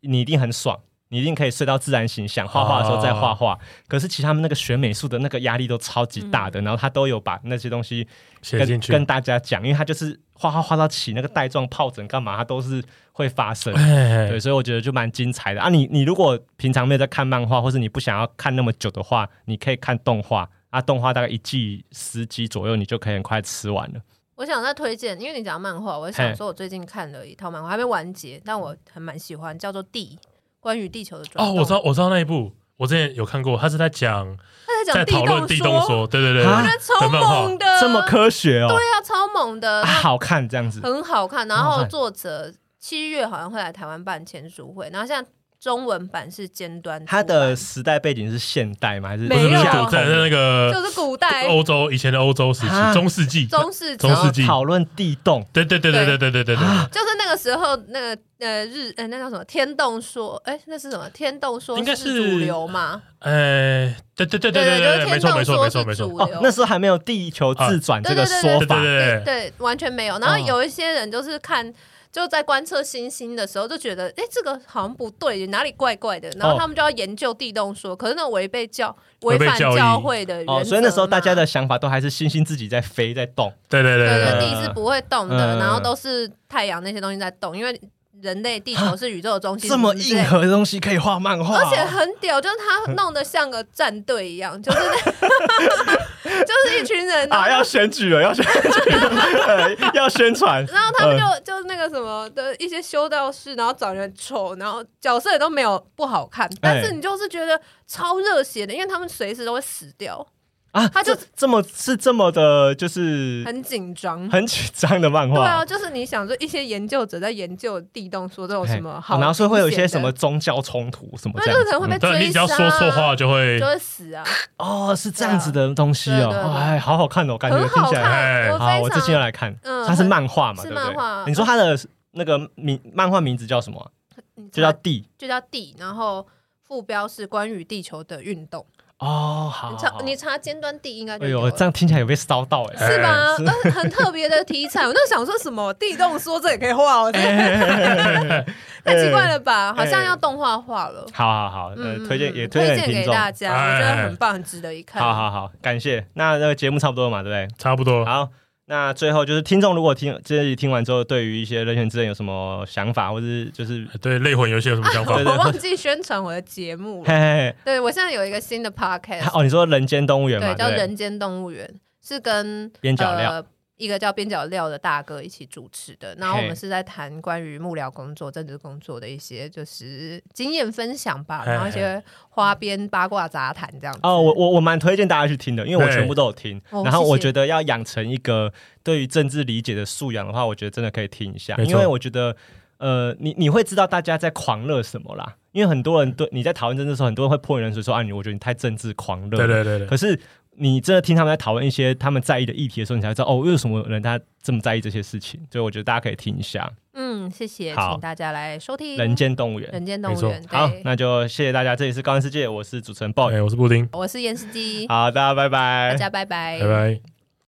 Speaker 1: 你一定很爽。你一定可以睡到自然醒，想画画的时候再画
Speaker 2: 啊
Speaker 1: 画。可是其实他们那个学美术的那个压力都超级大的，然后他都有把那些东西
Speaker 2: 写进
Speaker 1: 跟
Speaker 2: 去
Speaker 1: 跟，大家讲，因为他就是画画画到起那个带状疱疹干嘛，它都是会发生。
Speaker 2: 哎
Speaker 1: 对，，所以我觉得就蛮精彩的啊！你你如果平常没有在看漫画，或是你不想要看那么久的话，你可以看动画啊，动画大概一季十集左右，你就可以很快吃完了。
Speaker 3: 我想再推荐，因为你讲到漫画，我想说我最近看了一套漫画，还没完结，但我还蛮喜欢，叫做《地》，关于地球的转
Speaker 2: 哦，
Speaker 3: 动。
Speaker 2: 我知道，，我知道那一部，我之前有看过，他是在讲
Speaker 3: 他
Speaker 2: 在
Speaker 3: 在讲
Speaker 2: 讨论地动
Speaker 3: 动说，
Speaker 2: 说，对对对，
Speaker 1: 啊
Speaker 3: 我觉得超
Speaker 2: 的漫画
Speaker 3: 猛的，
Speaker 1: 这么科学哦，
Speaker 3: 呃对啊，超猛的
Speaker 1: 啊，，好看这样子
Speaker 3: 很好看。然
Speaker 1: 很好
Speaker 3: 后
Speaker 1: 看
Speaker 3: 作者七月好像会来台湾办签书会，然后现在中文版是尖端出版，
Speaker 1: 它的时代背景是现代吗？还是
Speaker 3: 没
Speaker 2: 不是不是
Speaker 3: 有
Speaker 1: 架
Speaker 2: 古
Speaker 1: 空
Speaker 2: 在在那个
Speaker 3: 就是古代
Speaker 2: 欧洲以前的欧洲时期，
Speaker 1: 啊
Speaker 2: 中世纪，
Speaker 3: 中世纪
Speaker 2: 呃中。世纪，
Speaker 1: 讨论地动
Speaker 2: 对对对对对对对对对，
Speaker 3: 就是那个时候，那个呃日呃那叫什么天动说，哎、那是什么天动说
Speaker 2: 应该是
Speaker 3: 主流嘛？
Speaker 2: 哎，对对对对
Speaker 3: 对
Speaker 2: 对
Speaker 3: 就是
Speaker 2: 没
Speaker 3: 天
Speaker 2: 错没
Speaker 3: 动
Speaker 2: 错
Speaker 3: 说
Speaker 2: 没
Speaker 3: 是
Speaker 2: 错没错，
Speaker 3: 主
Speaker 1: 哦
Speaker 3: 流。，
Speaker 1: 那时候还没有地球自转这个说
Speaker 2: 对
Speaker 1: 法
Speaker 2: 对嗯对，
Speaker 3: 对，完全没有。然后有一些人就是看，就在观测星星的时候，就觉得哎、诶这个好像不对，哪里怪怪的。然后他们就要研究地动说，可是那违背教
Speaker 2: 哦违
Speaker 3: 违
Speaker 2: 背
Speaker 3: 反
Speaker 2: 教义
Speaker 3: 教会的原则嘛、
Speaker 1: 哦，所以那时候大家的想法都还是星星自己在飞在动。
Speaker 2: 对对对
Speaker 3: 对
Speaker 2: 对
Speaker 3: 对
Speaker 2: 对，
Speaker 3: 地是不会动的，
Speaker 1: 嗯
Speaker 3: 然后都是太阳那些东西在动，因为人类地球是宇宙的中心，
Speaker 1: 啊这么
Speaker 3: 是不是之类
Speaker 1: 硬
Speaker 3: 的
Speaker 1: 核的东西可以画漫画哦、
Speaker 3: 而且很屌，就是他弄得像个战队一样，就是
Speaker 1: <laughs>
Speaker 3: 那就是一群人，
Speaker 1: 啊，要选举了，要选举了，呃
Speaker 3: <laughs>
Speaker 1: 要宣传。
Speaker 3: 然后他们就、
Speaker 1: 嗯
Speaker 3: 就是那个什么的一些修道士，然后长得很丑，然后角色也都没有不好看，
Speaker 1: 哎
Speaker 3: 但是你就是觉得超热血的，因为他们随时都会死掉，
Speaker 1: 啊，
Speaker 3: 他就
Speaker 1: 这这么是这么的，就是
Speaker 3: 很紧张。
Speaker 1: 很紧张的漫画。
Speaker 3: 对啊，就是你想说一些研究者在研究地洞，说这种
Speaker 1: 嘿哦
Speaker 3: 什么好，
Speaker 1: 啊然后所以会有一些什么，宗教冲突什么这
Speaker 3: 对，就
Speaker 1: 样
Speaker 3: 是
Speaker 1: 子嗯
Speaker 3: 可能会被
Speaker 2: 对你
Speaker 3: 追
Speaker 2: 只要
Speaker 3: 杀，
Speaker 2: 说错话就会
Speaker 3: 就，会死啊，
Speaker 1: 哦，是这样子的东西
Speaker 3: 对
Speaker 1: 哦
Speaker 3: 啊对啊对，啊
Speaker 1: 哎，好好看哦，感觉
Speaker 3: 很
Speaker 1: 听
Speaker 3: 好
Speaker 1: 起来
Speaker 2: 哎
Speaker 3: 看。我
Speaker 1: 好，我
Speaker 3: 非
Speaker 1: 最近要
Speaker 3: 常
Speaker 1: 来看，
Speaker 3: 嗯
Speaker 1: 它是漫画嘛，
Speaker 3: 是
Speaker 1: 对不对
Speaker 3: 漫画
Speaker 1: 你说它的那个名漫画名字叫什么啊？就叫地
Speaker 3: 就叫地，然后副标是关于地球的运动。
Speaker 1: 哦，好
Speaker 3: 你
Speaker 1: 好好
Speaker 3: 查你查尖端地应该就
Speaker 1: 哎
Speaker 3: 有
Speaker 1: 呦，
Speaker 3: 了。
Speaker 1: 这样听起来有被烧到哎，
Speaker 3: 是吧？
Speaker 1: 是
Speaker 3: <laughs> 呃很特别的题材，我那想说什么地动说这也可以画
Speaker 1: <laughs>
Speaker 3: 哦，这
Speaker 1: 哎
Speaker 3: 太奇怪了吧？好像要动画化了。
Speaker 1: <laughs> 好好好，哎呃，
Speaker 3: 嗯，
Speaker 1: 推荐也
Speaker 3: 嗯推
Speaker 1: 荐
Speaker 3: 荐
Speaker 1: 听
Speaker 3: 给
Speaker 1: 众。
Speaker 3: 大家，嗯
Speaker 2: 哎
Speaker 3: 我觉得很棒，很值得一看。
Speaker 1: 好好好，感谢。那那个节目差不多了嘛，对不对？
Speaker 2: 差不多，
Speaker 1: 好，那最后就是听众如果听这里听完之后，对于一些人选之人有什么想法，或是就是
Speaker 2: 哎对类魂游戏有什么想法？
Speaker 1: 对对
Speaker 3: 我忘记宣传我的节目
Speaker 1: <laughs> 嘿
Speaker 3: 了。
Speaker 1: 嘿
Speaker 3: 对我现在有一个新的
Speaker 1: 嘿，
Speaker 3: podcast，
Speaker 1: 哦，你说人间动物园嘛，
Speaker 3: 对，叫《
Speaker 1: 对不
Speaker 3: 人间动物园》，是跟
Speaker 1: 边角料
Speaker 3: 呃一个叫边角料的大哥一起主持的。然后我
Speaker 1: 嘿
Speaker 3: 们是在谈关于幕僚工作、政治工作的一些就是经验分享吧，
Speaker 2: 嘿嘿
Speaker 3: 然后一些花边八卦杂谈这样子。
Speaker 1: 哦，我我我蛮推荐大家去听的，因为我
Speaker 2: 对
Speaker 1: 全部都有听。
Speaker 3: 呃哦
Speaker 1: 然后我
Speaker 3: 谢谢
Speaker 1: 觉得要养成一个对于政治理解的素养的话，我觉得真的可以听一下，
Speaker 2: 没错
Speaker 1: 因为我觉得呃，你你会知道大家在狂热什么啦。因为很多人对你在讨论政治的时候，很多人会泼你冷水说啊，你我觉得你太政治狂热了。
Speaker 2: 对对对对，
Speaker 1: 可是你真的听他们在讨论一些他们在意的议题的时候，你才会知道哦，为什么人他这么在意这些事情。所以我觉得大家可以听一下
Speaker 3: 嗯，谢谢，
Speaker 1: 好
Speaker 3: 请大家来收听
Speaker 1: 《
Speaker 3: 《
Speaker 1: 人间动物园》。
Speaker 3: 人间动
Speaker 2: 没
Speaker 3: 物
Speaker 2: 错
Speaker 3: 园》
Speaker 1: 好，
Speaker 3: 对，
Speaker 1: 那就谢谢大家，这里是高玩世界，我是主持人 Boy。
Speaker 2: 哎，我是布丁，
Speaker 3: 我是严司机，
Speaker 1: 好，大家拜拜，
Speaker 3: 大家拜拜，
Speaker 2: 拜拜。